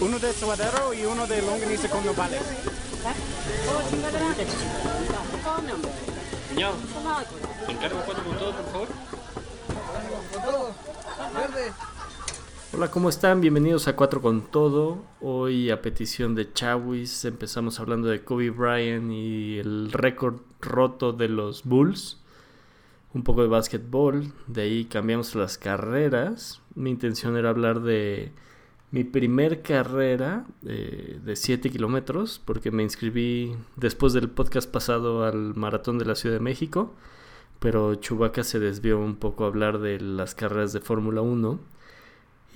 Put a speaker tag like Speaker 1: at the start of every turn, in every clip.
Speaker 1: uno de suadero y uno de longaniza con nopales.
Speaker 2: Niño, te encargo cuatro con todo, por favor.
Speaker 3: Hola, ¿cómo están? Bienvenidos a Cuatro con Todo. Hoy, a petición de Chawis, empezamos hablando de Kobe Bryant y el récord roto de los Bulls. Un poco de básquetbol, de ahí cambiamos las carreras. Mi intención era hablar de mi primer carrera eh, de 7 kilómetros, porque me inscribí después del podcast pasado al Maratón de la Ciudad de México, pero Chubaca se desvió un poco a hablar de las carreras de Fórmula 1.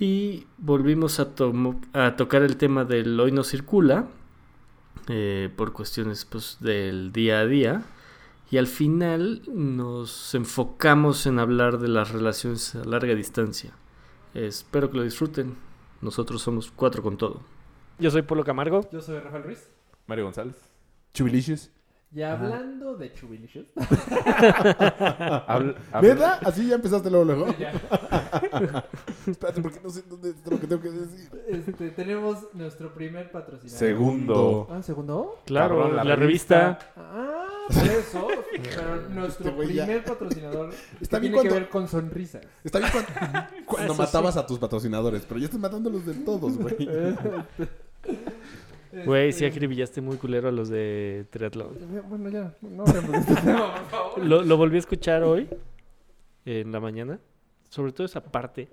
Speaker 3: Y volvimos a, tomo- a tocar el tema del hoy no circula, eh, por cuestiones pues, del día a día. Y al final nos enfocamos en hablar de las relaciones a larga distancia. Espero que lo disfruten. Nosotros somos cuatro con todo.
Speaker 4: Yo soy Polo Camargo.
Speaker 5: Yo soy Rafael Ruiz.
Speaker 6: Mario González.
Speaker 7: Chubilicious.
Speaker 5: Y hablando de chubilicious,
Speaker 6: Habl- habl-
Speaker 7: ¿Verdad? Así ya empezaste luego, luego. Espérate, porque no sé dónde está lo que tengo que decir.
Speaker 5: este, tenemos nuestro primer patrocinador.
Speaker 6: Segundo.
Speaker 5: Ah, ¿segundo?
Speaker 4: Claro,
Speaker 6: Cabrón,
Speaker 4: la,
Speaker 6: la
Speaker 4: revista.
Speaker 5: Ah, por eso. Pero nuestro
Speaker 7: Este güey ya-
Speaker 5: primer patrocinador
Speaker 7: Está
Speaker 5: que
Speaker 7: bien
Speaker 5: tiene
Speaker 7: cuando-
Speaker 5: que ver con sonrisas.
Speaker 7: Está bien cuando, cuando matabas a tus patrocinadores, pero ya estás matándolos de todos, güey. Este,
Speaker 3: Güey, sí
Speaker 5: Este,
Speaker 3: acribillaste muy culero a los de triatlón.
Speaker 5: eh, Bueno, ya. No hablemos de este tema, por favor.
Speaker 3: Lo, lo volví a escuchar hoy, en la mañana. Sobre todo esa parte,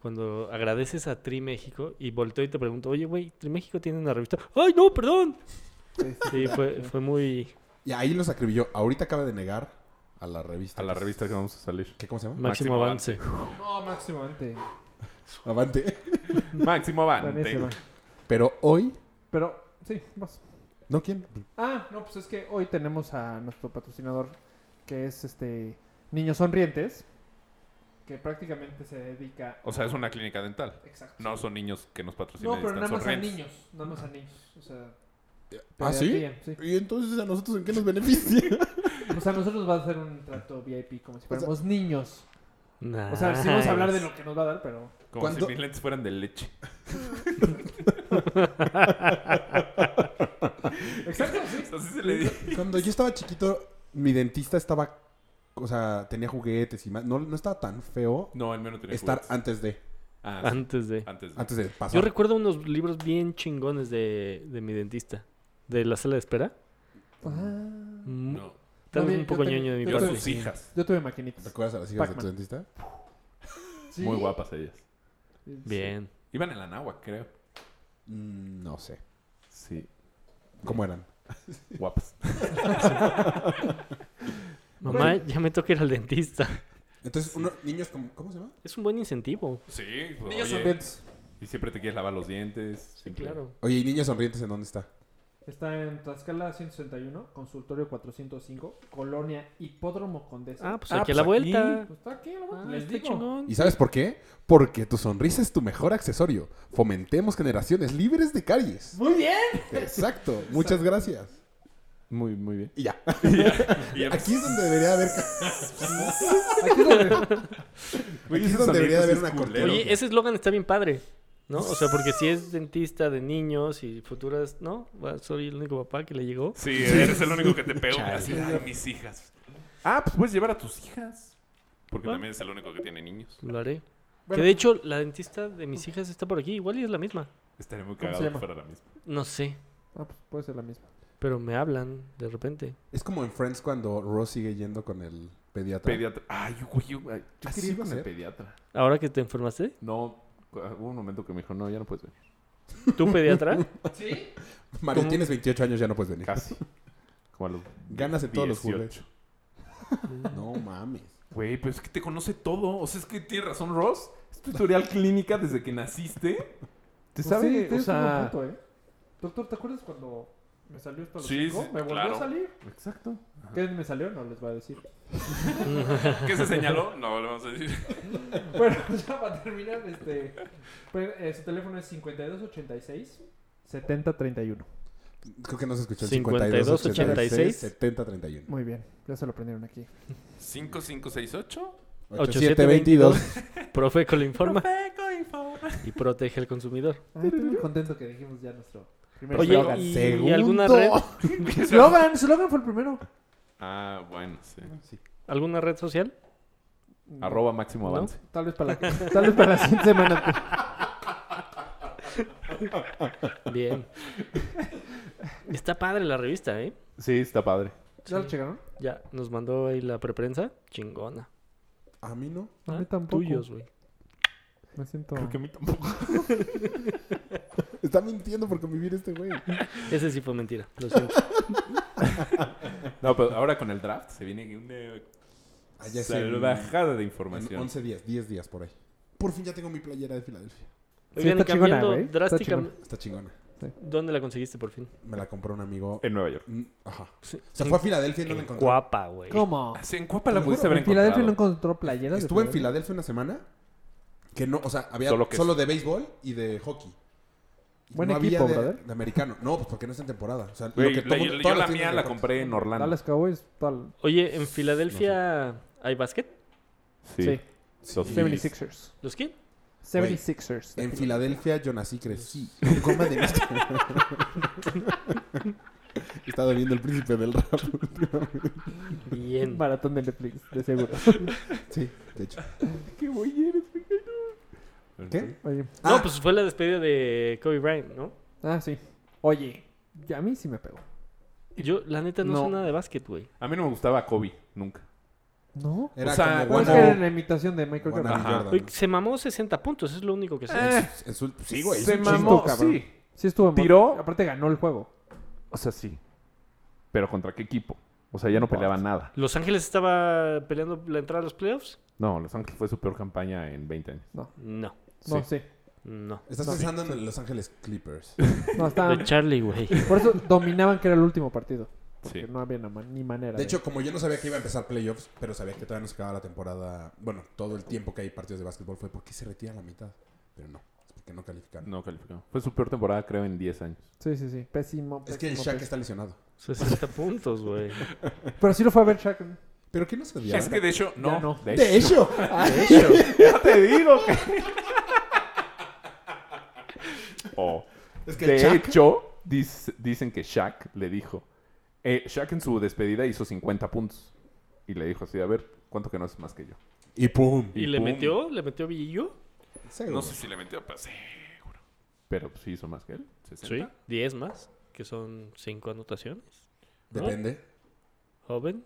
Speaker 3: cuando agradeces a Tri México y volteo y te pregunto, oye, güey, Tri México tiene una revista. ¡Ay, no, perdón! Sí, fue, fue muy...
Speaker 7: Y ahí los acribilló. Ahorita acaba de negar a la revista.
Speaker 6: A la revista que vamos a salir.
Speaker 7: ¿Qué, ¿Cómo se llama?
Speaker 3: Máximo,
Speaker 6: Máximo
Speaker 3: avance.
Speaker 5: No, máximo antes.
Speaker 7: Avante.
Speaker 6: Máximo Avante.
Speaker 7: Pero hoy...
Speaker 5: Pero, sí, vas.
Speaker 7: ¿No quién?
Speaker 5: Ah, no, pues es que hoy tenemos a nuestro patrocinador, que es este Niños Sonrientes, que prácticamente se dedica...
Speaker 6: O sea, es una clínica dental.
Speaker 5: Exacto.
Speaker 6: No son niños que nos patrocinan.
Speaker 5: No, pero
Speaker 6: están
Speaker 5: nada más a
Speaker 6: sonrientes.
Speaker 5: niños, nada más a niños. O sea,
Speaker 7: ¿Ah, sí?
Speaker 5: pediatría, sí.
Speaker 7: ¿Y entonces a nosotros en qué nos beneficia?
Speaker 5: O sea, nosotros va a hacer un trato VIP como si fuéramos niños. O sea, sí
Speaker 3: Nice.
Speaker 5: vamos a hablar de lo que nos va a dar, pero...
Speaker 6: Como
Speaker 7: ¿Cuándo?
Speaker 6: si mis lentes fueran de leche.
Speaker 5: Exacto, sí.
Speaker 6: Así se le dice.
Speaker 7: Cuando yo estaba chiquito, mi dentista estaba... O sea, tenía juguetes y más. No, no estaba tan feo
Speaker 6: No, el menos tenía
Speaker 7: estar
Speaker 6: juguetes.
Speaker 7: antes de...
Speaker 6: Ah, sí,
Speaker 3: Antes de...
Speaker 6: antes de-
Speaker 7: Antes de
Speaker 3: Yo
Speaker 7: pasar.
Speaker 3: recuerdo unos libros bien chingones de, de mi dentista, de la sala de espera.
Speaker 5: Ah,
Speaker 3: Mm,
Speaker 6: No.
Speaker 3: Tal vez
Speaker 5: Oye,
Speaker 3: un poco
Speaker 5: yo también-
Speaker 3: ñoño de mi
Speaker 6: Yo a
Speaker 5: Yo
Speaker 3: parte.
Speaker 5: también-
Speaker 6: sus hijas.
Speaker 5: yo tuve maquinitas.
Speaker 7: ¿Recuerdas a las hijas de tu
Speaker 5: Pac-Man.
Speaker 7: dentista?
Speaker 5: Sí.
Speaker 6: Muy guapas ellas.
Speaker 5: Sí.
Speaker 3: Bien.
Speaker 6: Iban en la náhuatl, creo.
Speaker 7: Mm, no sé.
Speaker 6: Sí.
Speaker 7: ¿Cómo eran?
Speaker 6: Guapas.
Speaker 3: Mamá, ya me toca ir al dentista.
Speaker 7: Entonces, uno- niños como... ¿Cómo se llama?
Speaker 3: Es un buen incentivo.
Speaker 6: Sí, pues,
Speaker 5: Niños
Speaker 6: oye,
Speaker 5: Sonrientes.
Speaker 6: Y siempre te quieres lavar los dientes.
Speaker 3: Sí,
Speaker 6: siempre-
Speaker 3: claro.
Speaker 7: Oye, ¿y Niños Sonrientes en dónde está?
Speaker 5: Está en Tlaxcala 161, consultorio 405, Colonia Hipódromo Condesa.
Speaker 3: Ah, pues
Speaker 6: Ah,
Speaker 3: aquí
Speaker 6: pues
Speaker 3: a la
Speaker 6: aquí.
Speaker 3: vuelta.
Speaker 5: Pues está aquí, ¿no?
Speaker 3: Ah,
Speaker 5: les
Speaker 3: está
Speaker 5: digo.
Speaker 3: chingón.
Speaker 7: ¿Y sabes por qué? Porque tu sonrisa es tu mejor accesorio. Fomentemos generaciones libres de caries.
Speaker 5: Muy bien.
Speaker 7: Exacto. Muchas gracias.
Speaker 6: Muy, muy bien.
Speaker 7: Y ya.
Speaker 6: Y ya-
Speaker 7: Aquí es donde debería haber...
Speaker 5: Aquí lo-
Speaker 7: Aquí
Speaker 6: esos
Speaker 7: es eh, donde debería de haber
Speaker 6: sonidos
Speaker 7: una
Speaker 6: es
Speaker 7: cortina.
Speaker 6: culero.
Speaker 3: Oye, ese eslogan está bien padre, ¿no? O sea, porque si es dentista de niños y futuras, ¿no? Va, Soy el único papá que le llegó.
Speaker 6: Sí, eres el único que te pegó. Así, "Ay, mis hijas. Ah, pues puedes llevar a tus hijas. Porque
Speaker 3: Ah.
Speaker 6: también es el único que tiene niños.
Speaker 3: Lo haré.
Speaker 5: Bueno.
Speaker 3: Que de hecho, la dentista de mis hijas está por aquí. Igual y es la misma.
Speaker 6: Estaría muy
Speaker 5: ¿Cómo se
Speaker 6: cagado que
Speaker 5: llama?
Speaker 6: fuera la misma.
Speaker 3: No sé,
Speaker 5: Ah, pues puede ser la misma.
Speaker 3: pero me hablan de repente.
Speaker 7: Es como en Friends cuando Ross sigue yendo con el pediatra.
Speaker 6: Pediatra. Ay, güey, yo, ay, yo
Speaker 7: ¿Así
Speaker 6: quería ir
Speaker 7: va a
Speaker 6: con
Speaker 7: ser?
Speaker 6: el pediatra.
Speaker 3: ¿Ahora que te enfermaste?
Speaker 6: No, hubo un momento que me dijo, no, ya no puedes venir.
Speaker 3: ¿Tú, pediatra?
Speaker 5: ¿Sí?
Speaker 7: Mario,
Speaker 3: ¿Cómo?
Speaker 7: tienes 28 años, ya no puedes venir.
Speaker 6: Casi. Como a los
Speaker 7: Ganas en todos los
Speaker 6: 18.
Speaker 7: juegos. No mames.
Speaker 6: Güey, pero es que te conoce todo. O sea, es que tiene razón, Ross. Es tu historial clínica desde que naciste. ¿Te sabe?
Speaker 5: Pues sí,
Speaker 6: o
Speaker 5: tienes
Speaker 6: sea,
Speaker 5: un buen punto, ¿eh? Doctor, ¿te acuerdas cuando me salió esto a los
Speaker 6: Sí,
Speaker 5: cinco?
Speaker 6: sí,
Speaker 5: ¿Me volvió
Speaker 6: claro.
Speaker 5: a salir?
Speaker 6: exacto.
Speaker 5: ¿Qué me salió? No les voy a decir.
Speaker 6: ¿Qué se señaló? No, lo vamos a decir.
Speaker 5: Bueno, ya para terminar, este... pues, eh, su teléfono es 5286 7031.
Speaker 7: Creo que no se escuchó el
Speaker 3: 52,
Speaker 7: 52,
Speaker 3: 86,
Speaker 7: 70, 31.
Speaker 5: Muy bien, ya se lo aprendieron aquí.
Speaker 6: 5568.
Speaker 3: 8722. Profe, que lo informa.
Speaker 6: Peco,
Speaker 3: y protege al consumidor.
Speaker 5: Ay, estoy muy contento que dijimos ya nuestro primer
Speaker 8: Oye,
Speaker 5: eslogan.
Speaker 8: ¿y,
Speaker 7: Segundo.
Speaker 8: y alguna red,
Speaker 5: Slogan, slogan fue el primero.
Speaker 6: Ah, bueno, sí.
Speaker 3: alguna red social?
Speaker 6: Arroba máximo
Speaker 3: ¿No?
Speaker 6: avance.
Speaker 5: Tal vez para la, tal vez para la siguiente semana.
Speaker 3: Bien. Está padre la revista, ¿eh?
Speaker 6: Sí, está padre.
Speaker 5: ¿Ya lo checaron?
Speaker 3: Ya nos mandó ahí la preprensa. Chingona.
Speaker 7: A mí no.
Speaker 5: A mí
Speaker 3: Ah,
Speaker 5: tampoco.
Speaker 3: Tuyos, güey.
Speaker 5: Me siento...
Speaker 6: Creo que a mí tampoco.
Speaker 7: Está mintiendo por convivir este güey.
Speaker 3: Ese sí fue mentira. Lo siento.
Speaker 6: No, pero ahora con el draft se viene una
Speaker 7: Allá es Ah, en-
Speaker 6: salvajada de
Speaker 7: en
Speaker 6: información.
Speaker 7: 11 días, 10 días por ahí. Por fin ya tengo mi playera de Filadelfia.
Speaker 5: Sí,
Speaker 3: Oigan, y
Speaker 5: está chingona,
Speaker 3: cambiando
Speaker 5: güey. Está
Speaker 3: drásticamente.
Speaker 7: Está chingona.
Speaker 3: ¿Dónde la conseguiste por fin?
Speaker 7: Me la compró un amigo.
Speaker 6: En Nueva York.
Speaker 7: Mm, Ajá.
Speaker 3: Sí.
Speaker 7: Se fue a Filadelfia y no la encontré.
Speaker 3: Guapa, güey.
Speaker 5: ¿Cómo?
Speaker 6: Ah, sí, en Cuapa la
Speaker 7: Te lo
Speaker 6: pudiste
Speaker 7: juro,
Speaker 6: haber
Speaker 5: En Filadelfia no
Speaker 6: encontrado.
Speaker 5: encontró playeras. de
Speaker 7: Estuve en Filadelfia
Speaker 5: Filadelfia?
Speaker 7: una semana que no, o sea, había
Speaker 6: Solo
Speaker 7: solo,
Speaker 6: que-
Speaker 7: de béisbol y de hockey. Y
Speaker 5: Buen
Speaker 7: no
Speaker 5: equipo,
Speaker 7: había de,
Speaker 5: brother.
Speaker 7: de americano. No, pues porque no está en temporada. O sea,
Speaker 6: Güey,
Speaker 7: lo que
Speaker 6: la-
Speaker 7: todo-
Speaker 6: yo- yo
Speaker 7: todas
Speaker 6: la
Speaker 7: las
Speaker 6: mía
Speaker 7: tiendas
Speaker 6: la
Speaker 7: de-
Speaker 6: compré en Orlando.
Speaker 5: Dallas Cowboys, tal...
Speaker 3: Oye, en Filadelfia hay básquet.
Speaker 5: Sí.
Speaker 6: Sophie-
Speaker 5: 76ers.
Speaker 3: ¿Los qué?
Speaker 5: 76ers.
Speaker 7: En Filadelfia yo nací, crecí. Con goma de
Speaker 6: este
Speaker 7: vista. Estaba viendo el príncipe del rap.
Speaker 3: Bien.
Speaker 5: Maratón de Netflix, de seguro.
Speaker 7: Sí, de hecho.
Speaker 5: Qué güey eres, güey.
Speaker 7: ¿Qué?
Speaker 5: Oye.
Speaker 3: No, pues fue la despedida de Kobe Bryant, ¿no?
Speaker 5: Ah, sí. Oye, ya a mí sí me pegó.
Speaker 3: Yo, la neta, no,
Speaker 5: No.
Speaker 3: sé nada de básquet, güey.
Speaker 6: A mí no me gustaba Kobe, nunca.
Speaker 5: ¿No?
Speaker 7: Era
Speaker 6: O sea,
Speaker 7: como
Speaker 5: Pues
Speaker 6: Bueno.
Speaker 5: que era la imitación de Michael
Speaker 7: Wannabe
Speaker 5: Jordan.
Speaker 6: Ajá.
Speaker 7: Jordan,
Speaker 3: Oye,
Speaker 7: ¿no?
Speaker 3: Se mamó 60 puntos, es lo único que sé.
Speaker 5: Eh.
Speaker 7: En su- Sí, güey.
Speaker 6: se
Speaker 7: es un
Speaker 6: mamó,
Speaker 7: chingo, cabrón.
Speaker 6: sí.
Speaker 5: Sí estuvo... mo-
Speaker 6: Tiró.
Speaker 5: Aparte ganó el juego.
Speaker 6: O sea, sí. Pero ¿contra qué equipo? O sea, ya no peleaba nada.
Speaker 3: ¿Los Ángeles estaba peleando la entrada a los playoffs?
Speaker 6: No, Los Ángeles fue su peor campaña en 20 años.
Speaker 3: No,
Speaker 5: No, sí.
Speaker 3: no.
Speaker 7: Estás pensando en Los Ángeles Clippers.
Speaker 5: No,
Speaker 3: De
Speaker 5: estaban...
Speaker 3: Charlie, güey.
Speaker 5: Por eso dominaban que era el último partido.
Speaker 6: Sí.
Speaker 5: Que no había na- ni manera.
Speaker 7: De hecho, como yo no sabía que iba a empezar playoffs, pero sabía que todavía no se acababa la temporada. Bueno, todo el tiempo que hay partidos de básquetbol fue porque se retira la mitad. Pero no, es porque no calificaron.
Speaker 6: No calificó. Fue su peor temporada, creo, en 10 años.
Speaker 5: Sí, sí, sí. Pésimo,
Speaker 7: Es que el
Speaker 5: pésimo,
Speaker 7: Shaq
Speaker 5: pésimo.
Speaker 7: está lesionado.
Speaker 3: 60 puntos, güey.
Speaker 5: Pero sí lo fue a ver Shaq. ¿no?
Speaker 7: Pero ¿qué no se odiaba?
Speaker 6: Es que de hecho, no.
Speaker 5: Ya no.
Speaker 6: De hecho,
Speaker 7: De hecho,
Speaker 6: ya te digo que... Oh.
Speaker 7: es que
Speaker 6: de
Speaker 7: el Shaq
Speaker 6: hecho, dis- dicen que Shaq le dijo. eh, Shaq en su despedida hizo 50 puntos. Y le dijo así, a ver, ¿cuánto que no es más que yo?
Speaker 7: y pum.
Speaker 3: ¿Y le
Speaker 6: pum.
Speaker 3: metió? ¿Le metió Villillo?
Speaker 7: Seguro.
Speaker 6: si le metió, pero seguro. Pero pues, sí hizo más que él.
Speaker 3: Sí.
Speaker 6: 60.
Speaker 3: 10 más, que son 5 anotaciones.
Speaker 7: Depende.
Speaker 3: Joven.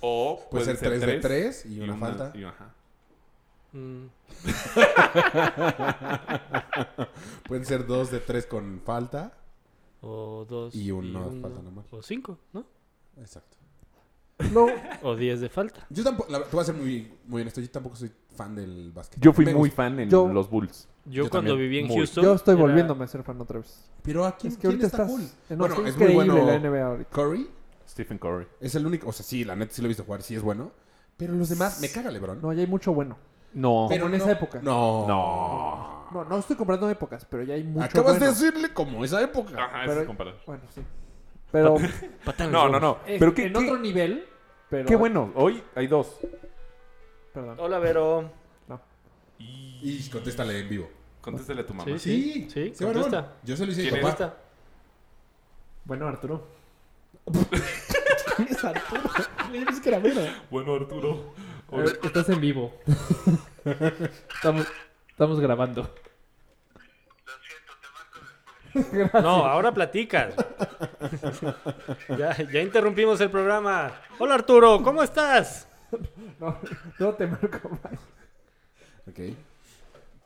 Speaker 6: O
Speaker 7: Puede ser 3 de
Speaker 6: tres
Speaker 7: 3 y una falta.
Speaker 6: y una- ajá.
Speaker 3: Mm,
Speaker 7: Pueden ser 2 de 3 con falta.
Speaker 3: o 2.
Speaker 7: Y uno, falta nomás.
Speaker 3: O 5, ¿no?
Speaker 7: Exacto.
Speaker 5: No,
Speaker 3: O 10 de falta.
Speaker 7: Yo tampoco, la, te voy a ser muy, muy honesto, yo tampoco soy fan del básquet.
Speaker 6: Yo fui
Speaker 7: Me
Speaker 6: muy
Speaker 7: gusta.
Speaker 6: fan en
Speaker 5: Yo-
Speaker 6: los Bulls.
Speaker 3: Yo,
Speaker 7: Yo
Speaker 3: cuando
Speaker 7: también,
Speaker 3: viví en
Speaker 6: muy.
Speaker 3: Houston.
Speaker 5: yo estoy
Speaker 3: era-
Speaker 5: volviéndome a ser fan otra vez.
Speaker 7: Pero ¿a quién,
Speaker 5: Es que ahorita
Speaker 7: está
Speaker 5: estás...
Speaker 7: cool?
Speaker 5: No,
Speaker 7: Bueno,
Speaker 5: sí,
Speaker 7: es muy
Speaker 5: increíble
Speaker 7: bueno.
Speaker 5: la NBA ahorita.
Speaker 7: Curry
Speaker 6: Stephen Curry.
Speaker 7: es el único, o sea, sí, la neta sí lo he visto jugar, sí es bueno. Pero los demás, me caga LeBron.
Speaker 5: No, ya hay mucho bueno.
Speaker 6: No.
Speaker 7: Pero
Speaker 5: Como en
Speaker 7: no-
Speaker 5: esa época.
Speaker 7: No.
Speaker 6: No.
Speaker 5: No, no estoy comprando épocas, pero ya hay mucho
Speaker 7: Acabas
Speaker 5: bueno.
Speaker 7: de decirle como esa época.
Speaker 6: Ajá,
Speaker 5: Pero-
Speaker 6: es comparar.
Speaker 5: Bueno, sí. Pero
Speaker 3: Pata en los
Speaker 6: No, no,
Speaker 3: huevos.
Speaker 6: no.
Speaker 5: eh,
Speaker 6: Pero qué,
Speaker 5: en
Speaker 6: qué-
Speaker 5: otro nivel. Pero,
Speaker 6: qué bueno. Hoy hay dos.
Speaker 5: Perdón.
Speaker 3: Hola, Vero.
Speaker 7: Y contéstale en vivo.
Speaker 6: Contéstale a tu mamá.
Speaker 3: Sí,
Speaker 7: Sí,
Speaker 3: Sí,
Speaker 7: sí, barbón.
Speaker 3: contesta.
Speaker 7: Yo se lo hice a mi
Speaker 6: ¿Quién
Speaker 7: papá.
Speaker 3: Está.
Speaker 5: Bueno, Arturo.
Speaker 6: Bueno, Arturo.
Speaker 5: Estás en vivo. estamos, estamos grabando.
Speaker 3: No, ahora platicas. ya, ya interrumpimos el programa. Hola Arturo, ¿cómo estás?
Speaker 5: No, no te marco más.
Speaker 7: Ok. ¿Qué,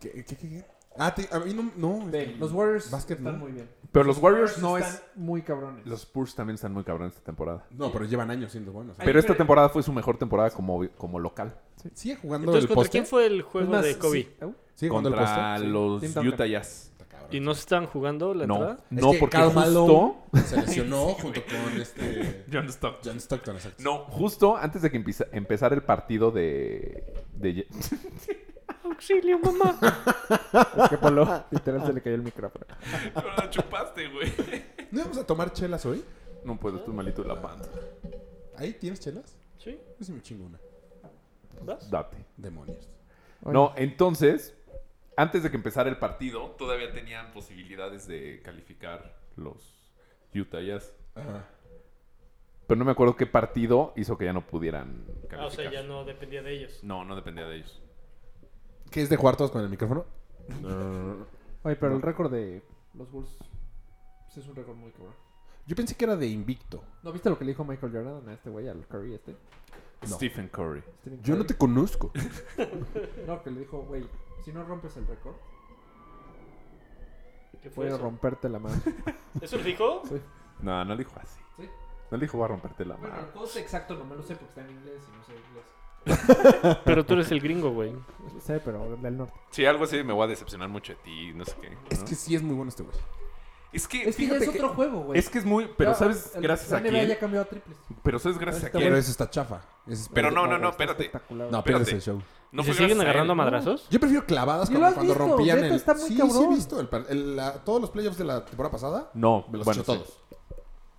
Speaker 7: qué, qué, qué? Ah, te- a mí no. no
Speaker 5: Ve,
Speaker 7: este,
Speaker 5: Los Warriors
Speaker 7: Básquet,
Speaker 5: están
Speaker 7: ¿no?
Speaker 5: muy bien.
Speaker 6: Pero los Warriors no es...
Speaker 5: Están muy cabrones.
Speaker 6: Los Spurs también están muy cabrones esta temporada.
Speaker 7: No, pero llevan años siendo buenos. ¿eh?
Speaker 6: Pero esta temporada fue su mejor temporada como, como local.
Speaker 7: Sigue jugando
Speaker 3: Entonces,
Speaker 7: el
Speaker 3: ¿contra
Speaker 7: poste.
Speaker 3: quién fue el
Speaker 5: Es
Speaker 3: juego
Speaker 5: más,
Speaker 3: de Kobe?
Speaker 5: sí. Au.
Speaker 7: Sigue jugando el
Speaker 6: Contra
Speaker 7: poste.
Speaker 6: los
Speaker 5: Team Duncan.
Speaker 6: Utah Jazz.
Speaker 7: Está cabrón.
Speaker 3: ¿Y no se estaban jugando la
Speaker 6: No,
Speaker 3: entrada?
Speaker 6: no,
Speaker 7: Es que
Speaker 6: porque
Speaker 7: Karl Malone
Speaker 6: justo...
Speaker 7: Se lesionó junto con este.
Speaker 6: John Stockton.
Speaker 7: John Stockton, exacto.
Speaker 6: No, justo antes de que empieza- empezara el partido de... de...
Speaker 3: Auxilio, mamá.
Speaker 5: Es que Polo literal se le cayó el micrófono.
Speaker 6: Pero la chupaste, güey.
Speaker 7: ¿No íbamos a tomar chelas hoy?
Speaker 6: No puedo, estoy malito de la panza.
Speaker 7: ¿Ahí tienes chelas?
Speaker 3: ¿Sí?
Speaker 7: Yo sí me chingo una.
Speaker 3: ¿Vas?
Speaker 6: Date.
Speaker 7: Demonios.
Speaker 5: Oye,
Speaker 6: No, entonces, antes de que empezara el partido, todavía tenían posibilidades de calificar los Utah Jazz.
Speaker 7: Ajá.
Speaker 6: Pero no me acuerdo qué partido hizo que ya no pudieran calificar.
Speaker 3: Ah, o sea, ya no dependía de ellos.
Speaker 6: No, no dependía de ellos.
Speaker 7: ¿Qué es de jugar todos con el micrófono?
Speaker 5: Oye, pero el récord de los Bulls pues, es un récord muy cabrón.
Speaker 7: Yo pensé que era de invicto.
Speaker 5: ¿No viste lo que le dijo Michael Jordan a este güey, al Curry este?
Speaker 7: No.
Speaker 6: Stephen Curry.
Speaker 5: Stephen
Speaker 7: Yo no
Speaker 5: Curry.
Speaker 7: te conozco.
Speaker 5: No, que le dijo, güey, si no rompes el récord,
Speaker 3: ¿Qué fue
Speaker 5: voy a
Speaker 3: eso?
Speaker 5: romperte la mano.
Speaker 3: ¿Eso lo dijo?
Speaker 5: Sí.
Speaker 6: No, no le dijo así.
Speaker 5: Sí.
Speaker 6: No le dijo va a romperte la
Speaker 5: Bueno,
Speaker 6: mano.
Speaker 5: el costo exacto no me lo sé porque está en inglés y no sé inglés.
Speaker 3: Pero tú eres el gringo, güey.
Speaker 5: Lo sé, pero del norte.
Speaker 6: Sí, algo así me voy a decepcionar mucho de ti, no sé qué. ¿no?
Speaker 7: Es que sí es muy bueno este güey.
Speaker 6: es que,
Speaker 5: Es que ya
Speaker 6: fíjate
Speaker 5: es
Speaker 6: que-
Speaker 5: otro juego, güey.
Speaker 6: es que es muy... Pero
Speaker 5: Ya,
Speaker 6: sabes,
Speaker 5: el-
Speaker 6: gracias
Speaker 5: la
Speaker 6: a
Speaker 5: NBA
Speaker 6: quién.
Speaker 5: ya cambió a triples.
Speaker 6: Pero sabes gracias a
Speaker 5: Este
Speaker 6: quién.
Speaker 7: Pero eso está chafa. Ese es-
Speaker 6: Pero no, no,
Speaker 5: Está
Speaker 6: no, espérate.
Speaker 5: espectacular.
Speaker 7: No, pierdes
Speaker 6: espérate.
Speaker 7: el show.
Speaker 6: No
Speaker 3: ¿Se
Speaker 6: fue
Speaker 3: siguen
Speaker 6: gracias a
Speaker 3: agarrando a
Speaker 6: él.
Speaker 3: madrazos?
Speaker 7: Yo prefiero clavadas
Speaker 5: ¿Y
Speaker 7: como
Speaker 5: lo has
Speaker 7: cuando
Speaker 5: visto?
Speaker 7: rompían
Speaker 5: Neta,
Speaker 7: el...
Speaker 5: está muy
Speaker 7: sí, sí
Speaker 5: cabrón.
Speaker 7: he visto. el par- el- la- todos los playoffs de la temporada pasada
Speaker 6: No,
Speaker 7: me los
Speaker 6: bueno,
Speaker 7: he hecho todos.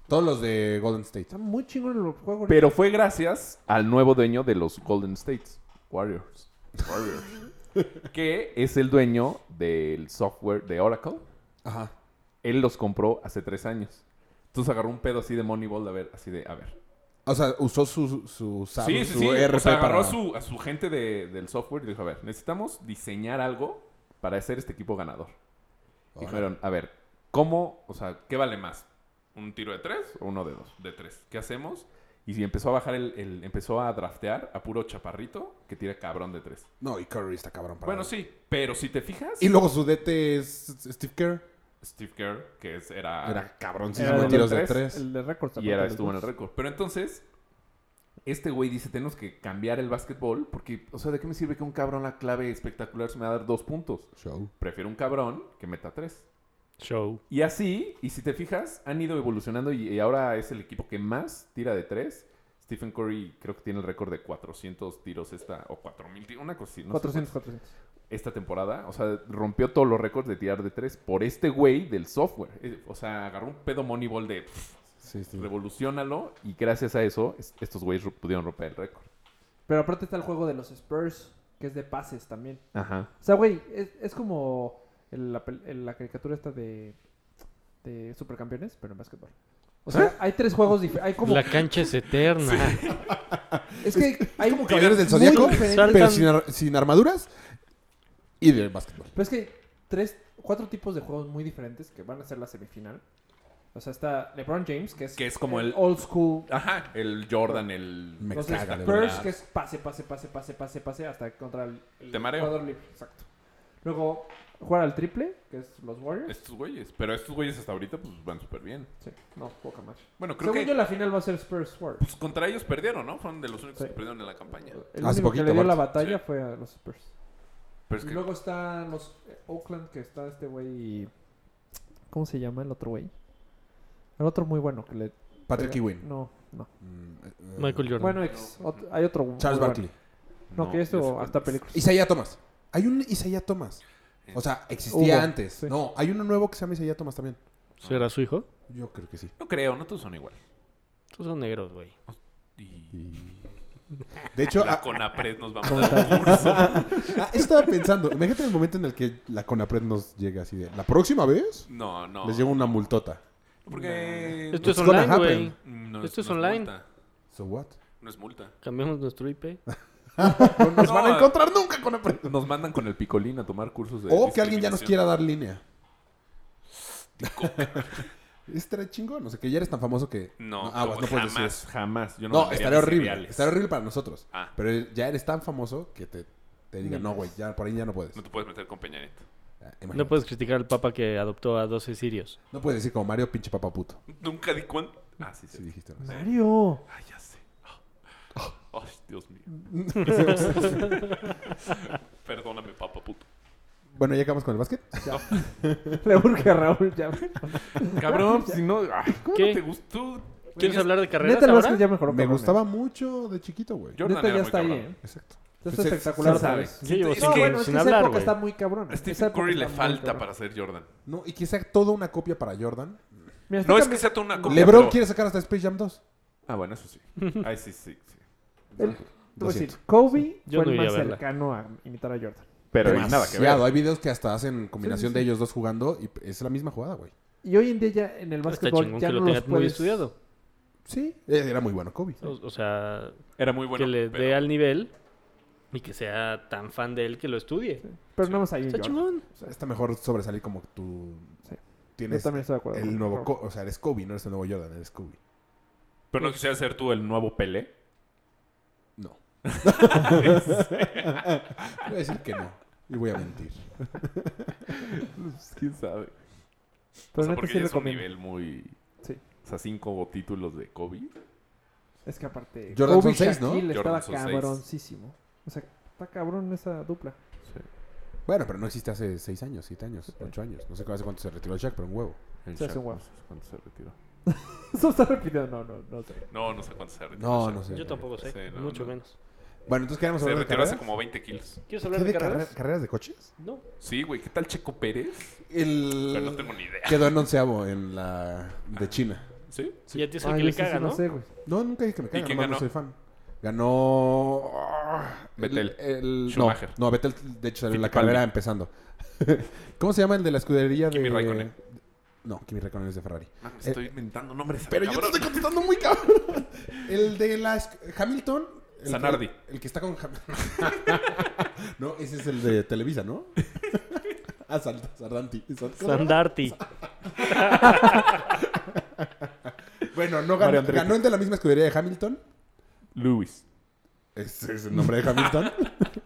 Speaker 7: Todos los de Golden State.
Speaker 5: Está muy chingón el juego. ahorita.
Speaker 6: Pero fue gracias al nuevo dueño de los Golden State Warriors. que es el dueño del software de Oracle.
Speaker 7: Ajá.
Speaker 6: Él los compró hace tres años. Entonces agarró un pedo así de Moneyball, a ver, así de, a ver.
Speaker 7: O sea, usó su, su, sab-
Speaker 6: Sí, sí,
Speaker 7: su
Speaker 6: sí.
Speaker 7: RP
Speaker 6: o sea, agarró
Speaker 7: para...
Speaker 6: a su, a su gente de- del software y dijo, a ver, necesitamos diseñar algo para hacer este equipo ganador.
Speaker 7: Ahora.
Speaker 6: Dijeron, a ver, ¿cómo? O sea, ¿qué vale más? ¿Un tiro de tres o uno de dos? De tres. ¿Qué hacemos? Y si empezó a bajar el, el- Empezó a draftear a puro chaparrito que tira cabrón de tres.
Speaker 7: No, y Curry está cabrón para...
Speaker 6: Bueno, sí, pero si te fijas...
Speaker 7: Y luego su DT es Steve Kerr.
Speaker 6: Steve Kerr, que es, era...
Speaker 7: Era cabrón,
Speaker 5: Era
Speaker 7: sin
Speaker 5: de
Speaker 7: tiros de
Speaker 6: tres,
Speaker 7: tres.
Speaker 5: El de récords.
Speaker 6: Y era,
Speaker 5: aparte,
Speaker 6: estuvo en el
Speaker 5: los
Speaker 6: récord. Pero entonces, este güey dice, tenemos que cambiar el básquetbol porque, o sea, ¿de qué me sirve que un cabrón la clave espectacular se me va a dar dos puntos?
Speaker 7: Show.
Speaker 6: Prefiero un cabrón que meta tres.
Speaker 3: Show.
Speaker 6: Y así, y si te fijas, han ido evolucionando y, y ahora es el equipo que más tira de tres. Stephen Curry creo que tiene el récord de 400 tiros esta, o 4000 tiros, una cosa así, no sé
Speaker 5: 400, 400.
Speaker 6: esta temporada. O sea, rompió todos los récords de tirar de tres por este güey del software. Eh, O sea, agarró un pedo Moneyball de... pff,
Speaker 7: Sí, sí.
Speaker 6: revolucionalo y gracias a eso es- estos güeyes ru- pudieron romper el récord.
Speaker 5: Pero aparte está el juego de los Spurs, que es de pases también.
Speaker 6: Ajá.
Speaker 5: O sea, güey, es, es como el- la, pel- el- la caricatura esta de, de Supercampeones, pero en básquetbol. O
Speaker 6: ¿Eh?
Speaker 5: sea, hay tres juegos diferentes. Hay como.
Speaker 3: La cancha es eterna.
Speaker 5: Es que hay como
Speaker 7: Caballeros del Zodíaco,
Speaker 5: diferentes.
Speaker 7: pero sin, ar- sin armaduras y de básquetbol.
Speaker 5: Pero es que hay tres, cuatro tipos de juegos muy diferentes que van a ser la semifinal. O sea, está LeBron James, que es,
Speaker 6: Que es como el-
Speaker 5: old school.
Speaker 6: Ajá. El Jordan, el...
Speaker 7: Me
Speaker 5: Los
Speaker 7: caga, de
Speaker 5: Spurs,
Speaker 7: verdad.
Speaker 5: que es pase, pase, pase, pase, pase, pase, hasta contra el, el
Speaker 6: Te mareo.
Speaker 5: jugador libre. Exacto. Luego, jugar al triple, que es los Warriors.
Speaker 6: Estos güeyes. Pero estos güeyes hasta ahorita pues van súper bien.
Speaker 5: Sí, no, poca más.
Speaker 6: Bueno, creo
Speaker 5: Según
Speaker 6: que
Speaker 5: yo, la final va a ser Spurs Warriors.
Speaker 6: pues, contra ellos perdieron, ¿no? Fueron de los únicos
Speaker 5: Sí.
Speaker 6: que perdieron en la campaña.
Speaker 5: El
Speaker 7: Hace
Speaker 5: único
Speaker 7: poquito,
Speaker 5: que le dio la
Speaker 7: aparte.
Speaker 5: batalla
Speaker 6: Sí.
Speaker 5: fue a los Spurs.
Speaker 6: Pero es
Speaker 5: y
Speaker 6: que...
Speaker 5: luego están los eh, Oakland, que está este güey. ¿Cómo se llama el otro güey? El otro muy bueno que le.
Speaker 7: Patrick Ewing.
Speaker 5: No, no.
Speaker 7: Mm, eh, eh,
Speaker 3: Michael Jordan.
Speaker 5: Bueno, ex, ot- hay otro. muy
Speaker 7: Charles
Speaker 5: bueno.
Speaker 7: Barkley.
Speaker 5: No, que
Speaker 6: ya sé
Speaker 5: esto
Speaker 6: cuál
Speaker 5: hasta
Speaker 6: es.
Speaker 5: películas.
Speaker 7: Isaiah Thomas. Hay un Isaiah Thomas.
Speaker 6: Eh,
Speaker 7: O sea, existía
Speaker 5: Hubo,
Speaker 7: antes.
Speaker 5: sí.
Speaker 7: No, hay uno nuevo que se llama Isaiah Thomas también.
Speaker 3: ¿Será su hijo?
Speaker 7: Yo creo que sí.
Speaker 6: No creo, no todos son igual.
Speaker 3: Estos son negros, güey.
Speaker 6: Y...
Speaker 7: Y- De hecho,
Speaker 6: La
Speaker 7: ah,
Speaker 6: Conapred nos vamos a dar un curso.
Speaker 7: ah, estaba pensando. Imagínate el momento en el que la Conapred nos llega así de. La próxima vez
Speaker 6: No, no.
Speaker 7: les llega una multota.
Speaker 6: Porque...
Speaker 3: Esto es
Speaker 7: It's gonna
Speaker 3: online, güey.
Speaker 7: happen.
Speaker 6: No
Speaker 3: Esto es
Speaker 6: no
Speaker 3: online.
Speaker 6: multa.
Speaker 7: So what?
Speaker 6: No es multa.
Speaker 3: Cambiamos nuestro IP.
Speaker 7: No nos
Speaker 6: No,
Speaker 7: van a
Speaker 6: eh.
Speaker 7: encontrar nunca Conapred.
Speaker 6: Nos mandan con el picolín a tomar cursos de
Speaker 7: O que alguien ya nos
Speaker 6: discriminación.
Speaker 7: quiera dar línea. Estaría chingón. O sea, que ya eres tan famoso que.
Speaker 6: No,
Speaker 7: aguas,
Speaker 6: como
Speaker 7: no puedes decir
Speaker 6: jamás,
Speaker 7: eso.
Speaker 6: jamás. Yo no,
Speaker 7: No,
Speaker 6: vendería
Speaker 7: estaría
Speaker 6: mis
Speaker 7: horrible.
Speaker 6: cereales.
Speaker 7: Estaría horrible para nosotros.
Speaker 6: Ah.
Speaker 7: Pero ya eres tan famoso que te, te digan, no, güey, ya por ahí ya no puedes.
Speaker 6: No te puedes meter con Peña Nieto.
Speaker 7: Ah, imagínate.
Speaker 3: No puedes criticar al papa que adoptó a 12 sirios.
Speaker 7: No puedes decir como Mario, pinche papá puto.
Speaker 6: Nunca di cuenta. Ah, sí,
Speaker 7: Sí,
Speaker 6: sí.
Speaker 7: dijiste. ¿no?
Speaker 5: Mario.
Speaker 6: Ah, ya sé. Ah. Ay, Dios mío. Perdóname, papá puto.
Speaker 7: Bueno, ya acabamos con el básquet.
Speaker 5: Le urge a Raúl ya.
Speaker 6: Cabrón, si no. Ay, ¿Cómo
Speaker 3: ¿Qué?
Speaker 6: no te gustó?
Speaker 3: ¿Quieres hablar de carreras
Speaker 5: Neta, el
Speaker 3: ahora?
Speaker 5: básquet ya mejoró.
Speaker 7: Me
Speaker 5: cabrón,
Speaker 7: gustaba mucho de chiquito, güey.
Speaker 5: eh.
Speaker 6: Jordan
Speaker 5: Neta
Speaker 6: era
Speaker 5: ya
Speaker 6: muy
Speaker 5: está ahí,
Speaker 6: cabrón.
Speaker 5: ¿eh?
Speaker 7: Exacto.
Speaker 5: Está
Speaker 7: Pues es-
Speaker 5: espectacular.
Speaker 7: se
Speaker 5: ¿sabes?
Speaker 3: Yo llevo
Speaker 6: Es
Speaker 5: No,
Speaker 3: cinco
Speaker 6: que
Speaker 5: bueno,
Speaker 3: años
Speaker 5: es
Speaker 3: sin
Speaker 5: que esa
Speaker 3: hablar,
Speaker 5: época
Speaker 3: güey.
Speaker 5: está muy cabrón.
Speaker 6: A Stephen Curry le falta para ser Jordan.
Speaker 7: No, y que sea toda una copia para Jordan.
Speaker 6: No es que sea toda una copia.
Speaker 7: LeBron
Speaker 6: pero-
Speaker 7: quiere sacar hasta Space Jam 2.
Speaker 6: Ah, bueno, eso sí. Ay, sí, sí. sí.
Speaker 5: El-
Speaker 7: Lo
Speaker 5: Te voy a decir,
Speaker 7: siento.
Speaker 5: Kobe
Speaker 3: Yo
Speaker 5: fue
Speaker 3: no
Speaker 5: el
Speaker 3: iría
Speaker 5: más
Speaker 3: a verla.
Speaker 5: cercano a imitar a Jordan.
Speaker 6: Pero y nada que
Speaker 7: Demasiado.
Speaker 6: ver.
Speaker 7: Hay videos que hasta hacen combinación de ellos dos jugando y es la misma jugada, güey.
Speaker 5: Y hoy en día ya en el
Speaker 3: Está
Speaker 5: básquetbol
Speaker 3: chingón
Speaker 5: ya
Speaker 3: que
Speaker 5: no
Speaker 3: lo
Speaker 5: los
Speaker 3: tengas muy
Speaker 5: puedes...
Speaker 3: estudiado.
Speaker 7: Sí. eh, Era muy bueno Kobe.
Speaker 3: O, o sea,
Speaker 6: Era muy bueno.
Speaker 3: que le
Speaker 6: pero-
Speaker 3: dé al nivel y que sea tan fan de él que lo estudie.
Speaker 5: Pero no más ahí en
Speaker 3: Está
Speaker 5: Jordan.
Speaker 3: chingón.
Speaker 7: Está mejor sobresalir como tú
Speaker 5: Sí. Yo
Speaker 7: tienes
Speaker 5: también estoy de acuerdo.
Speaker 7: el nuevo...
Speaker 5: Pero-
Speaker 7: Co- o sea, eres Kobe, no eres el nuevo Jordan, eres Kobe.
Speaker 6: Pero no quisieras ser tú el nuevo Pelé.
Speaker 7: No. voy a decir que no. Y voy a mentir.
Speaker 6: Pues, quién sabe.
Speaker 5: Pero
Speaker 6: o sea,
Speaker 5: neta
Speaker 6: porque
Speaker 5: sí
Speaker 6: ya es un
Speaker 5: recomiendo.
Speaker 6: nivel muy.
Speaker 5: Sí.
Speaker 6: O sea, cinco títulos de Kobe.
Speaker 5: Es que aparte...
Speaker 7: Jordan
Speaker 5: Kobe
Speaker 7: son seis, ¿no?
Speaker 5: Shaquille
Speaker 6: Jordan
Speaker 5: estaba
Speaker 6: son seis.
Speaker 5: cabroncísimo. O sea, está cabrón esa dupla.
Speaker 7: Bueno, pero no existe hace seis años, siete años, ocho años. No sé hace cuánto se retiró el Shaq, pero un huevo.
Speaker 6: El
Speaker 5: Se hace
Speaker 6: Shaq,
Speaker 5: un huevo.
Speaker 6: no sé cuánto se retiró.
Speaker 5: Eso está repitiendo. No, no, no sé.
Speaker 6: No, no sé cuánto se retiró.
Speaker 7: No,
Speaker 6: el Shaq.
Speaker 7: no sé.
Speaker 3: Yo tampoco sé,
Speaker 6: Sí, no,
Speaker 3: mucho
Speaker 6: no.
Speaker 3: menos.
Speaker 7: Bueno, entonces queremos
Speaker 6: Se
Speaker 7: hablar de
Speaker 6: retiró hace
Speaker 7: carreras.
Speaker 6: como 20 kilos.
Speaker 3: ¿Quieres
Speaker 7: ¿Qué
Speaker 3: hablar de
Speaker 7: de carrera-
Speaker 3: carreras?
Speaker 7: carreras de coches?
Speaker 3: No.
Speaker 6: Sí, güey. ¿Qué tal Checo Pérez?
Speaker 7: El...
Speaker 6: Pero no tengo ni idea. Ah.
Speaker 7: Quedó en onceavo en la de China.
Speaker 6: ¿Sí?
Speaker 3: Y a ti es el
Speaker 5: Ay,
Speaker 3: que
Speaker 5: yo
Speaker 3: le
Speaker 5: sí, sí,
Speaker 3: caga, ¿no?
Speaker 5: sé, güey.
Speaker 7: No, nunca dije que me
Speaker 6: ¿Y
Speaker 7: caiga,
Speaker 6: quién
Speaker 7: nomás no
Speaker 6: ganó?
Speaker 7: soy fan. Ganó... ah,
Speaker 6: Vettel.
Speaker 7: El, el- no,
Speaker 6: Schumacher.
Speaker 7: No, Vettel, de hecho, salió en la
Speaker 6: Fittipaldi.
Speaker 7: carrera empezando. ¿Cómo se llama el de la escudería de...?
Speaker 6: Kimi Raikkonen.
Speaker 7: No, Kimi Raikkonen es de Ferrari.
Speaker 6: Man, me Ah, estoy inventando nombres.
Speaker 7: Eh, Pero yo te
Speaker 6: cabrón.
Speaker 7: estoy contestando muy cabrón. El de la esc- Hamilton. El que-
Speaker 6: Zanardi.
Speaker 7: el que está con Hamilton. no, ese es el de Televisa, ¿no? ah, Sal- Sardanti. Sal- ¿cómo?
Speaker 3: Sandarti.
Speaker 7: Bueno, no
Speaker 6: Mario
Speaker 7: ganó.
Speaker 6: Enrique.
Speaker 7: Ganó el de la misma escudería de Hamilton.
Speaker 6: Lewis.
Speaker 7: Ese es el nombre de Hamilton. no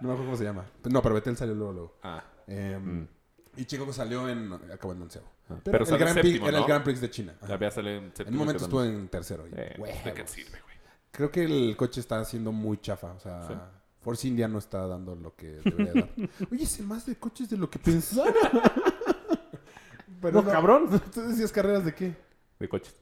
Speaker 7: me acuerdo cómo se llama. No, pero Betel salió luego. luego.
Speaker 6: Ah.
Speaker 7: Em, Y Chico salió en. Acabó en onceavo. Pero,
Speaker 6: Ah. Pero
Speaker 7: el
Speaker 6: salió
Speaker 7: Grand Prix,
Speaker 6: séptimo,
Speaker 7: era el
Speaker 6: ¿no?
Speaker 7: Grand Prix de China. Ajá.
Speaker 6: Había salido en
Speaker 7: En un momento estuvo en tercero. y-
Speaker 6: ¿De qué
Speaker 7: huevos.
Speaker 6: sirve, güey?
Speaker 7: Creo que el coche está siendo muy chafa. O sea, Force India no está dando lo que debería dar. Oye, sé más de coches de lo que pensaba. Pero
Speaker 5: No, cabrón.
Speaker 7: ¿Tú decías carreras de qué?
Speaker 6: De coches.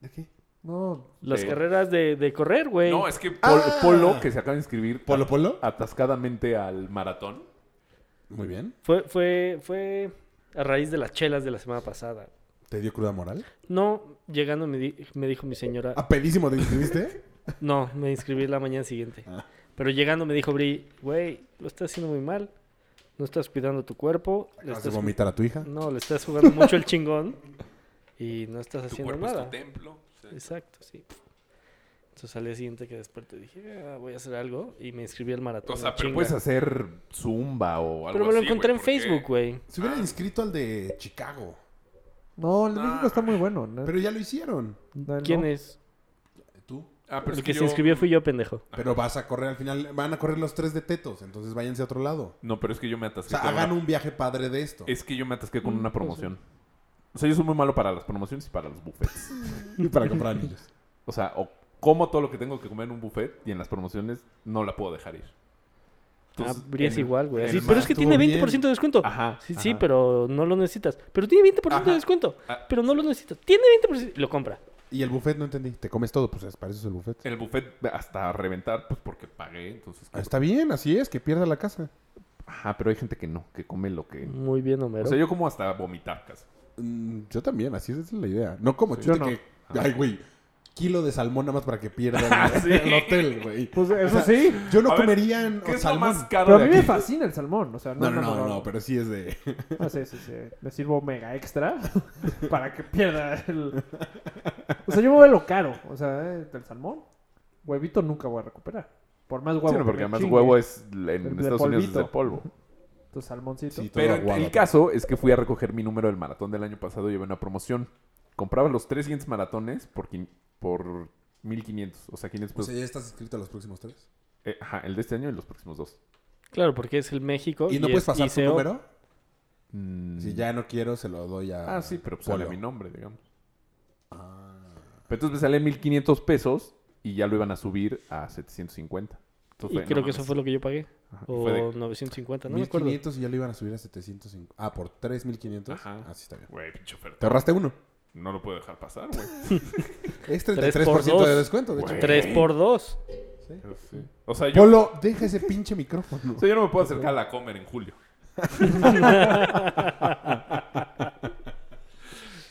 Speaker 7: ¿De qué?
Speaker 5: No,
Speaker 3: Las
Speaker 6: Sí.
Speaker 3: carreras de, de correr, güey.
Speaker 6: No, es que Pol-
Speaker 7: Ah.
Speaker 6: Polo, que se acaba de inscribir
Speaker 7: ¿Polo Polo?
Speaker 6: atascadamente al maratón.
Speaker 7: Ah, Muy bien.
Speaker 3: Fue, fue, fue a raíz de las chelas de la semana pasada.
Speaker 7: ¿Te dio cruda moral?
Speaker 3: No, llegando me, di- me dijo mi señora.
Speaker 7: ¿A pedísimo te inscribiste?
Speaker 3: No, me inscribí la mañana siguiente.
Speaker 7: Ah.
Speaker 3: Pero llegando me dijo Bri, güey, lo estás haciendo muy mal. No estás cuidando tu cuerpo. Le
Speaker 7: ¿Vas a
Speaker 3: estás
Speaker 7: vomitar a tu hija?
Speaker 3: No, le estás jugando mucho el chingón y no estás
Speaker 6: Tu
Speaker 3: haciendo
Speaker 6: cuerpo es
Speaker 3: nada.
Speaker 6: tu templo. Sí.
Speaker 3: Exacto, sí. Entonces al día siguiente que desperté dije, "Ah, voy a hacer algo y me inscribí al maratón.
Speaker 6: O sea,
Speaker 3: en
Speaker 6: pero
Speaker 3: chinga.
Speaker 6: puedes hacer zumba o algo
Speaker 3: Pero me lo
Speaker 6: así, güey,
Speaker 3: encontré en
Speaker 6: porque-
Speaker 3: Facebook, güey.
Speaker 7: Se hubiera inscrito al de Chicago.
Speaker 5: no, el de
Speaker 6: Nah,
Speaker 5: México está muy bueno. ¿no?
Speaker 7: Pero ya lo hicieron.
Speaker 5: No, el
Speaker 3: ¿Quién
Speaker 5: no.
Speaker 3: es?
Speaker 7: Tú.
Speaker 6: Ah, pero
Speaker 3: El
Speaker 6: es
Speaker 3: que
Speaker 6: yo-
Speaker 3: se inscribió fui yo, pendejo.
Speaker 7: Pero vas a correr al final. Van a correr los tres de tetos. Entonces váyanse a otro lado.
Speaker 6: No, pero es que yo me
Speaker 7: O
Speaker 6: atasqué.
Speaker 7: sea,
Speaker 6: con
Speaker 7: hagan
Speaker 6: una...
Speaker 7: un viaje padre de esto.
Speaker 6: Es que yo me atasqué
Speaker 3: Mm,
Speaker 6: con
Speaker 3: pues
Speaker 6: una promoción. O sea, yo soy muy malo para las promociones y para los buffets.
Speaker 7: Y para comprar anillos.
Speaker 6: O sea, o como todo lo que tengo que comer en un buffet y en las promociones no la puedo dejar ir. Entonces,
Speaker 3: Habrías
Speaker 6: en-
Speaker 3: igual, güey.
Speaker 6: en
Speaker 3: Sí,
Speaker 6: Pues, el
Speaker 3: pero
Speaker 6: mar
Speaker 3: es que
Speaker 7: estuvo
Speaker 3: tiene 20%
Speaker 7: bien.
Speaker 3: de descuento.
Speaker 6: Ajá,
Speaker 3: Sí, sí,
Speaker 6: ajá.
Speaker 3: pero no lo necesitas. Pero tiene 20% de
Speaker 6: Ajá.
Speaker 3: descuento.
Speaker 6: Ah.
Speaker 3: Pero no lo necesitas. Tiene 20% y lo compra.
Speaker 7: Y el buffet no entendí. Te comes todo, pues para eso es el buffet.
Speaker 6: En el buffet hasta reventar, pues porque pagué, entonces...
Speaker 7: Ah, Está bien, así es, que pierda la casa.
Speaker 6: Ajá, pero hay gente que no, que come lo que...
Speaker 3: Muy bien, Homero.
Speaker 6: O sea, yo como hasta vomitar casi.
Speaker 7: Mm, yo también, así es la idea. No como chute
Speaker 5: Yo no.
Speaker 7: que. Ay, güey. Kilo de salmón nada más para que pierdan el, el hotel, güey.
Speaker 5: Pues eso sí.
Speaker 7: Yo no
Speaker 6: A ver,
Speaker 7: comería en-
Speaker 6: ¿Qué es lo
Speaker 7: salmón.
Speaker 6: más caro
Speaker 5: Pero a
Speaker 6: de
Speaker 5: mí me
Speaker 6: aquí?
Speaker 5: fascina el salmón. O sea,
Speaker 7: No, no, no, no, pero sí es de.
Speaker 5: Ah, sí, sí, sí. Le sirvo mega extra para que pierda el... O sea, yo me voy a lo caro. O sea, eh, del salmón. Huevito nunca voy a recuperar. Por más huevo
Speaker 6: Sí, no,
Speaker 5: que
Speaker 6: porque
Speaker 5: me
Speaker 6: además
Speaker 5: chingue,
Speaker 6: huevo es en
Speaker 5: El de
Speaker 6: Estados Unidos es de
Speaker 5: polvito.
Speaker 6: polvo.
Speaker 5: Tu salmoncito.
Speaker 7: Sí, todo
Speaker 6: Pero
Speaker 7: aguado.
Speaker 6: el caso es que fui a recoger mi número del maratón del año pasado y llevé una promoción. Compraba los tres siguientes maratones por, quin- por 1500, o sea, 500
Speaker 7: O
Speaker 6: pesos.
Speaker 7: sea, ya estás inscrito a los próximos tres.
Speaker 6: Eh, ajá, el de este año y los próximos dos.
Speaker 3: Claro, porque es el México.
Speaker 7: ¿Y no puedes
Speaker 3: es
Speaker 7: pasar tu
Speaker 3: ICO.
Speaker 7: número?
Speaker 6: Mm,
Speaker 7: Si ya no quiero, se lo doy a.
Speaker 6: Ah, sí, pero pues
Speaker 7: Polo.
Speaker 6: sale mi nombre, digamos.
Speaker 7: Ah.
Speaker 6: Pero entonces me sale 1500 pesos y ya lo iban a subir a 750. Entonces
Speaker 3: Y
Speaker 6: fue, no
Speaker 3: creo que eso
Speaker 6: mames.
Speaker 3: fue lo que yo pagué.
Speaker 6: Ajá, y
Speaker 3: O
Speaker 6: fue de-
Speaker 3: 950, no me acuerdo.
Speaker 7: 1500 y ya lo iban a subir a 705. Ah, por 3500.
Speaker 6: Ajá.
Speaker 7: Así Ah, está bien.
Speaker 6: Güey, pinche oferta.
Speaker 7: Te ahorraste uno.
Speaker 6: No lo puedo dejar pasar, güey.
Speaker 7: Es
Speaker 3: Tres
Speaker 7: 33%
Speaker 3: por
Speaker 7: de
Speaker 3: dos.
Speaker 7: descuento, de hecho.
Speaker 3: 3 por 2
Speaker 6: O sea, yo,
Speaker 7: Polo, deja ese pinche micrófono.
Speaker 6: o sea, yo no me puedo acercar a la comer en julio.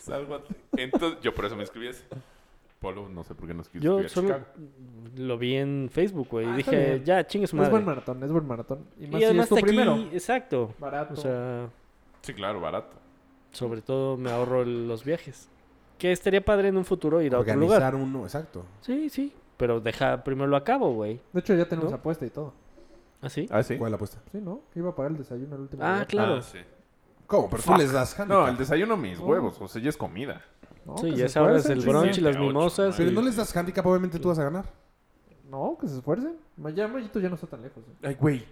Speaker 6: Sálvate. Entonces, yo por eso me inscribí a ese. Polo, no sé por qué nos
Speaker 3: Yo
Speaker 6: inscribí a
Speaker 3: solo
Speaker 6: Chicago.
Speaker 3: lo vi en Facebook, güey.
Speaker 5: Ah,
Speaker 3: y
Speaker 5: está
Speaker 3: dije,
Speaker 5: bien.
Speaker 3: ya, chingue su
Speaker 5: Es buen
Speaker 3: madre.
Speaker 5: maratón, es buen maratón. Y más
Speaker 3: Y
Speaker 5: si
Speaker 3: además
Speaker 5: es tu
Speaker 3: está aquí,
Speaker 5: primero.
Speaker 3: exacto.
Speaker 5: Barato.
Speaker 3: O sea,
Speaker 6: Sí, claro, barato.
Speaker 3: sobre todo me ahorro el- los viajes. Que estaría padre en un futuro ir a otro lugar.
Speaker 7: Organizar uno, exacto.
Speaker 3: Sí, sí. Pero deja primero lo a cabo, güey.
Speaker 5: de hecho, ya tenemos
Speaker 3: ¿No?
Speaker 5: apuesta y todo.
Speaker 3: ¿Así?
Speaker 6: Ah, sí.
Speaker 7: ¿Cuál es la apuesta?
Speaker 5: Sí, ¿no? Que iba a pagar el desayuno el último
Speaker 3: Ah,
Speaker 5: día.
Speaker 3: claro.
Speaker 6: Ah, sí.
Speaker 7: ¿Cómo? Pero tú les das
Speaker 6: No,
Speaker 7: handicap.
Speaker 6: el desayuno mis
Speaker 5: Oh.
Speaker 6: huevos, o sea, ya es comida.
Speaker 5: No, pues,
Speaker 3: Sí,
Speaker 5: que
Speaker 3: ya
Speaker 5: se
Speaker 3: sabes,
Speaker 5: esfuercen,
Speaker 3: el brunch y las
Speaker 6: Siete, ocho,
Speaker 3: mimosas.
Speaker 7: Pero
Speaker 3: y-
Speaker 7: no les das handicap, obviamente tú vas a ganar.
Speaker 5: chingón. No, que se esfuercen. Ma- Ya Mayito ya no está tan lejos. eh.
Speaker 6: Ay, güey. Tú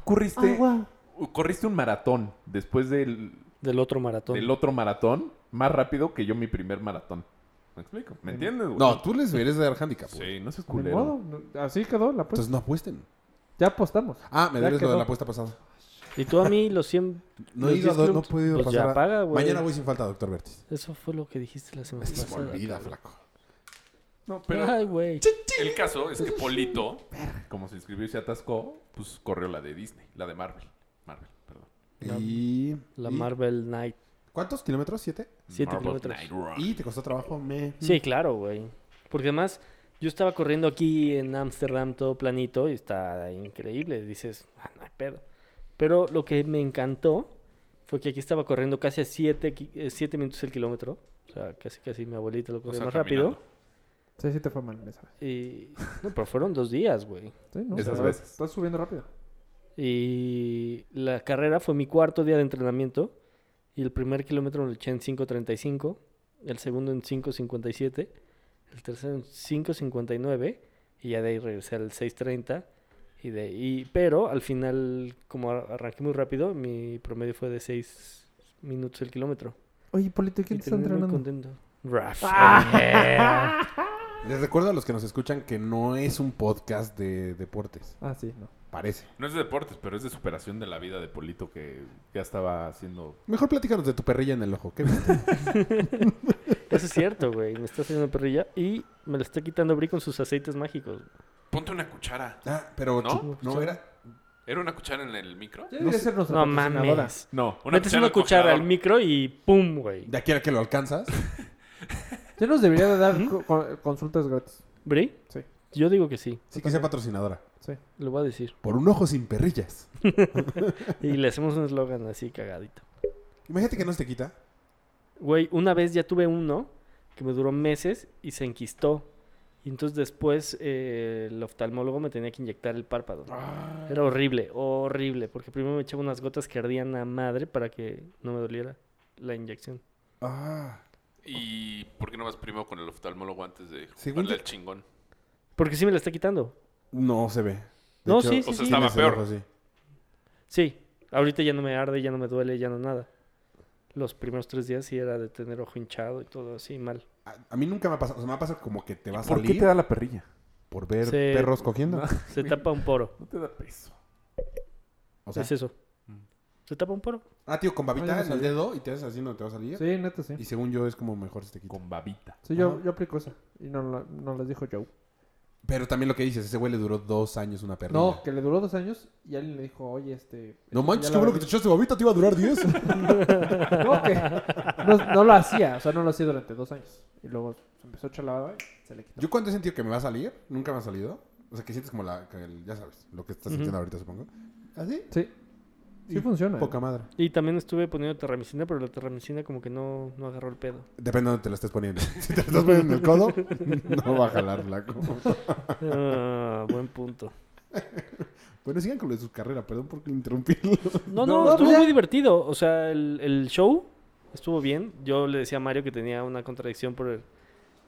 Speaker 3: Ah,
Speaker 6: corriste,
Speaker 5: Agua.
Speaker 6: corriste un maratón después del,
Speaker 3: Del otro maratón.
Speaker 6: del otro maratón más rápido que yo mi primer maratón. ¿Me explico? ¿Me entiendes, güey?
Speaker 7: No, tú les deberías dar handicap. güey.
Speaker 6: Sí, no seas
Speaker 5: Ni
Speaker 6: culero.
Speaker 5: modo, no- Así quedó la apuesta.
Speaker 7: Entonces no apuesten.
Speaker 5: Ya apostamos.
Speaker 7: Ah, me
Speaker 5: Ya
Speaker 7: debes lo de
Speaker 5: quedó.
Speaker 7: la apuesta pasada.
Speaker 3: Y tú a mí los 100...
Speaker 7: No he
Speaker 3: los
Speaker 7: ido, a
Speaker 3: 10
Speaker 7: do- no he
Speaker 3: clubs.
Speaker 7: podido
Speaker 3: Pues
Speaker 7: pasar.
Speaker 3: ya
Speaker 7: a-
Speaker 3: paga, güey.
Speaker 7: Mañana voy sin falta, doctor Bertis.
Speaker 3: Eso fue lo que dijiste la semana
Speaker 7: Se me
Speaker 3: pasada.
Speaker 7: olvida,
Speaker 3: cabrón.
Speaker 7: flaco.
Speaker 6: No, pero
Speaker 3: Ay, güey.
Speaker 6: el caso es que Polito, como se inscribió y se atascó, pues corrió la de Disney, la de Marvel. Marvel, perdón.
Speaker 7: Y...
Speaker 3: La
Speaker 7: y-
Speaker 3: Marvel Knight.
Speaker 7: ¿Cuántos kilómetros? ¿Siete?
Speaker 3: Siete
Speaker 6: Marvel
Speaker 3: kilómetros.
Speaker 6: Knight Run.
Speaker 7: ¿Y te costó trabajo? Me...
Speaker 3: Sí, claro, güey. Porque además, yo estaba corriendo aquí en Ámsterdam todo planito y está increíble. Dices, ah, no hay pedo". Pero lo que me encantó fue que aquí estaba corriendo casi a 7 minutos el kilómetro. O sea, casi casi mi abuelita lo
Speaker 6: O
Speaker 3: corrió
Speaker 6: sea,
Speaker 3: más
Speaker 6: caminando.
Speaker 3: rápido.
Speaker 5: Sí, sí te fue mal esa vez.
Speaker 3: Y... No, pero fueron dos días, güey.
Speaker 5: Sí, ¿no?
Speaker 6: Esas
Speaker 5: Estás-
Speaker 6: veces.
Speaker 5: Estás subiendo rápido.
Speaker 3: Y la carrera fue mi cuarto día de entrenamiento. Y el primer kilómetro lo eché en 5.35. El segundo en 5.57. El tercero en 5.59. Y ya de ahí regresé al 6.30. Y de ahí, pero al final, como ar- arranqué muy rápido, mi promedio fue de 6 minutos el kilómetro.
Speaker 5: Oye, Polito, ¿y
Speaker 3: Y
Speaker 5: quién te está
Speaker 3: terminé muy
Speaker 5: entrenando?
Speaker 3: contento. Ah. Raf.
Speaker 7: Les recuerdo a los que nos escuchan que no es un podcast de deportes.
Speaker 5: Ah, sí, no.
Speaker 7: Parece.
Speaker 6: No es de deportes, pero es de superación de la vida de Polito que ya estaba haciendo.
Speaker 7: Mejor platícanos de tu perrilla en el ojo. ¿Qué viste?
Speaker 3: Eso es cierto, güey. Me está haciendo perrilla. Y me la está quitando Bri con sus aceites mágicos.
Speaker 6: Ponte una cuchara.
Speaker 7: Ah, pero
Speaker 6: ¿No?
Speaker 7: chu- no, era...
Speaker 6: ¿Era una cuchara en el micro?
Speaker 5: Ya debería ser nuestra
Speaker 3: No
Speaker 5: patrocinadora.
Speaker 3: mames.
Speaker 6: No,
Speaker 3: Metes una
Speaker 6: al
Speaker 3: cuchara al
Speaker 6: congelador.
Speaker 3: micro y ¡pum, güey!
Speaker 7: De aquí a que lo alcanzas.
Speaker 5: Ya nos debería de dar co- co- consultas gratis.
Speaker 3: ¿Bri?
Speaker 5: Sí.
Speaker 3: Yo digo que sí.
Speaker 7: Sí que sea patrocinadora.
Speaker 5: Sí.
Speaker 3: Lo voy a decir.
Speaker 7: Por un ojo sin perrillas.
Speaker 3: Y le hacemos un eslogan así cagadito.
Speaker 7: Imagínate que no se te quita.
Speaker 3: Güey, una vez ya tuve uno que me duró meses y se enquistó. Y entonces después eh, el oftalmólogo me tenía que inyectar el párpado. Era horrible, horrible. Porque primero me echaba unas gotas que ardían a madre para que no me doliera la inyección.
Speaker 7: Ah.
Speaker 6: ¿Y por qué no vas primero con el oftalmólogo antes de
Speaker 7: Según
Speaker 6: jugarle
Speaker 7: yo-
Speaker 6: al chingón?
Speaker 3: Porque sí me la está quitando.
Speaker 7: No se ve. De
Speaker 3: No,
Speaker 7: hecho,
Speaker 3: sí, sí,
Speaker 6: O sea,
Speaker 3: sí.
Speaker 6: estaba
Speaker 7: tienes el
Speaker 6: peor.
Speaker 7: ojo así.
Speaker 3: Sí, ahorita ya no me arde, ya no me duele, ya no nada. Los primeros tres días sí era de tener ojo hinchado y todo así mal.
Speaker 7: A, a mí nunca me ha pasado. O sea, me ha pasado como que te va a
Speaker 6: ¿Por
Speaker 7: salir
Speaker 6: qué te da la perrilla?
Speaker 7: por ver
Speaker 3: Sí.
Speaker 7: perros cogiendo.
Speaker 3: Se tapa un poro.
Speaker 6: No te da peso.
Speaker 7: O sea,
Speaker 3: es eso. Se tapa un poro.
Speaker 7: ah, tío, con
Speaker 5: Ay, no
Speaker 7: babita en el
Speaker 5: sabía.
Speaker 7: dedo y te haces así no te va a salir.
Speaker 5: Sí, neta, sí.
Speaker 7: Y según yo es como mejor si te quita.
Speaker 6: Con babita.
Speaker 5: Sí, yo,
Speaker 7: Ajá.
Speaker 5: yo aplico esa. Y no, la- no les dijo Joe.
Speaker 7: Pero también lo que dices, ese güey le duró dos años una perrilla.
Speaker 5: No, que le duró dos años y alguien le dijo, oye, este...
Speaker 7: No manches,
Speaker 5: ya
Speaker 7: qué
Speaker 5: la-
Speaker 7: bueno que te echaste babita, te iba a durar 10.
Speaker 5: No, que no, no lo hacía, o sea, no lo hacía durante dos años. Y luego se empezó a echar la baba y se le quitó.
Speaker 7: Yo cuando he sentido que me va a salir, nunca me ha salido. O sea, que sientes como la, que el- ya sabes, lo que estás sintiendo ahorita, supongo.
Speaker 6: ¿Ah,
Speaker 7: ¿Así?
Speaker 5: Sí. Sí
Speaker 7: Y
Speaker 5: funciona.
Speaker 7: Poca madre.
Speaker 3: Y también estuve poniendo terramicina, pero la terramicina como que no, no agarró el pedo.
Speaker 7: Depende de dónde te lo estés poniendo. Si te lo estás poniendo en el codo, no va a jalar, flaco.
Speaker 3: Ah, buen punto.
Speaker 7: Bueno, sigan con lo de su carrera, perdón por interrumpirlo.
Speaker 3: No,
Speaker 5: No,
Speaker 3: no,
Speaker 5: pues
Speaker 3: estuvo
Speaker 5: ya.
Speaker 3: muy divertido. O sea, el, el show estuvo bien. Yo le decía a Mario que tenía una contradicción por el-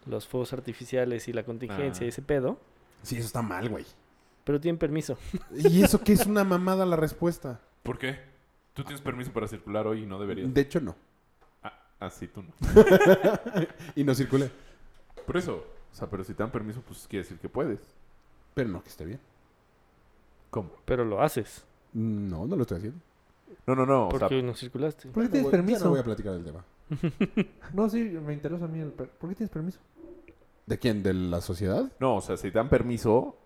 Speaker 3: los fuegos artificiales y la contingencia y
Speaker 6: Ah.
Speaker 3: ese pedo.
Speaker 7: Sí, eso está mal, güey.
Speaker 3: Pero tienen permiso.
Speaker 7: ¿Y eso qué es una mamada la respuesta?
Speaker 6: ¿Por qué? Tú tienes permiso para circular hoy y no deberías.
Speaker 7: De hecho, no.
Speaker 6: Ah, ah, sí, tú no.
Speaker 7: Y no circulé.
Speaker 6: Por eso. O sea, pero si te dan permiso, pues quiere decir que puedes.
Speaker 7: Pero no que esté bien.
Speaker 6: ¿Cómo?
Speaker 3: Pero lo haces.
Speaker 7: No, no lo estoy haciendo.
Speaker 6: No, no, no. O
Speaker 3: Porque
Speaker 6: sea,
Speaker 3: no circulaste.
Speaker 5: ¿Por qué
Speaker 7: Ya no voy- Ya no
Speaker 5: tienes permiso?
Speaker 7: voy a
Speaker 5: No,
Speaker 7: platicar del tema.
Speaker 5: sí, me interesa a mí el... per- ¿Por qué tienes permiso?
Speaker 7: ¿De quién? ¿De la sociedad?
Speaker 6: no, o sea, si te dan permiso,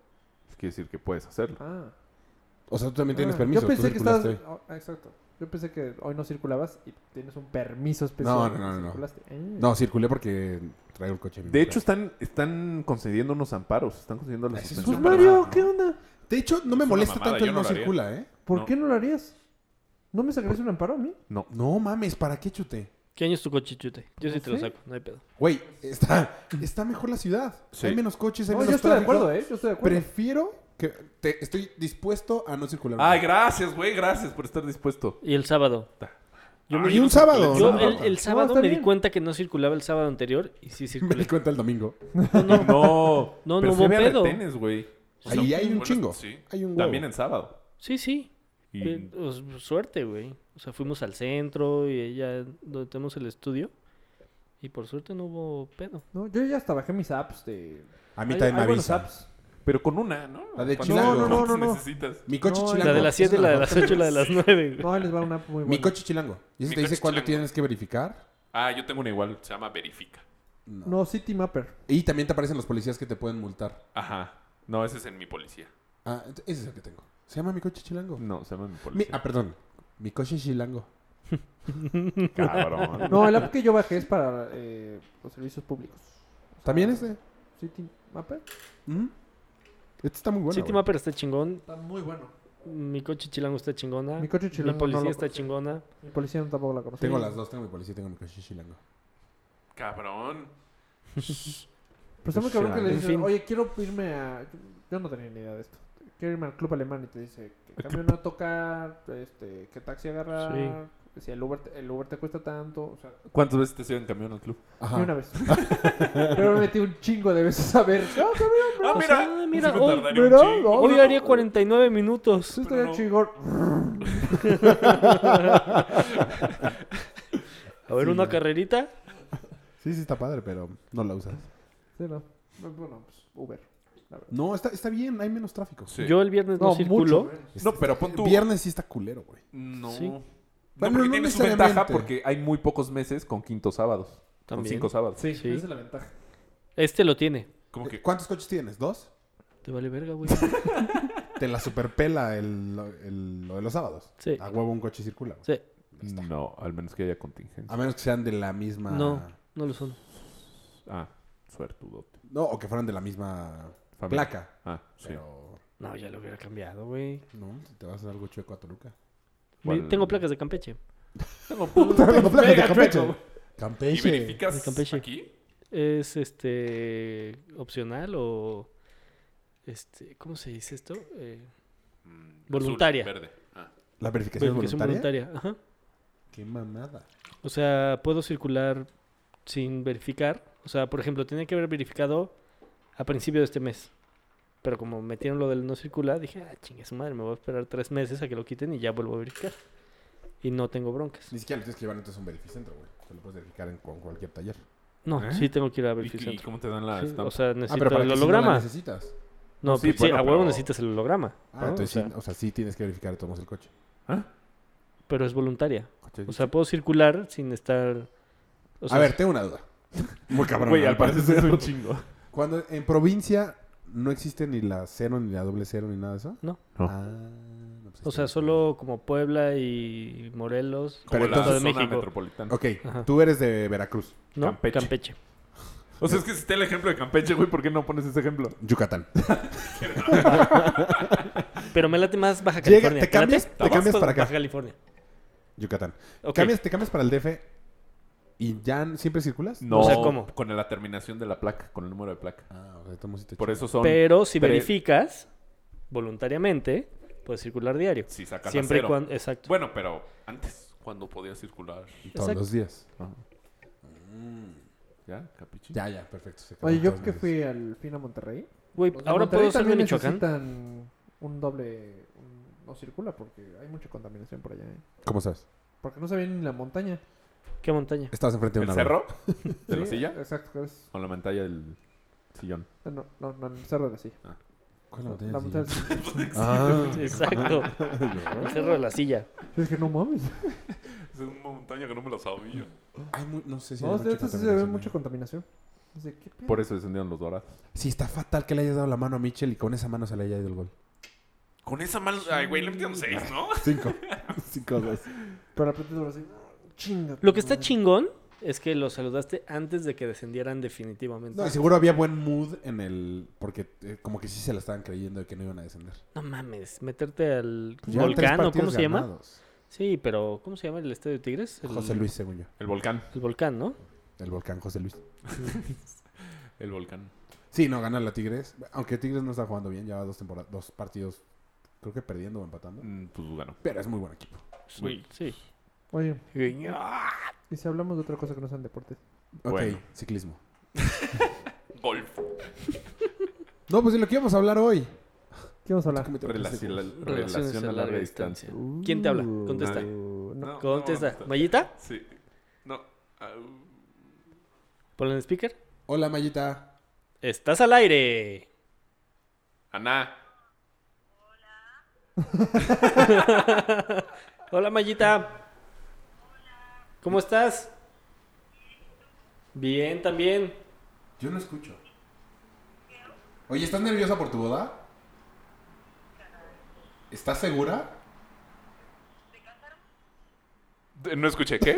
Speaker 6: pues quiere decir que puedes hacerlo.
Speaker 5: Ah.
Speaker 7: O sea, tú también tienes
Speaker 5: Ah,
Speaker 7: permiso. Pues tú
Speaker 5: Yo pensé que estabas...
Speaker 7: circulaste.
Speaker 5: oh, ah, exacto. Yo pensé que hoy no circulabas y tienes un permiso especial.
Speaker 7: No, no,
Speaker 5: que
Speaker 7: no, no, no.
Speaker 5: circulaste. Ah.
Speaker 7: No, circulé porque traigo el coche.
Speaker 6: De hecho, están, están concediendo unos amparos. Están concediendo la
Speaker 7: Eso es
Speaker 5: Pues
Speaker 6: suspensión.
Speaker 5: Mario, ¿qué onda?
Speaker 7: de hecho, no me
Speaker 6: Es una
Speaker 7: molesta
Speaker 6: mamada,
Speaker 7: tanto
Speaker 6: yo
Speaker 7: el
Speaker 6: no
Speaker 7: no
Speaker 6: lo haría.
Speaker 7: circula, ¿eh?
Speaker 5: ¿Por
Speaker 6: No.
Speaker 5: qué no lo harías? ¿No me sacarías un amparo a mí?
Speaker 6: No.
Speaker 7: No mames, ¿para qué chute?
Speaker 3: ¿Qué año es tu coche, chute? Yo sí te lo
Speaker 5: sé.
Speaker 3: saco, no hay pedo.
Speaker 7: Güey, está, está mejor la ciudad.
Speaker 6: Sí.
Speaker 7: Hay menos coches, hay
Speaker 5: No,
Speaker 7: menos
Speaker 5: yo estoy de
Speaker 7: tráfico.
Speaker 5: acuerdo, ¿eh? Yo estoy de acuerdo.
Speaker 7: Prefiero que... te- estoy dispuesto a no circular.
Speaker 6: Ay, gracias, güey. Gracias por estar dispuesto.
Speaker 3: Y el sábado. Yo me-
Speaker 7: y un sábado.
Speaker 3: Yo
Speaker 7: ¿no?
Speaker 3: el, el sábado
Speaker 5: está
Speaker 3: me di
Speaker 5: bien.
Speaker 3: cuenta que no circulaba el sábado anterior y sí
Speaker 7: Me di
Speaker 3: circulé.
Speaker 7: cuenta el domingo.
Speaker 6: No, no,
Speaker 3: No, no
Speaker 6: pero sí
Speaker 3: hubo
Speaker 6: había
Speaker 3: pedo.
Speaker 6: retenes, güey.
Speaker 7: Ahí hay un
Speaker 6: bueno,
Speaker 7: chingo.
Speaker 6: sí.
Speaker 7: Hay un huevo.
Speaker 6: También en sábado.
Speaker 3: Sí, sí.
Speaker 6: Y-
Speaker 3: Eh, pues, suerte, güey. O sea, fuimos al centro y allá donde tenemos el estudio. Y por suerte no hubo pedo.
Speaker 5: No, yo ya hasta bajé mis apps de...
Speaker 7: A mí
Speaker 5: Hay-
Speaker 7: también me
Speaker 5: hay buenos
Speaker 7: avisa.
Speaker 5: apps.
Speaker 6: Pero con una, ¿no?
Speaker 7: La de
Speaker 6: Cuando-
Speaker 7: Chilango.
Speaker 6: No, no, no,
Speaker 5: no, no.
Speaker 6: necesitas.
Speaker 7: Mi coche
Speaker 5: No,
Speaker 7: chilango.
Speaker 3: La de las 7, la de las 8 y la de las 9, güey.
Speaker 5: No, ahí les va una app muy buena.
Speaker 7: Mi coche chilango. Y eso
Speaker 6: Mi
Speaker 7: te dice
Speaker 6: coche
Speaker 7: cuándo
Speaker 6: chilango.
Speaker 7: tienes que verificar.
Speaker 6: Ah, yo tengo una igual. Se llama Verifica.
Speaker 5: No, City Mapper.
Speaker 7: Y también te aparecen los policías que te pueden multar.
Speaker 6: Ajá. No, ese es en mi policía.
Speaker 7: Ah, ent- ese es el que tengo. Se llama mi coche chilango.
Speaker 6: No, se llama mi
Speaker 7: Mi-
Speaker 6: policía.
Speaker 7: ah, perdón. Mi coche chilango.
Speaker 6: Cabrón.
Speaker 5: No, el app que yo bajé es para eh, los servicios públicos.
Speaker 7: ¿También este?
Speaker 5: City Mapper.
Speaker 7: ¿Mm? Este está muy bueno.
Speaker 3: City
Speaker 7: güey.
Speaker 3: Mapper está chingón.
Speaker 5: Está muy bueno.
Speaker 3: Mi coche chilango está chingona.
Speaker 5: Mi coche chilango
Speaker 3: Mi
Speaker 5: no
Speaker 3: policía
Speaker 5: lo
Speaker 3: está
Speaker 5: conocí.
Speaker 3: chingona.
Speaker 5: Mi policía no tampoco la conoce.
Speaker 7: Tengo las dos. Tengo mi policía y tengo mi coche chilango.
Speaker 6: Cabrón.
Speaker 5: Pero está muy cabrón que le
Speaker 7: En
Speaker 5: dicen,
Speaker 3: fin.
Speaker 5: oye, quiero irme a... Yo no tenía ni idea de esto. Quiero irme al club alemán y te dice, ¿qué camión a tocar? Este, ¿Qué taxi agarrar? Si el Uber, te- el Uber te cuesta tanto. O sea,
Speaker 6: ¿Cuántas veces te has ido en camión al club?
Speaker 7: Ajá.
Speaker 5: ni una vez. Pero me metí un chingo de veces a ver. No, cabrón,
Speaker 6: Ah,
Speaker 3: Pues,
Speaker 6: mira.
Speaker 3: ah, mira,
Speaker 6: Sí me
Speaker 3: hoy-
Speaker 6: tardaría un
Speaker 5: mira,
Speaker 6: chingo.
Speaker 5: no,
Speaker 3: Hoy haría 49 minutos.
Speaker 5: eso estaría
Speaker 6: no.
Speaker 5: chingón.
Speaker 3: A ver, una carrerita.
Speaker 7: Sí, sí está padre, pero no la usas.
Speaker 5: Sí, no. Bueno, pues Uber. la verdad.
Speaker 7: No, está, está bien. Hay menos tráfico.
Speaker 6: Sí.
Speaker 3: Yo el viernes no,
Speaker 5: No,
Speaker 3: circulo.
Speaker 5: mucho.
Speaker 7: Este-
Speaker 6: No, pero pon tu...
Speaker 7: Viernes sí está culero, güey.
Speaker 6: No.
Speaker 3: Sí.
Speaker 6: No,
Speaker 7: Bueno,
Speaker 6: porque
Speaker 7: no
Speaker 6: tiene su
Speaker 7: necesariamente.
Speaker 6: ventaja porque hay muy pocos meses con quinto sábados. Con
Speaker 3: También.
Speaker 6: cinco sábados.
Speaker 5: Sí,
Speaker 3: Sí.
Speaker 5: esa es la ventaja.
Speaker 3: Este lo tiene.
Speaker 6: Como que...
Speaker 7: Eh, ¿Cuántos coches tienes? ¿Dos?
Speaker 3: Te vale verga, güey.
Speaker 7: Te la superpela el, el- lo de los sábados.
Speaker 3: Sí.
Speaker 7: A huevo un coche circula. güey.
Speaker 3: Sí.
Speaker 6: No, al menos que haya contingencia.
Speaker 7: A menos que sean de la misma...
Speaker 3: No, no lo son.
Speaker 6: Ah, suertudote.
Speaker 7: No, o que fueran de la misma
Speaker 6: Familia.
Speaker 7: placa.
Speaker 6: Ah, sí.
Speaker 7: Pero...
Speaker 3: No, ya lo hubiera cambiado, güey.
Speaker 7: No, si te vas a hacer algo chueco a Toluca.
Speaker 3: Mi-
Speaker 6: ¿Cuál?
Speaker 3: Tengo placas de Campeche.
Speaker 7: Tengo placas de
Speaker 5: chueco.
Speaker 7: Campeche.
Speaker 6: ¿Y
Speaker 7: Campeche.
Speaker 6: verificas
Speaker 3: De Campeche.
Speaker 6: aquí?
Speaker 3: ¿Es este opcional o este cómo se dice esto? Eh,
Speaker 6: Mm, azul,
Speaker 3: Voluntaria.
Speaker 6: verde. Ah.
Speaker 7: ¿La verificación es
Speaker 3: verificación
Speaker 7: voluntaria?
Speaker 3: voluntaria. Ajá.
Speaker 7: Qué mamada.
Speaker 3: O sea, puedo circular sin verificar. O sea, por ejemplo, tenía que haber verificado a principio de este mes. Pero como metieron lo del no circular, dije, ah, chingue su madre, me voy a esperar tres meses a que lo quiten y ya vuelvo a verificar. Y no tengo broncas.
Speaker 7: Ni siquiera lo tienes que llevar entonces a un verificentro, güey. Te lo puedes verificar en, con cualquier taller.
Speaker 3: No,
Speaker 6: ¿Eh?
Speaker 3: sí tengo que ir a
Speaker 6: ¿Y- ¿Y,
Speaker 3: verificar.
Speaker 6: cómo te dan la estampa?
Speaker 3: o sea,
Speaker 7: ah,
Speaker 3: necesito
Speaker 7: pero para
Speaker 3: el
Speaker 7: que si no la
Speaker 3: holograma. No,
Speaker 7: necesitas.
Speaker 6: Sí,
Speaker 3: pues, sí,
Speaker 6: bueno,
Speaker 3: a huevo
Speaker 6: pero-
Speaker 3: necesitas el holograma.
Speaker 7: Ah,
Speaker 3: ¿no?
Speaker 7: entonces
Speaker 3: O sea,
Speaker 7: sí, o sea, sí tienes que verificar de todos modos el coche.
Speaker 6: ¿Ah?
Speaker 3: pero es voluntaria.
Speaker 6: Coche-
Speaker 3: O sea, puedo circular sin estar. o sea,
Speaker 7: a ver, tengo una duda. Muy cabrón.
Speaker 6: Güey,
Speaker 7: ¿no?
Speaker 6: al parecer es un chingo.
Speaker 7: Cuando en provincia no existe ni la cero, ni la doble cero, ni nada de eso.
Speaker 3: No.
Speaker 6: No.
Speaker 7: Ah, no, pues ahí
Speaker 3: O sea,
Speaker 7: está.
Speaker 3: solo como Puebla y Morelos.
Speaker 6: Como
Speaker 7: Pero
Speaker 6: la
Speaker 7: entonces-
Speaker 6: zona
Speaker 3: México.
Speaker 6: metropolitana.
Speaker 7: Ok,
Speaker 3: Ajá.
Speaker 7: tú eres de Veracruz,
Speaker 3: ¿no?
Speaker 6: Campeche.
Speaker 3: Campeche.
Speaker 6: O sea, es que si está el ejemplo de Campeche, güey, ¿por qué no pones ese ejemplo?
Speaker 7: Yucatán.
Speaker 3: Pero me late más Baja
Speaker 7: Llega-
Speaker 3: California.
Speaker 7: te cambias-
Speaker 3: late?
Speaker 7: te cambias
Speaker 3: Tabasco,
Speaker 7: para acá.
Speaker 3: Baja California.
Speaker 7: Yucatán.
Speaker 3: Ok.
Speaker 7: Cambias, te cambias para el DF y ya n- siempre circulas.
Speaker 6: No,
Speaker 3: O sea, ¿cómo?
Speaker 6: con la terminación de la placa, con el número de placa.
Speaker 7: Ah, o sea, estamos sí te
Speaker 6: Por
Speaker 7: chingas.
Speaker 6: eso son...
Speaker 3: Pero si
Speaker 6: tres-
Speaker 3: verificas voluntariamente, puedes circular diario.
Speaker 6: Si sacas la
Speaker 3: Siempre y
Speaker 6: cero.
Speaker 3: cuando. Exacto.
Speaker 6: Bueno, pero antes, cuando podía circular.
Speaker 7: todos
Speaker 3: Exacto.
Speaker 7: los días.
Speaker 6: ¿Ya? ¿Capiche?
Speaker 7: Ya, ya, perfecto. se acabó
Speaker 5: Oye, yo
Speaker 7: todas
Speaker 5: que
Speaker 7: las
Speaker 5: fui al fin a Monterrey.
Speaker 3: Güey,
Speaker 7: Pues
Speaker 5: los de
Speaker 3: ahora
Speaker 5: Monterrey
Speaker 3: puedo ser de
Speaker 5: también
Speaker 3: Michoacán.
Speaker 5: necesitan un doble... un- no circula porque hay mucha contaminación por allá. ¿eh?
Speaker 7: veces. ¿Cómo sabes?
Speaker 5: Porque no se ve ni la montaña.
Speaker 3: ¿Qué montaña?
Speaker 7: Estabas enfrente de
Speaker 6: ¿El
Speaker 7: una
Speaker 6: cerro? ¿De la
Speaker 5: Sí,
Speaker 6: silla?
Speaker 5: Exacto. que es-
Speaker 6: Con la pantalla del sillón.
Speaker 5: No, no, no, el cerro de la silla.
Speaker 7: ¿Cuál
Speaker 5: No,
Speaker 7: es
Speaker 5: la
Speaker 7: la botella?
Speaker 5: montaña del silla.
Speaker 7: Ah,
Speaker 3: Exacto. El cerro de la silla.
Speaker 5: Yo dije, no mames.
Speaker 6: Es una montaña que no me la sabía.
Speaker 7: hay mu- no sé si. hay
Speaker 5: No,
Speaker 7: mucha
Speaker 5: de estas sí se ve
Speaker 7: contaminación,
Speaker 5: mucha
Speaker 7: ¿eh?
Speaker 5: contaminación. Dice, ¿qué pedo?
Speaker 6: Por eso descendieron los dorados.
Speaker 7: Sí, está fatal que le hayas dado la mano a Mitchell y con esa mano se le haya ido el gol.
Speaker 6: Con esa mano... Ay, güey, le metieron seis, ¿no?
Speaker 7: Cinco. Cinco dos.
Speaker 5: Pero de repente tú así, "Ah, chinga.
Speaker 3: Lo que está chingón es que lo saludaste antes de que descendieran definitivamente.
Speaker 7: No, y seguro había buen mood en el. Porque eh, como que sí se la estaban creyendo de que no iban a descender.
Speaker 3: No mames, meterte al
Speaker 7: Pues llevan tres
Speaker 3: volcán o cómo
Speaker 7: partidos
Speaker 3: se llama.
Speaker 7: ganados.
Speaker 3: Sí, pero ¿cómo se llama el estadio Tigres? El,
Speaker 7: José Luis, según yo.
Speaker 6: El volcán.
Speaker 3: el volcán, ¿no?
Speaker 7: El volcán José Luis.
Speaker 6: El volcán.
Speaker 7: Sí, no, gana la Tigres. Aunque Tigres no está jugando bien, lleva dos temporadas, dos partidos, creo que perdiendo o empatando.
Speaker 6: Mm, Pues ganó.
Speaker 7: Pero es muy buen equipo.
Speaker 3: Sí. sí.
Speaker 5: Oye, y si hablamos de otra cosa que no sean deportes.
Speaker 7: Ok,
Speaker 6: Bueno.
Speaker 7: ciclismo.
Speaker 6: Golf.
Speaker 7: No, pues de lo que íbamos a hablar hoy.
Speaker 5: ¿Qué vamos a
Speaker 7: Ah,
Speaker 5: hablar?
Speaker 6: Relación, relación a larga distancia.
Speaker 3: ¿Quién te habla? Contesta.
Speaker 5: Uh, no.
Speaker 6: No,
Speaker 3: Contesta.
Speaker 6: no, no, no.
Speaker 3: ¿Mallita?
Speaker 6: Sí. No. au.
Speaker 3: Ponle en speaker.
Speaker 7: Hola, Mayita.
Speaker 3: Estás al aire.
Speaker 6: Ana.
Speaker 3: Hola, Mayita. ¿Cómo estás? Bien, también.
Speaker 7: Yo no escucho. Oye, ¿estás nerviosa por tu boda? ¿Estás segura?
Speaker 6: De- Eh, No escuché qué.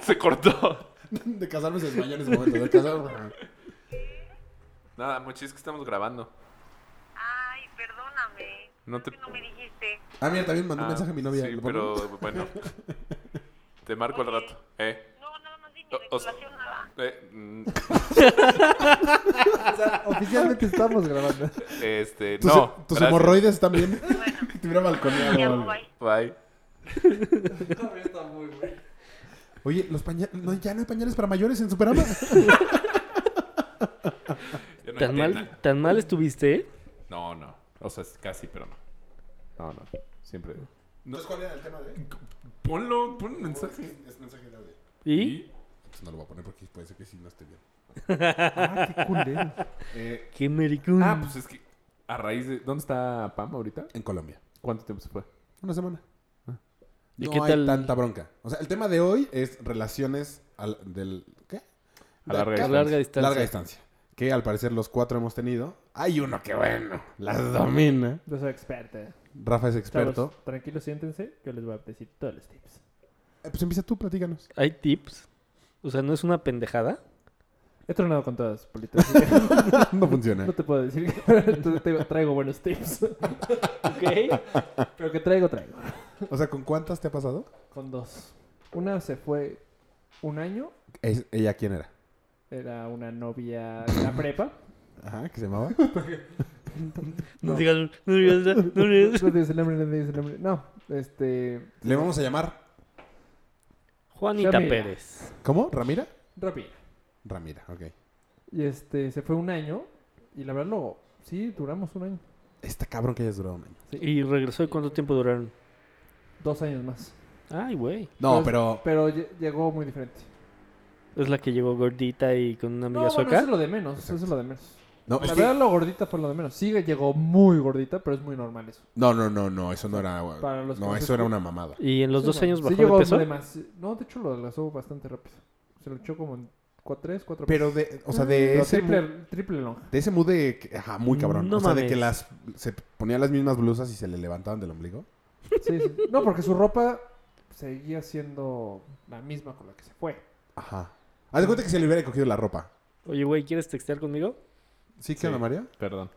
Speaker 6: Se cortó.
Speaker 7: De casarme se desmayó en ese momento. De casarme.
Speaker 6: Nada, muchis, que estamos grabando.
Speaker 9: Ay, perdóname.
Speaker 6: No te.
Speaker 9: que No me dijiste.
Speaker 7: Ah, mira, también mandó
Speaker 6: Ah,
Speaker 7: un mensaje a mi novia.
Speaker 6: Sí,
Speaker 7: ¿Lo
Speaker 6: pero
Speaker 7: ponemos?
Speaker 6: bueno. Te marco al
Speaker 9: Oye.
Speaker 6: rato. Eh.
Speaker 9: No, nada más dime
Speaker 6: O-
Speaker 9: de
Speaker 6: o sea-
Speaker 9: relación nada.
Speaker 6: eh, mm,
Speaker 5: Oficialmente estamos grabando.
Speaker 6: Este.
Speaker 7: Tus, eh,
Speaker 6: no.
Speaker 7: tus
Speaker 6: gracias.
Speaker 7: hemorroides también. Te hubiera
Speaker 9: Ya
Speaker 7: balconeado.
Speaker 9: no hay.
Speaker 6: Bye.
Speaker 7: Oye, los paña- no, ya no hay pañales para mayores en Superama.
Speaker 6: Ya no hay
Speaker 3: ¿Tan mal,
Speaker 6: tela.
Speaker 3: tan mal estuviste? eh?
Speaker 6: No, no. O sea, es casi, pero no. No, no. Siempre.
Speaker 7: Entonces, ¿cuál era el tema de?
Speaker 6: Ponlo, pon un mensaje.
Speaker 7: Es mensaje de audio.
Speaker 3: ¿Y?
Speaker 7: Entonces no lo voy a poner porque puede ser que sí no esté bien.
Speaker 5: Ah, qué culero.
Speaker 7: Eh,
Speaker 3: ¡Qué mericón!
Speaker 6: Ah, pues es que. A raíz de. ¿Dónde está Pam ahorita?
Speaker 7: en Colombia.
Speaker 6: ¿Cuánto tiempo se fue?
Speaker 7: Una semana.
Speaker 3: ¿Y
Speaker 7: no
Speaker 3: qué
Speaker 7: hay
Speaker 3: tal?
Speaker 7: tanta bronca. O sea, el tema de hoy es relaciones al, del... ¿Qué?
Speaker 6: A
Speaker 7: acá-
Speaker 6: larga distancia.
Speaker 3: Larga distancia.
Speaker 7: Larga distancia. Que al parecer los cuatro hemos tenido. Hay uno que bueno, las domina.
Speaker 5: Yo soy experta. ¿eh?
Speaker 7: Rafa es
Speaker 5: Chavos,
Speaker 7: experto.
Speaker 5: tranquilos, siéntense. Yo les voy a decir todos los tips.
Speaker 7: Eh, pues empieza tú, platícanos.
Speaker 3: ¿Hay tips? O sea, ¿no es una pendejada?
Speaker 5: He tronado con todas, Polito. así que
Speaker 7: No funciona.
Speaker 5: no te puedo decir que te- te- traigo buenos tips.
Speaker 3: Ok.
Speaker 5: Pero que traigo, traigo.
Speaker 7: O sea, ¿con cuántas te ha pasado?
Speaker 5: Con dos. Una se fue un año.
Speaker 7: Es- ¿Ella quién era?
Speaker 5: Era una novia de la prepa.
Speaker 7: Ajá, que se llamaba.
Speaker 3: No digas, no digas, no digas.
Speaker 5: No digas el nombre, no digas el nombre. No, este...
Speaker 7: Le vamos a llamar...
Speaker 3: Juanita
Speaker 5: Ramira.
Speaker 3: Pérez.
Speaker 7: ¿Cómo? ¿Ramira?
Speaker 5: Rapina.
Speaker 7: Ramira, ok.
Speaker 5: Y este, se fue un año. Y la verdad, luego, sí, duramos un año.
Speaker 7: Está cabrón que hayas durado un año.
Speaker 3: ¿Y regresó y cuánto tiempo duraron?
Speaker 5: Dos años más.
Speaker 3: Ay, güey.
Speaker 7: No,
Speaker 5: Entonces,
Speaker 7: pero...
Speaker 5: Pero lle- llegó muy diferente.
Speaker 3: Es la que llegó gordita y con una amiga
Speaker 5: No, bueno,
Speaker 3: sueca.
Speaker 5: eso es lo de menos. Eso es lo de menos.
Speaker 7: No, es
Speaker 5: La
Speaker 7: que-
Speaker 5: verdad, lo gordita fue lo de menos. Sí, llegó muy gordita, pero es muy normal eso.
Speaker 7: No, no, no, no, eso no era. güey.
Speaker 5: Para los
Speaker 7: no,
Speaker 5: que se
Speaker 7: eso era
Speaker 5: escu-
Speaker 7: una mamada.
Speaker 3: Y en los
Speaker 5: Sí,
Speaker 3: dos
Speaker 5: no,
Speaker 3: años
Speaker 5: sí
Speaker 3: bajó
Speaker 5: llegó
Speaker 3: de peso.
Speaker 5: de más. No, de hecho lo adelgazó bastante rápido. Se lo echó como en 3, 4
Speaker 7: Pero de, o sea, de ese
Speaker 5: mm, triple,
Speaker 7: mu-
Speaker 5: triple long.
Speaker 7: de ese mood de que- ajá, muy cabrón.
Speaker 3: No
Speaker 7: o sea, de
Speaker 3: mames.
Speaker 7: que las se ponían las mismas blusas y se le levantaban del ombligo.
Speaker 5: Sí, sí. No, porque su ropa seguía siendo la misma con la que se fue.
Speaker 7: Ajá. Haz de cuenta que se le hubiera cogido la ropa.
Speaker 3: Oye, güey, ¿quieres textear conmigo?
Speaker 7: ¿Sí qué
Speaker 6: Sí.
Speaker 7: onda, María?
Speaker 6: Perdón.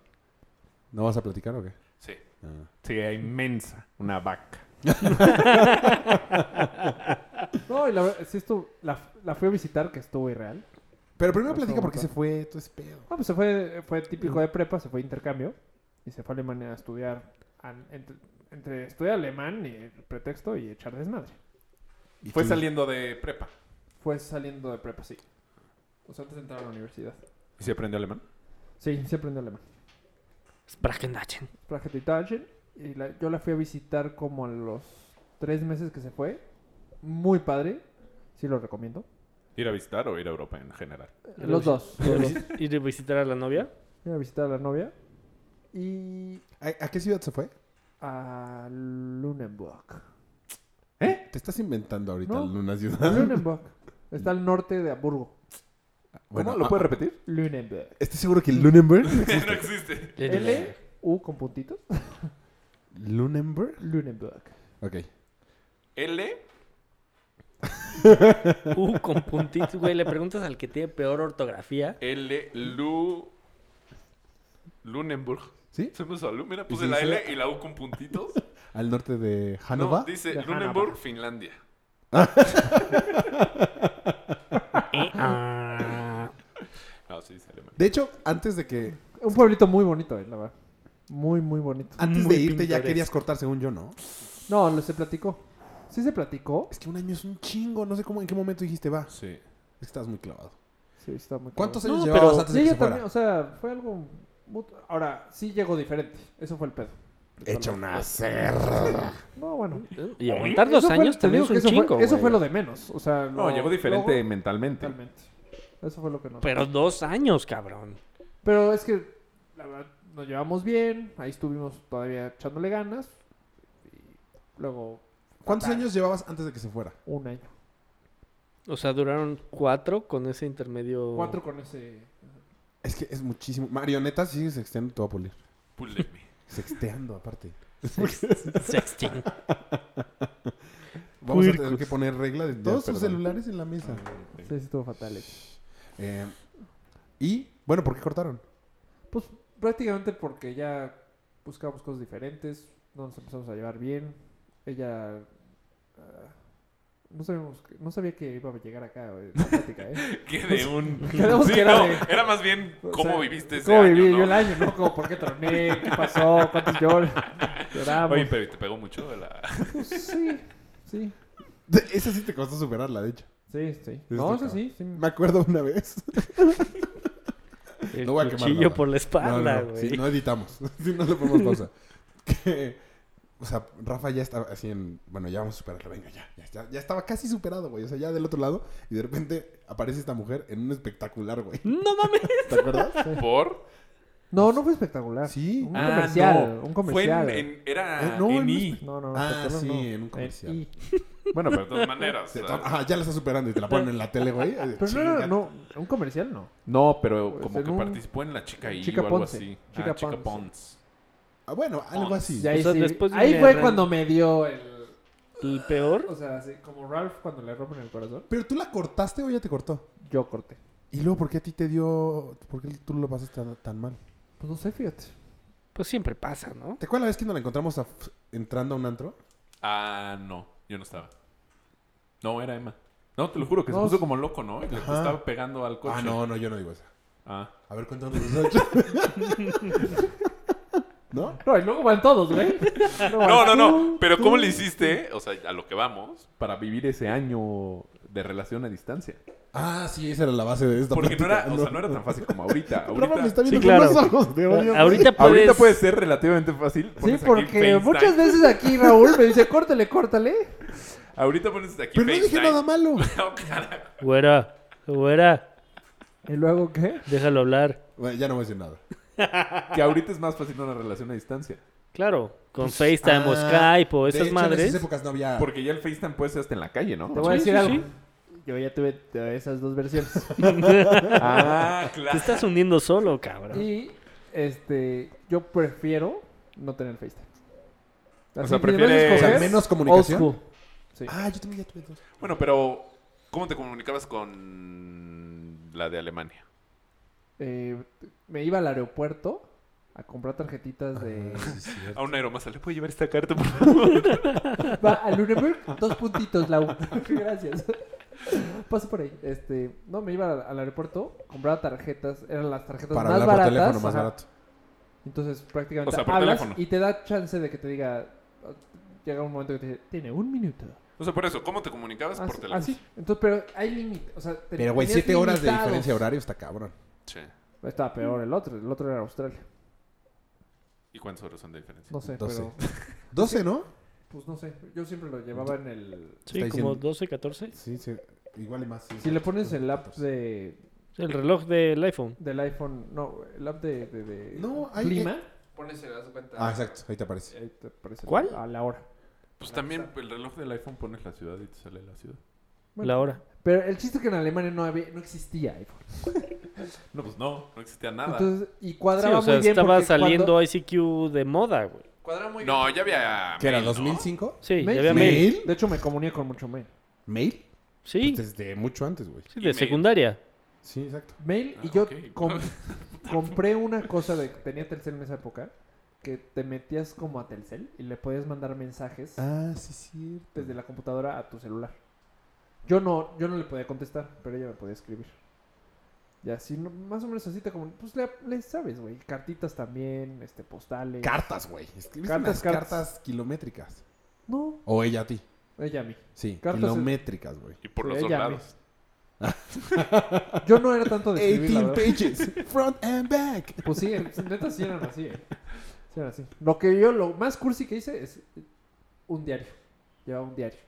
Speaker 7: ¿No vas a platicar o qué?
Speaker 6: Sí.
Speaker 7: Ah.
Speaker 6: Sí, era inmensa. Una vaca.
Speaker 5: No, y la verdad, sí, esto, la, la fui a visitar, que estuvo irreal.
Speaker 7: Pero primero
Speaker 5: No,
Speaker 7: platica
Speaker 5: no,
Speaker 7: por qué
Speaker 5: no.
Speaker 7: se fue todo ese pedo.
Speaker 5: No, pues se fue, fue típico de prepa, se fue a intercambio y se fue a Alemania a estudiar. a- entre, entre estudiar alemán y el pretexto y echar desmadre.
Speaker 7: Y
Speaker 6: Fue
Speaker 7: tú-
Speaker 6: saliendo de prepa.
Speaker 5: Fue saliendo de prepa, sí. O sea, antes de entrar a la universidad.
Speaker 6: ¿Y se aprendió alemán?
Speaker 5: Sí, sí aprendí alemán.
Speaker 3: Sprachendachen.
Speaker 5: Traje de Italien, Y la- yo la fui a visitar como a los tres meses que se fue. Muy padre. Sí, lo recomiendo.
Speaker 6: ¿Ir a visitar o ir a Europa en general?
Speaker 5: Los dos.
Speaker 3: ¿Ir a visi- ¿Ir a visitar a la novia?
Speaker 5: Fui a visitar a la novia. Y
Speaker 7: ¿A, a qué ciudad se fue?
Speaker 5: a Lunenburg.
Speaker 7: Te estás inventando ahorita
Speaker 5: No.
Speaker 7: una ciudad.
Speaker 5: Lunenburg. Está al norte de Hamburgo.
Speaker 7: Bueno,
Speaker 6: ¿Cómo? ¿Lo
Speaker 7: ah,
Speaker 6: puedes repetir?
Speaker 5: Lunenburg.
Speaker 7: ¿Estás seguro que Lunenburg?
Speaker 6: no existe.
Speaker 5: L, U con puntitos.
Speaker 7: ¿Lunenburg?
Speaker 5: Lunenburg.
Speaker 7: Ok.
Speaker 6: L.
Speaker 3: Uh, con puntitos, güey. Le preguntas al que tiene peor ortografía.
Speaker 6: L. Lu. Lunenburg.
Speaker 7: ¿Sí?
Speaker 6: Se me salió. Mira,
Speaker 7: ¿Y
Speaker 6: puse
Speaker 7: si
Speaker 6: la
Speaker 7: dice- ¿Ah,
Speaker 6: L y la U con puntitos.
Speaker 7: Al norte de
Speaker 6: No,
Speaker 7: Hanova.
Speaker 6: dice
Speaker 5: De
Speaker 6: Lunenburg,
Speaker 5: Hannover.
Speaker 6: Finlandia. No, sí, dice Alemania.
Speaker 7: De hecho, antes de que.
Speaker 5: Un pueblito muy bonito, eh, la verdad. Muy, muy bonito.
Speaker 7: Antes
Speaker 3: Muy
Speaker 7: de irte ya
Speaker 3: pintoresco.
Speaker 7: querías cortar, según yo, ¿no?
Speaker 5: No, lo- se platicó. ¿Sí se platicó?
Speaker 7: Es que un año es un chingo. No sé cómo, en qué momento dijiste, va.
Speaker 6: Sí.
Speaker 7: Estás muy clavado.
Speaker 5: Sí, está muy
Speaker 7: ¿Cuántos
Speaker 5: cabrón.
Speaker 7: años
Speaker 5: No,
Speaker 7: llevabas
Speaker 5: pero
Speaker 7: antes de que
Speaker 5: ella
Speaker 7: se fuera?
Speaker 5: también, o sea, fue algo... mut- Ahora, sí llegó diferente. Eso fue el pedo.
Speaker 7: Echa una cerda.
Speaker 5: No, bueno.
Speaker 3: Y aguantar dos
Speaker 5: Eso fue-
Speaker 3: años
Speaker 5: te
Speaker 3: también
Speaker 5: digo
Speaker 3: es
Speaker 5: que
Speaker 3: un
Speaker 5: eso
Speaker 3: chingo.
Speaker 5: Fue, eso
Speaker 3: güey.
Speaker 5: fue lo de menos. O sea,
Speaker 6: No,
Speaker 5: lo-
Speaker 6: llegó diferente
Speaker 5: luego-
Speaker 6: mentalmente.
Speaker 5: Totalmente. Eso fue lo que no. Pero,
Speaker 3: Pero dos años, cabrón.
Speaker 5: es que, la verdad, nos llevamos bien. Ahí estuvimos todavía echándole ganas. Y luego,
Speaker 7: ¿Cuántos años llevabas antes de que se fuera?
Speaker 5: un año.
Speaker 3: O sea, duraron cuatro con ese intermedio.
Speaker 5: Cuatro con ese.
Speaker 7: Es que es muchísimo. Marioneta sigue sexteando, te voy a polir.
Speaker 6: Puleme.
Speaker 7: Sexteando, aparte.
Speaker 3: Sexting.
Speaker 7: Vamos a tener
Speaker 3: Puercos.
Speaker 7: que poner regla de todos sus
Speaker 6: perdón.
Speaker 7: celulares en la mesa.
Speaker 5: Sí, sí, estuvo fatal. eh.
Speaker 7: Eh, y, bueno, ¿por qué cortaron?
Speaker 5: Pues prácticamente porque ya buscábamos cosas diferentes. No nos empezamos a llevar bien. Ella. ah, no, sabíamos que- no sabía que iba a llegar acá eh, la plática, ¿eh?
Speaker 6: Que de un.
Speaker 5: Quedamos
Speaker 6: Sí,
Speaker 5: que era
Speaker 6: no,
Speaker 5: de-
Speaker 6: era más bien
Speaker 5: O
Speaker 6: cómo
Speaker 5: sea,
Speaker 6: viviste ese
Speaker 5: ¿Cómo
Speaker 6: año,
Speaker 5: viví
Speaker 6: ¿no?
Speaker 5: yo el año, no? Como, ¿Por qué troné? ¿Qué pasó? ¿Cuántos llor- lloramos?
Speaker 6: Oye, pero ¿y te pegó mucho la.
Speaker 5: Pues sí, sí,
Speaker 7: Esa sí te costó superarla, de hecho.
Speaker 5: sí, sí.
Speaker 7: Eso
Speaker 5: No,
Speaker 7: está
Speaker 5: eso sí, sí.
Speaker 7: Me acuerdo una vez.
Speaker 3: El
Speaker 7: No voy a quemar
Speaker 3: cuchillo
Speaker 7: nada.
Speaker 3: por
Speaker 7: No,
Speaker 3: la
Speaker 7: no,
Speaker 3: espalda,
Speaker 7: no.
Speaker 3: güey.
Speaker 7: Sí, no editamos. Sí, no le ponemos pausa. Que, o sea, Rafa ya estaba así en... Bueno, ya vamos a superarlo. Venga, ya. Ya, ya- ya estaba casi superado, güey. O sea, ya del otro lado. Y de repente aparece esta mujer en un espectacular, güey.
Speaker 3: No mames.
Speaker 7: ¿Te acuerdas?
Speaker 6: ¿Por? Ah,
Speaker 5: No, no fue espectacular.
Speaker 7: Sí.
Speaker 5: Un comercial, un
Speaker 6: Fue
Speaker 5: comercial.
Speaker 6: en, en- era
Speaker 7: Eh, no,
Speaker 6: en
Speaker 7: en
Speaker 6: I.
Speaker 7: un-
Speaker 5: No, no, no.
Speaker 7: Ah,
Speaker 5: espectacular
Speaker 7: sí,
Speaker 5: no.
Speaker 7: en un comercial.
Speaker 5: y-
Speaker 6: Bueno, pero de todas maneras.
Speaker 7: Se
Speaker 6: o
Speaker 7: to-
Speaker 6: sea,
Speaker 7: Ajá, ya la está superando y te la ponen en la tele, güey. Ay,
Speaker 5: Pero no,
Speaker 7: chinga.
Speaker 5: era- no, un comercial no.
Speaker 6: No, pero
Speaker 5: Pues,
Speaker 6: como
Speaker 5: en
Speaker 6: que
Speaker 5: un-
Speaker 6: participó en la chica I
Speaker 5: Chica
Speaker 6: o algo
Speaker 5: Ponce.
Speaker 6: así.
Speaker 5: Chica
Speaker 6: ah, chica
Speaker 5: Ponce.
Speaker 6: Ponce.
Speaker 7: Ah, bueno, algo así.
Speaker 5: Y ahí
Speaker 3: O sea,
Speaker 5: sí-
Speaker 3: después de
Speaker 5: ahí
Speaker 3: una
Speaker 5: fue
Speaker 3: gran-
Speaker 5: cuando me dio el...
Speaker 3: El peor.
Speaker 5: O sea, así como Ralph cuando le rompen el corazón.
Speaker 7: Pero tú la cortaste o ya te cortó.
Speaker 5: Yo corté.
Speaker 7: Y luego, ¿por qué a ti te dio... ¿Por qué tú lo pasaste tan, tan mal?
Speaker 5: Pues no sé, fíjate.
Speaker 3: Pues siempre pasa, ¿no?
Speaker 7: ¿Te acuerdas la vez que nos la encontramos a- entrando a un antro?
Speaker 6: Ah, no. Yo no estaba. No, era Emma. No, te lo juro que
Speaker 5: No,
Speaker 6: se
Speaker 5: sí.
Speaker 6: puso como loco, ¿no? Y le
Speaker 7: Ajá.
Speaker 6: estaba pegando al coche.
Speaker 7: Ah, no, no, yo no digo esa.
Speaker 6: Ah.
Speaker 7: A ver, cuéntanos nosotros. ¿No?
Speaker 5: No, y luego van todos, güey.
Speaker 6: No, no, no.
Speaker 5: tú,
Speaker 6: Pero
Speaker 5: tú.
Speaker 6: ¿cómo le hiciste? O sea, a lo que vamos. Para vivir ese año de relación a distancia.
Speaker 7: Ah, sí, esa era la base de esta
Speaker 6: Porque no era,
Speaker 7: plática,
Speaker 6: o sea, no era tan fácil como ahorita.
Speaker 7: Rafa me
Speaker 6: Ahorita,
Speaker 7: está viendo
Speaker 3: Sí,
Speaker 7: con
Speaker 3: claro.
Speaker 7: unos ojos de odio.
Speaker 3: Ahorita puedes.
Speaker 6: ahorita puede ser relativamente fácil.
Speaker 5: Sí,
Speaker 6: Pones aquí
Speaker 5: porque
Speaker 6: FaceTime.
Speaker 5: muchas veces aquí Raúl me dice, córtale, córtale.
Speaker 6: Ahorita pones aquí
Speaker 7: Pero no dije
Speaker 6: FaceTime.
Speaker 7: nada malo.
Speaker 6: No, carajo.
Speaker 3: Güera, güera,
Speaker 5: ¿Y luego qué?
Speaker 3: déjalo hablar.
Speaker 7: Bueno, ya no voy a decir nada.
Speaker 6: que ahorita es más fácil una relación a distancia.
Speaker 3: Claro, con FaceTime o
Speaker 7: Ah,
Speaker 3: Skype o
Speaker 7: de
Speaker 3: esas
Speaker 7: hecho, En
Speaker 3: madres.
Speaker 7: esas épocas no había...
Speaker 6: Porque ya el FaceTime puede ser hasta en la calle, ¿no?
Speaker 5: Te voy a decir
Speaker 3: sí,
Speaker 5: algo.
Speaker 3: sí.
Speaker 5: Yo ya tuve eh, esas dos versiones.
Speaker 6: Ah,
Speaker 3: Te
Speaker 6: claro.
Speaker 3: estás hundiendo solo, cabrón.
Speaker 5: y este, yo prefiero no tener FaceTime.
Speaker 6: O
Speaker 5: Así,
Speaker 6: sea,
Speaker 5: si
Speaker 6: prefieres-
Speaker 5: debes
Speaker 7: O sea,
Speaker 5: escoger,
Speaker 7: menos
Speaker 5: old
Speaker 7: comunicación.
Speaker 5: school. Sí.
Speaker 7: Ah, yo también ya tuve dos.
Speaker 6: Bueno, pero ¿cómo te comunicabas con la de Alemania?
Speaker 5: Eh, me iba al aeropuerto a comprar tarjetitas de...
Speaker 6: A un aeromasa, ¿le puede llevar esta carta? por favor?
Speaker 5: Va a Lunenburg, dos puntitos, Lau. Gracias. Paso por ahí. Este, no, me iba al, al aeropuerto, compraba tarjetas, eran las tarjetas
Speaker 7: Para
Speaker 5: más
Speaker 7: hablar
Speaker 5: baratas.
Speaker 7: por teléfono más
Speaker 5: ajá.
Speaker 7: barato.
Speaker 5: Entonces, prácticamente
Speaker 6: O sea, por
Speaker 5: hablas
Speaker 6: teléfono.
Speaker 5: y te da chance de que te diga. Llega un momento que te dice, tiene un minuto.
Speaker 6: O sea, por eso, ¿cómo te comunicabas? por
Speaker 5: Así,
Speaker 6: teléfono.
Speaker 5: así. Entonces, pero hay límite. O sea, te-
Speaker 7: Pero, güey,
Speaker 5: tenías
Speaker 7: siete horas de
Speaker 5: limitados.
Speaker 7: diferencia de horario está cabrón.
Speaker 6: Sí.
Speaker 5: Estaba peor el otro. El otro era Australia.
Speaker 6: ¿Y cuántas horas son de diferencia?
Speaker 5: No sé,
Speaker 7: Doce.
Speaker 5: pero.
Speaker 7: ¿Doce, no?
Speaker 5: Pues no sé. Yo siempre lo llevaba en el.
Speaker 3: Sí,
Speaker 7: está
Speaker 3: como
Speaker 7: diciendo-
Speaker 3: 12, 14.
Speaker 7: Sí, sí. Igual y más. sí.
Speaker 5: Si le pones el app de,
Speaker 3: El reloj del iPhone.
Speaker 5: del iPhone. No, el app de. de, de
Speaker 7: No, hay- eh,
Speaker 5: Clima.
Speaker 6: Pones el cuenta.
Speaker 7: Ah, exacto. Ahí te
Speaker 6: Eh,
Speaker 7: aparece.
Speaker 5: Ahí te aparece
Speaker 3: ¿Cuál?
Speaker 5: A la hora.
Speaker 6: Pues también el reloj del iPhone pones la ciudad y te sale la ciudad.
Speaker 5: Bueno.
Speaker 3: La hora.
Speaker 5: Pero el chiste es que en Alemania no, había, no existía iPhone.
Speaker 6: No, pues no, no existía nada.
Speaker 5: Entonces, y
Speaker 3: Sí,
Speaker 5: cuadraba
Speaker 3: o sea,
Speaker 5: muy bien.
Speaker 3: estaba
Speaker 5: porque cuando-
Speaker 3: saliendo ICQ de moda, güey.
Speaker 5: Cuadra muy
Speaker 6: No, ya había.
Speaker 7: ¿Qué era?
Speaker 6: mail, ¿no?
Speaker 7: ¿2005?
Speaker 3: Sí,
Speaker 5: Mail.
Speaker 3: ya había mail.
Speaker 7: ¿Mail? Pues
Speaker 5: De hecho, me comuné con mucho mail.
Speaker 7: ¿Mail?
Speaker 3: Sí,
Speaker 7: Desde mucho antes, güey.
Speaker 3: sí,
Speaker 6: y
Speaker 3: de
Speaker 6: mail.
Speaker 3: secundaria.
Speaker 7: Sí, exacto.
Speaker 5: Mail
Speaker 6: Ah,
Speaker 5: y yo
Speaker 6: ok.
Speaker 5: com- compré una cosa de tenía Telcel en esa época que te metías como a Telcel y le podías mandar mensajes
Speaker 7: Ah, sí, sí.
Speaker 5: desde la computadora a tu celular. Yo no, yo no le podía contestar, pero ella me podía escribir. Y así, no- más o menos así te como, pues le, le sabes, güey. Cartitas también, este, postales.
Speaker 7: Cartas, güey. Escribiste unas
Speaker 5: Cartas, cartas.
Speaker 7: cartas, kilométricas.
Speaker 5: no,
Speaker 7: O ella a ti.
Speaker 5: ella a mí.
Speaker 7: Sí,
Speaker 5: Cartas es-
Speaker 7: kilométricas, güey.
Speaker 6: Y por
Speaker 5: Sí,
Speaker 6: los dos
Speaker 5: ella a mí.
Speaker 6: lados.
Speaker 5: Yo no era tanto de escribir, la
Speaker 7: 18
Speaker 5: verdad.
Speaker 7: pages, front and back.
Speaker 5: Pues sí, en- neta sí eran así, eh. Sí eran así. Lo que yo, lo más cursi que hice es un diario. Llevaba un diario.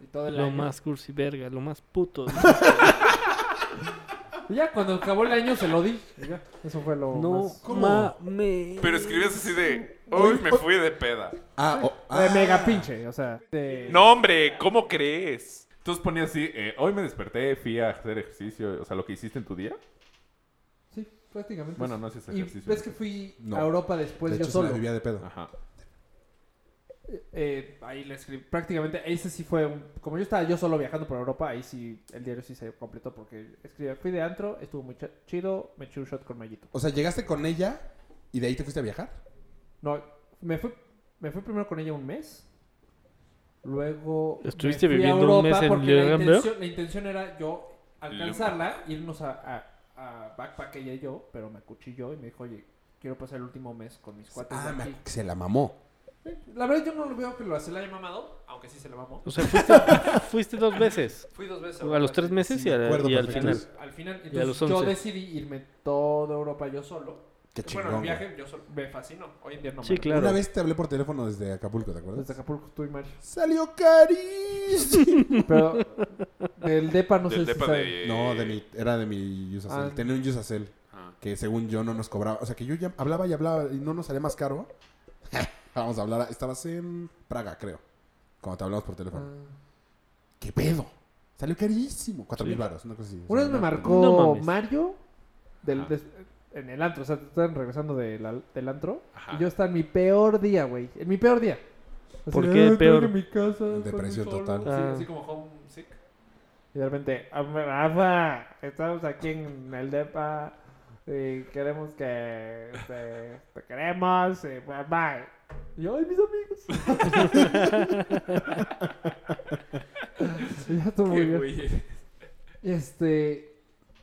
Speaker 5: Y todo el
Speaker 3: Lo
Speaker 5: año.
Speaker 3: más cursi verga, lo más puto.
Speaker 5: Y ya cuando acabó el año se lo di. Y ya, eso fue lo
Speaker 3: No
Speaker 5: más.
Speaker 3: mames.
Speaker 6: Pero escribías así de. Uy, me fui de peda.
Speaker 7: Ah, oh,
Speaker 5: De
Speaker 7: ah.
Speaker 5: mega pinche, o sea. de-
Speaker 6: No, hombre, ¿cómo crees? Entonces ponía así, eh, hoy me desperté, fui a hacer ejercicio, o sea, lo que hiciste en tu día.
Speaker 5: Sí, prácticamente.
Speaker 6: Bueno,
Speaker 5: sí.
Speaker 6: no hacías
Speaker 5: Y
Speaker 6: ejercicio.
Speaker 5: ves que fui
Speaker 7: No.
Speaker 5: a Europa después
Speaker 7: De hecho,
Speaker 5: pues yo
Speaker 7: se la
Speaker 5: solo.
Speaker 7: vivía de pedo.
Speaker 6: Ajá.
Speaker 5: Eh, ahí le escribí. Prácticamente ese sí fue un... Como yo estaba yo solo viajando por Europa, ahí sí el diario sí se completó porque escribí, fui de antro, estuvo muy ch- chido, me eché un shot con Mayito.
Speaker 7: O sea, llegaste con ella y de ahí te fuiste a viajar.
Speaker 5: No, me fui, me fui primero con ella un mes. Luego. me
Speaker 3: ¿Estuviste
Speaker 5: fui a
Speaker 3: viviendo un
Speaker 5: Europa
Speaker 3: mes en
Speaker 5: porque la
Speaker 3: Leonardo?
Speaker 5: intención, la intención era yo alcanzarla, irnos a, a, a backpack ella y yo, pero me acuchilló y me dijo, oye, quiero pasar el último mes con mis cuates.
Speaker 7: Ah,
Speaker 5: de aquí".
Speaker 7: me- se la mamó.
Speaker 5: La verdad, yo no lo veo que lo, se la haya mamado, aunque sí se la mamó.
Speaker 3: O sea, fuiste, fuiste dos veces.
Speaker 5: Fui dos veces.
Speaker 3: A los tres meses
Speaker 7: Sí,
Speaker 3: y,
Speaker 7: me
Speaker 3: a-
Speaker 7: acuerdo
Speaker 3: y al
Speaker 7: perfecto.
Speaker 3: final.
Speaker 5: Al, al final, entonces
Speaker 3: los
Speaker 5: yo
Speaker 3: 11.
Speaker 5: decidí irme toda Europa yo solo.
Speaker 7: Qué
Speaker 5: bueno, el
Speaker 7: chingón. güey.
Speaker 5: viaje yo solo, me fascinó. Hoy en día no
Speaker 3: Sí,
Speaker 5: me-
Speaker 3: claro.
Speaker 7: Una vez te hablé por teléfono desde Acapulco, ¿te acuerdas?
Speaker 5: Desde Acapulco tú y Mario.
Speaker 7: Salió carísimo.
Speaker 5: Pero del DEPA no sé
Speaker 6: Del
Speaker 5: si
Speaker 6: depa
Speaker 5: saben.
Speaker 6: de...
Speaker 7: no, de mi, era de mi Yusacel.
Speaker 5: Ah.
Speaker 7: Tenía un Yusacel
Speaker 6: Ajá.
Speaker 7: que según yo no nos cobraba. O sea, que yo ya hablaba y hablaba y no nos salía más caro. Vamos a hablar. Estabas en Praga, creo. Cuando te hablamos por teléfono.
Speaker 5: Ah.
Speaker 7: ¿Qué pedo? Salió carísimo. Cuatro mil baros, una cosa así.
Speaker 5: Una vez me
Speaker 7: no-
Speaker 5: marcó
Speaker 3: No mames.
Speaker 5: Mario del-
Speaker 6: Ajá.
Speaker 5: des- en el antro, o sea, estaban regresando de la- del antro
Speaker 6: Ajá.
Speaker 5: y yo estaba en mi peor día, güey, en mi peor día. Así,
Speaker 3: ¿Por
Speaker 5: "Ah,
Speaker 3: qué
Speaker 5: estoy
Speaker 3: peor?
Speaker 5: En mi casa.
Speaker 7: Depresión
Speaker 5: estoy
Speaker 7: total.
Speaker 5: solo". Sí,
Speaker 3: Ah.
Speaker 5: así como homesick. Y de repente, "Ah, Rafa, estamos aquí en el depa y queremos que este, te queremos y bye bye. Y yo, ay, mis amigos. Y ya estuvo muy bien. Este,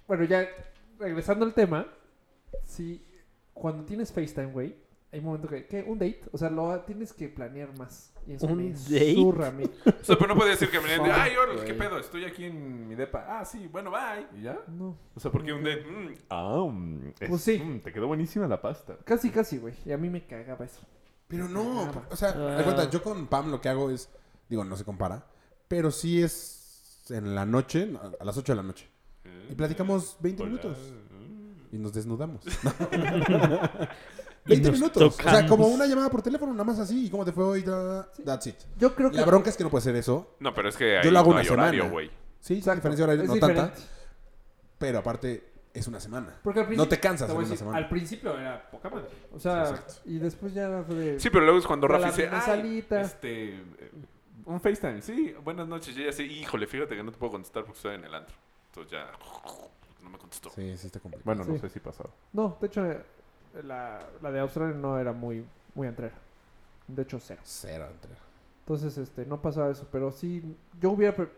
Speaker 5: bueno, ya regresando al tema, si cuando tienes FaceTime, güey, hay un momento que, ¿qué? ¿Un date? O sea, lo tienes que planear más. Y eso
Speaker 3: ¿Un
Speaker 5: me
Speaker 3: date?
Speaker 5: zurra a mí.
Speaker 6: O sea, pero no podía decir que me de,
Speaker 5: Fuck,
Speaker 6: ay, órale, qué
Speaker 5: güey.
Speaker 6: pedo, estoy aquí en mi depa. Ah, sí, bueno, bye. ¿Y ya?
Speaker 5: No.
Speaker 6: O sea, porque un de... mm, ah, mm, es-
Speaker 5: Pues sí.
Speaker 6: mm, te quedó buenísima la pasta.
Speaker 5: Casi, casi, güey. Y a mí me cagaba eso.
Speaker 7: Pero no,
Speaker 5: Nada.
Speaker 7: o sea,
Speaker 3: Ah.
Speaker 7: de cuenta, yo con Pam lo que hago es, digo, no se compara, pero sí es en la noche, a las 8 de la noche. Y platicamos 20
Speaker 6: Hola.
Speaker 7: minutos y nos desnudamos.
Speaker 3: Y
Speaker 7: 20
Speaker 3: nos
Speaker 7: minutos. O sea,
Speaker 3: tocamos.
Speaker 7: como una llamada por teléfono, nada más así, y cómo te fue hoy, Da- that's it.
Speaker 5: Yo creo que...
Speaker 7: La bronca es que no puede ser eso.
Speaker 6: No, pero es que ahí
Speaker 7: Yo lo hago
Speaker 6: no
Speaker 7: una
Speaker 6: hay horario,
Speaker 7: semana.
Speaker 6: güey.
Speaker 7: Sí, la
Speaker 5: Exacto.
Speaker 7: diferencia horaria
Speaker 5: Es
Speaker 7: no tanta,
Speaker 5: diferente.
Speaker 7: pero aparte es una semana.
Speaker 5: Porque al
Speaker 7: No
Speaker 5: principio-
Speaker 7: te cansas
Speaker 5: te
Speaker 7: en
Speaker 5: voy a
Speaker 7: una
Speaker 5: decir,
Speaker 7: semana.
Speaker 5: Al principio era poca madre. O sea,
Speaker 7: Sí, exacto.
Speaker 5: y después ya era de...
Speaker 6: Sí, pero luego es cuando
Speaker 5: Para
Speaker 6: Rafa
Speaker 5: la
Speaker 6: dice, ay,
Speaker 5: mesalita".
Speaker 6: este, eh, un FaceTime, sí, buenas noches. Y ella dice, híjole, fíjate que no te puedo contestar porque estoy en el antro. Entonces ya, no me contestó.
Speaker 7: Sí, sí está complicado.
Speaker 6: Bueno, no
Speaker 5: Sí.
Speaker 6: sé si pasó.
Speaker 5: No, de hecho, eh, la, la de Australia no era muy, muy entrera. De hecho, cero.
Speaker 7: Cero entre.
Speaker 5: Entonces, este, no pasaba eso, pero sí, yo hubiera, pre-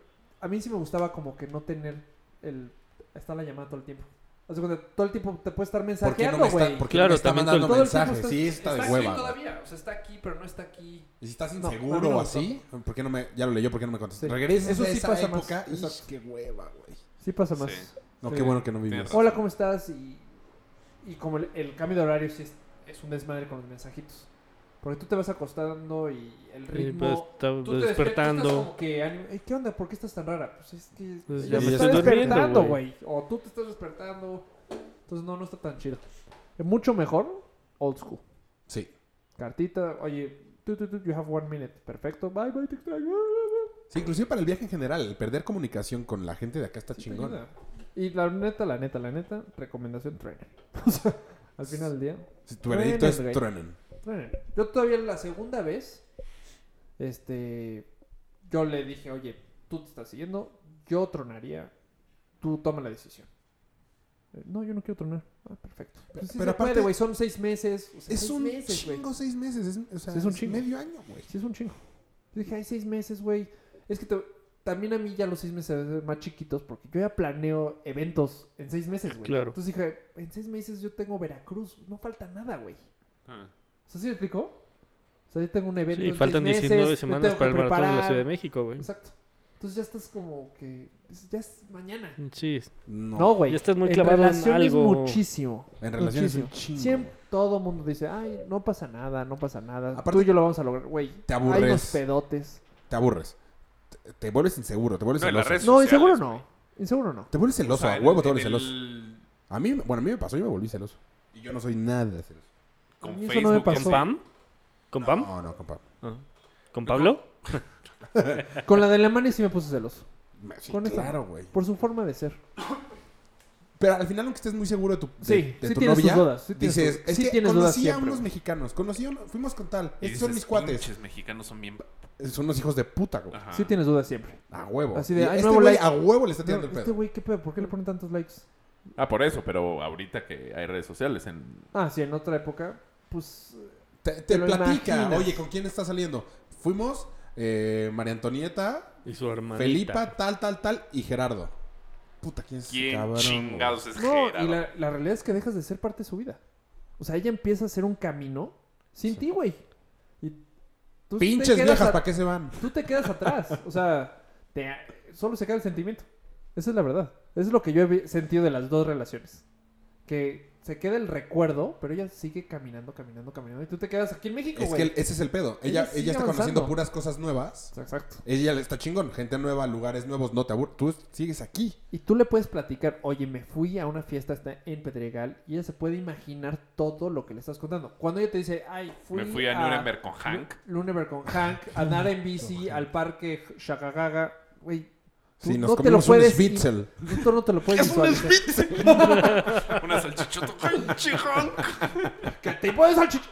Speaker 5: a mí sí me gustaba como que no tener el, está la llamada todo el tiempo. O sea, cuando todo el tiempo te puede estar
Speaker 7: ¿Por qué no me
Speaker 5: mensajeando, güey.
Speaker 7: está, por qué no
Speaker 3: Claro,
Speaker 7: me está
Speaker 3: también
Speaker 7: mandando
Speaker 5: todo el tiempo
Speaker 7: mensajes?
Speaker 5: estás-
Speaker 7: Sí, está de
Speaker 5: aquí
Speaker 7: hueva. güey.
Speaker 5: todavía, o sea, está aquí, pero no está aquí.
Speaker 7: Y si estás
Speaker 5: No,
Speaker 7: inseguro
Speaker 5: a mí no
Speaker 7: o
Speaker 5: me
Speaker 7: así, ¿por qué no me, ya lo leyó, ¿por qué no me contestas?
Speaker 5: Sí.
Speaker 7: Regresas
Speaker 5: Eso
Speaker 7: a
Speaker 5: sí
Speaker 7: esa
Speaker 5: pasa más.
Speaker 7: época. Ish,
Speaker 5: Exacto.
Speaker 7: qué hueva, güey.
Speaker 5: Sí pasa más.
Speaker 6: Sí.
Speaker 7: No,
Speaker 5: Sí.
Speaker 7: qué bueno que no vivías.
Speaker 6: Tienes
Speaker 5: Hola, ¿cómo estás? Y, y como el, el cambio de horario sí es, es un desmadre con los mensajitos. Porque tú te vas acostando y el
Speaker 3: Sí,
Speaker 5: ritmo...
Speaker 3: pues, está
Speaker 5: Tú te despiertas,
Speaker 3: despertando.
Speaker 5: estás como que ánimo. "Ey, ¿Qué onda? ¿Por qué estás tan rara? Pues es que
Speaker 3: Pues
Speaker 5: ella
Speaker 3: ya
Speaker 5: se
Speaker 7: me
Speaker 5: está
Speaker 7: estoy
Speaker 3: durmiendo,
Speaker 5: despertando, güey. O tú te estás despertando. Entonces no, no está tan chido. Es Mucho mejor old school.
Speaker 7: Sí.
Speaker 5: Cartita, oye, tú, tú, tú, you have one minute. Perfecto, bye, bye, te extraño.
Speaker 7: Sí, inclusive para el viaje en general, el perder comunicación con la gente de acá está
Speaker 5: Sí, te
Speaker 7: chingón.
Speaker 5: ayuda. Y la neta, la neta, la neta, recomendación trainer. O sea, al final del día,
Speaker 7: Sí, tu veredicto
Speaker 5: Truenen,
Speaker 7: es
Speaker 5: güey.
Speaker 7: truenen.
Speaker 5: Yo todavía la segunda vez, este, yo le dije, oye, tú te estás siguiendo, yo tronaría, tú toma la decisión. Eh, No, yo no quiero tronar. Ah, perfecto. Pues sí
Speaker 7: pero
Speaker 5: se
Speaker 7: aparte-
Speaker 5: puede, güey, son seis meses. o sea,
Speaker 7: Es
Speaker 5: seis
Speaker 7: un
Speaker 5: meses, güey.
Speaker 7: chingo seis meses. Es, o sea,
Speaker 5: Sí, es un chingo.
Speaker 7: medio año, güey.
Speaker 5: Sí, es un chingo. Yo dije, ay, seis meses, güey. Es que te- también a mí ya los seis meses se ven más chiquitos porque yo ya planeo eventos en seis meses, güey.
Speaker 3: Claro.
Speaker 5: Entonces dije, en seis meses yo tengo Veracruz, no falta nada, güey.
Speaker 2: Ah.
Speaker 5: O sea, ¿sí me explicó? O sea, yo tengo un evento.
Speaker 3: Sí,
Speaker 5: en
Speaker 3: faltan
Speaker 5: seis
Speaker 3: 19
Speaker 5: meses, me
Speaker 3: semanas
Speaker 5: tengo
Speaker 3: para el maratón
Speaker 5: que
Speaker 3: de la
Speaker 5: preparar.
Speaker 3: Ciudad de México, güey.
Speaker 5: Exacto. Entonces ya estás como que. dices, Ya es mañana.
Speaker 3: Sí,
Speaker 5: No, güey.
Speaker 3: Ya estás muy
Speaker 5: En
Speaker 3: clavado en
Speaker 5: relación es
Speaker 3: algo.
Speaker 5: muchísimo.
Speaker 7: En relación es un chingo,
Speaker 5: Siempre todo mundo dice, ay, no pasa nada, no pasa nada.
Speaker 7: Aparte-
Speaker 5: Tú y yo lo vamos a lograr, güey.
Speaker 7: Te
Speaker 5: Hay unos
Speaker 7: aburres.
Speaker 5: pedotes.
Speaker 7: Te aburres. Te, te vuelves inseguro, te vuelves
Speaker 6: No, en las
Speaker 7: celoso.
Speaker 6: redes
Speaker 5: No,
Speaker 6: sociales,
Speaker 5: inseguro
Speaker 6: güey.
Speaker 5: no. Inseguro no.
Speaker 7: Te vuelves
Speaker 6: O
Speaker 7: celoso,
Speaker 6: sea,
Speaker 7: a
Speaker 6: en-
Speaker 7: huevo te
Speaker 6: en
Speaker 7: vuelves celoso.
Speaker 6: el-
Speaker 7: A mí, bueno, a mí me pasó, yo me volví celoso. Y yo no soy nada celoso.
Speaker 5: A
Speaker 6: Con
Speaker 5: mí eso
Speaker 6: Facebook.
Speaker 5: no me
Speaker 6: y
Speaker 5: pasó.
Speaker 3: ¿Con Pam? ¿Con
Speaker 5: ¿Mm?
Speaker 3: Pam?
Speaker 7: No, no, compa.
Speaker 3: Ah. ¿Con Pablo?
Speaker 5: Con la de Alemania sí me puse celoso.
Speaker 7: Me- sí,
Speaker 5: Con esa-
Speaker 7: claro, güey.
Speaker 5: Por su forma de ser.
Speaker 7: Pero al final, aunque estés muy seguro de tu, de,
Speaker 5: Sí,
Speaker 7: de
Speaker 5: sí
Speaker 7: tu
Speaker 5: tienes tus
Speaker 7: novia,
Speaker 5: dudas, sí tienes
Speaker 7: dices,
Speaker 5: tus-
Speaker 7: es
Speaker 5: sí
Speaker 7: que
Speaker 5: tienes dudas
Speaker 7: conocí a
Speaker 5: siempre,
Speaker 7: unos
Speaker 5: güey.
Speaker 7: mexicanos, conocí a un- fuimos con tal, estos son
Speaker 6: dices,
Speaker 7: mis cuates.
Speaker 6: "Pinches mexicanos son bien...
Speaker 7: Esos Son unos hijos de puta, güey.
Speaker 3: Ah.
Speaker 6: Ajá.
Speaker 5: Sí tienes dudas siempre.
Speaker 7: A huevo.
Speaker 5: Ah. Así de,
Speaker 7: Y
Speaker 5: "Ay,
Speaker 7: este
Speaker 5: nuevo
Speaker 7: güey
Speaker 5: like".
Speaker 7: a huevo le está
Speaker 5: No,
Speaker 7: tirando el
Speaker 5: este
Speaker 7: pedo.
Speaker 5: güey, ¿qué pedo? ¿Por qué le ponen tantos likes?
Speaker 6: Ah, por eso, pero ahorita que hay redes sociales en...
Speaker 5: Ah, sí, en otra época, pues...
Speaker 7: Te, te
Speaker 5: te lo
Speaker 7: platica,
Speaker 5: imaginas.
Speaker 7: oye, ¿con quién está saliendo? Fuimos eh, María Antonieta,
Speaker 3: Y su hermanita.
Speaker 7: Felipa, tal, tal, tal y Gerardo. Puta, ¿quién es ese
Speaker 6: ¿Quién
Speaker 7: cabrón, güey?
Speaker 6: chingados es
Speaker 5: No,
Speaker 6: Gerardo?
Speaker 5: y la, la realidad es que dejas de ser parte de su vida. O sea, ella empieza a hacer un camino sin ti, güey. Y tú te
Speaker 7: Pinches
Speaker 5: quedas
Speaker 7: viejas,
Speaker 5: a-
Speaker 7: ¿para qué se van?
Speaker 5: Tú te quedas atrás. O sea, te- solo se queda el sentimiento. Esa es la verdad. Eso es lo que yo he vi- sentido de las dos relaciones. Que se queda el recuerdo, pero ella sigue caminando, caminando, caminando. Y tú te quedas aquí en México,
Speaker 7: Es que
Speaker 5: güey.
Speaker 7: el- ese es el pedo. Ella,
Speaker 5: Ella
Speaker 7: ella,
Speaker 5: sigue
Speaker 7: está
Speaker 5: avanzando.
Speaker 7: conociendo puras cosas nuevas.
Speaker 5: Exacto.
Speaker 7: Ella le está chingón, gente nueva, lugares nuevos, no te aburres. Tú sigues aquí.
Speaker 5: Y tú le puedes platicar, oye, me fui a una fiesta hasta en Pedregal y ella se puede imaginar todo lo que le estás contando. Cuando ella te dice, ay, fui
Speaker 6: Me fui a Nuremberg con Hank.
Speaker 5: Lu- Nuremberg con Hank, andar en bici al parque Shakagaga, güey. tú
Speaker 7: Si nos
Speaker 5: no te lo
Speaker 7: comimos un
Speaker 5: puedes
Speaker 7: Spitzel.
Speaker 5: i- Tú no te lo puedes visualizar.
Speaker 6: Una salchichota con chijón.
Speaker 5: ¡Que te puedes al chich-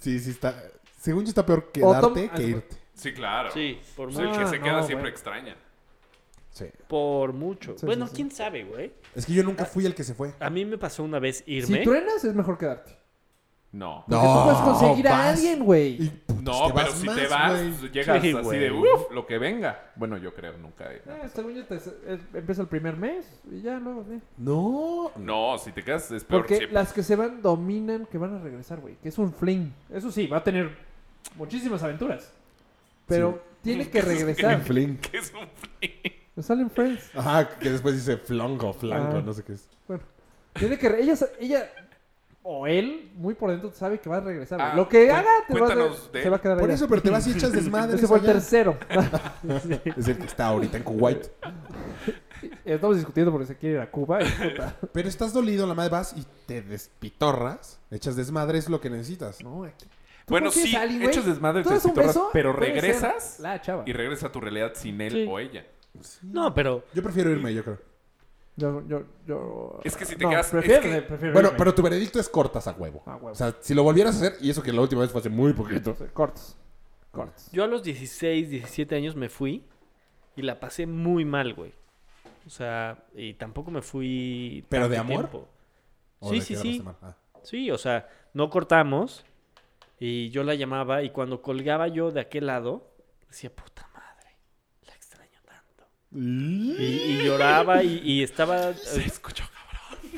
Speaker 7: Sí, sí está. Según yo está peor
Speaker 5: O tom-
Speaker 7: quedarte
Speaker 5: ah,
Speaker 7: que
Speaker 5: no.
Speaker 7: irte.
Speaker 6: Sí, claro.
Speaker 3: Sí, por,
Speaker 6: O
Speaker 3: mu-
Speaker 6: sea, el que
Speaker 5: Ah,
Speaker 6: se queda
Speaker 5: no,
Speaker 6: siempre
Speaker 5: güey.
Speaker 6: extraña.
Speaker 7: Sí.
Speaker 3: por mucho.
Speaker 5: Sí,
Speaker 3: bueno,
Speaker 5: sí, sí.
Speaker 3: quién sabe, güey.
Speaker 7: Es que yo nunca fui el que se fue.
Speaker 3: A mí me pasó una vez irme.
Speaker 5: Si truenas es mejor quedarte.
Speaker 6: No.
Speaker 5: Porque tú puedes conseguir a
Speaker 7: vas.
Speaker 5: alguien,
Speaker 7: Y,
Speaker 5: güey.
Speaker 7: pues,
Speaker 6: No,
Speaker 7: te
Speaker 6: pero
Speaker 7: vas
Speaker 6: si
Speaker 7: más,
Speaker 6: te vas, pues,
Speaker 7: güey.
Speaker 6: llegas
Speaker 3: Sí,
Speaker 6: así
Speaker 3: güey.
Speaker 6: de uff, lo que venga. Bueno, yo creo, nunca. he-
Speaker 5: Ah, según yo te- eh, empieza el primer mes y ya luego. eh.
Speaker 7: No.
Speaker 6: No, si te quedas es peor
Speaker 5: Porque
Speaker 6: siempre.
Speaker 5: las que se van dominan que van a regresar, güey. Que es un fling. Eso sí, va a tener muchísimas aventuras. Pero tiene que regresar.
Speaker 7: Flink.
Speaker 6: Es un fling.
Speaker 5: Me salen friends.
Speaker 7: Ajá, que después dice flanco, flanco,
Speaker 5: Ah.
Speaker 7: no sé qué es.
Speaker 5: Tiene que. re- Ella, sa- ella o él, muy por dentro, sabe que va a regresar. güey.
Speaker 6: Ah,
Speaker 5: Lo que
Speaker 6: cu-
Speaker 5: haga te va a,
Speaker 6: cuéntanos de
Speaker 5: se va a quedar
Speaker 7: Por
Speaker 5: allá.
Speaker 7: eso, pero te vas y echas desmadre.
Speaker 5: Ese fue el tercero.
Speaker 7: Es el que está ahorita en Kuwait.
Speaker 5: Estamos discutiendo porque se quiere ir a Cuba. y puta,
Speaker 7: Pero estás dolido, la madre vas y te despitorras. Echas desmadre, es lo que necesitas.
Speaker 5: no, aquí. ¿Tú
Speaker 6: Bueno,
Speaker 5: consigues
Speaker 6: sí,
Speaker 5: a alguien, güey?
Speaker 6: echas desmadre,
Speaker 5: ¿Tú
Speaker 6: te
Speaker 5: das un
Speaker 6: pitorras,
Speaker 5: beso?
Speaker 6: pero
Speaker 5: Puede ser
Speaker 6: regresas
Speaker 5: La chava.
Speaker 6: y regresa a tu realidad sin él
Speaker 3: Sí.
Speaker 6: o ella.
Speaker 3: No, pero
Speaker 7: Yo prefiero irme, yo creo.
Speaker 5: Yo, yo, yo.
Speaker 6: Es que si te
Speaker 5: no,
Speaker 6: quedas- es
Speaker 5: Prefiero,
Speaker 6: que-
Speaker 5: prefiero
Speaker 7: Bueno,
Speaker 5: irme.
Speaker 7: pero tu veredicto es cortas a huevo.
Speaker 5: A huevo.
Speaker 7: O sea, si lo volvieras a hacer, y eso que la última vez fue hace muy poquito.
Speaker 5: Sí, Cortos. Cortos.
Speaker 3: Yo a los 16, 17 años me fui y la pasé muy mal, güey. O sea, y tampoco me fui.
Speaker 7: ¿Pero
Speaker 3: tanto
Speaker 7: de amor?
Speaker 3: tiempo.
Speaker 7: O de
Speaker 3: Sí, sí,
Speaker 7: quedarnos
Speaker 3: sí.
Speaker 7: de mal. Ah.
Speaker 3: Sí, o sea, no cortamos y yo la llamaba y cuando colgaba yo de aquel lado, decía, puta madre, la extraño tanto. Y, y lloraba y, y estaba...
Speaker 6: Se escuchó, cabrón.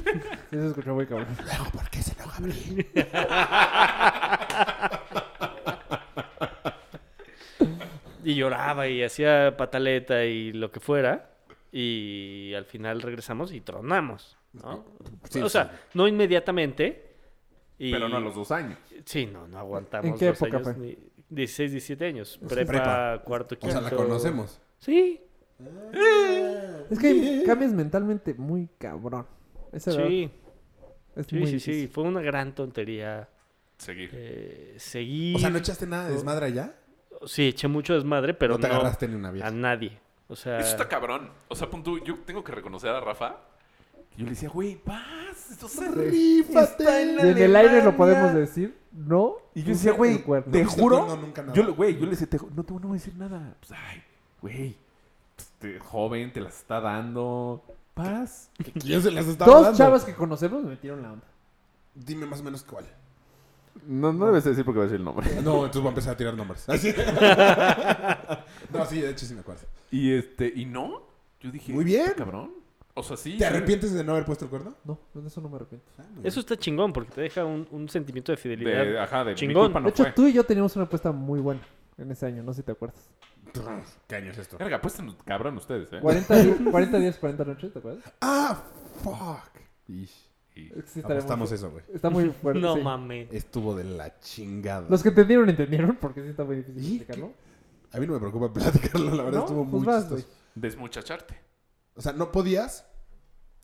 Speaker 5: Sí, se escuchó muy cabrón.
Speaker 7: Luego, ¿por qué se enoja Abril?
Speaker 3: Y lloraba y hacía pataleta y lo que fuera. Y al final regresamos y tronamos. ¿no?
Speaker 7: Sí,
Speaker 3: o sea,
Speaker 7: sí.
Speaker 3: no inmediatamente. y-
Speaker 6: Pero no a los dos años.
Speaker 3: Sí, no, no aguantamos.
Speaker 5: ¿En qué
Speaker 3: los
Speaker 5: época
Speaker 3: años
Speaker 5: fue?
Speaker 3: ni- 16, 17 años.
Speaker 7: que
Speaker 3: Prepa,
Speaker 7: prepa.
Speaker 3: cuarto,
Speaker 7: O
Speaker 3: quinto.
Speaker 7: sea, la conocemos.
Speaker 3: Sí,
Speaker 5: Es que cambias mentalmente muy cabrón. Esa edad
Speaker 3: sí,
Speaker 5: es
Speaker 3: sí,
Speaker 5: muy
Speaker 3: sí, sí.
Speaker 5: difícil.
Speaker 3: Fue una gran tontería.
Speaker 6: Seguir.
Speaker 3: eh, seguir.
Speaker 7: O sea, ¿no echaste nada de desmadre allá?
Speaker 3: Sí, eché mucho desmadre, pero
Speaker 7: no
Speaker 3: no,
Speaker 7: te agarraste pues. ni una
Speaker 3: a
Speaker 7: vieja.
Speaker 3: nadie. O sea,
Speaker 6: ah. Eso está cabrón. O sea, pon tú, yo tengo que reconocer a Rafa Y yo le decía, güey, vas, esto se
Speaker 7: ¡Rífate!
Speaker 6: Está en la-
Speaker 5: Desde el aire lo
Speaker 6: Alemania.
Speaker 5: podemos decir. No.
Speaker 6: Y yo decía,
Speaker 5: usen
Speaker 6: güey,
Speaker 5: el cuerno.
Speaker 6: te
Speaker 7: No, pues,
Speaker 6: juro.
Speaker 7: no, nunca nada.
Speaker 6: Yo, le- güey, yo le decía, te ju- no te no voy a decir nada. Pues, ay, güey, pues, te- joven, te las está dando. Paz.
Speaker 7: ¿Quién se las estaba
Speaker 5: Dos
Speaker 7: dando?
Speaker 5: chavas que conocemos me metieron la onda.
Speaker 7: Dime más o menos cuál.
Speaker 6: No, no debes decir porque va a decir el nombre.
Speaker 7: No, entonces voy a empezar a tirar nombres. Así. no, sí, de hecho sí me acuerdo.
Speaker 6: Y este, y no. Yo dije,
Speaker 7: Muy bien.
Speaker 6: "Está Cabrón. O sea, sí.
Speaker 7: ¿Te arrepientes de no haber puesto el cuerno?
Speaker 5: No, de eso no me arrepiento.
Speaker 7: Ah, muy bien.
Speaker 3: Eso está chingón porque te deja un, un sentimiento de fidelidad.
Speaker 6: De, ajá, de mi
Speaker 3: Chingón.
Speaker 6: culpa no
Speaker 5: de hecho,
Speaker 6: fue.
Speaker 5: tú y yo teníamos una apuesta muy buena en ese año, no sé si te acuerdas.
Speaker 7: ¿Qué año es esto?
Speaker 6: Verga, pues cabrón ustedes, ¿eh?
Speaker 5: 40, di- 40 días, 40 noches, ¿te acuerdas?
Speaker 7: ¡Ah, fuck!
Speaker 6: Y-
Speaker 5: Es que sí estaría muy
Speaker 7: Apostamos
Speaker 5: fu-
Speaker 7: eso, güey.
Speaker 5: Está muy fuerte.
Speaker 3: no
Speaker 5: sí.
Speaker 3: mames.
Speaker 7: Estuvo de la chingada.
Speaker 5: Los que entendieron, entendieron, porque sí está muy difícil
Speaker 7: ¿Y
Speaker 5: explicarlo.
Speaker 7: A mí no me preocupa platicarlo, la verdad
Speaker 5: No,
Speaker 7: estuvo
Speaker 5: pues
Speaker 7: muy
Speaker 5: vas,
Speaker 7: chistoso.
Speaker 5: güey.
Speaker 6: Desmuchacharte.
Speaker 7: O sea, no podías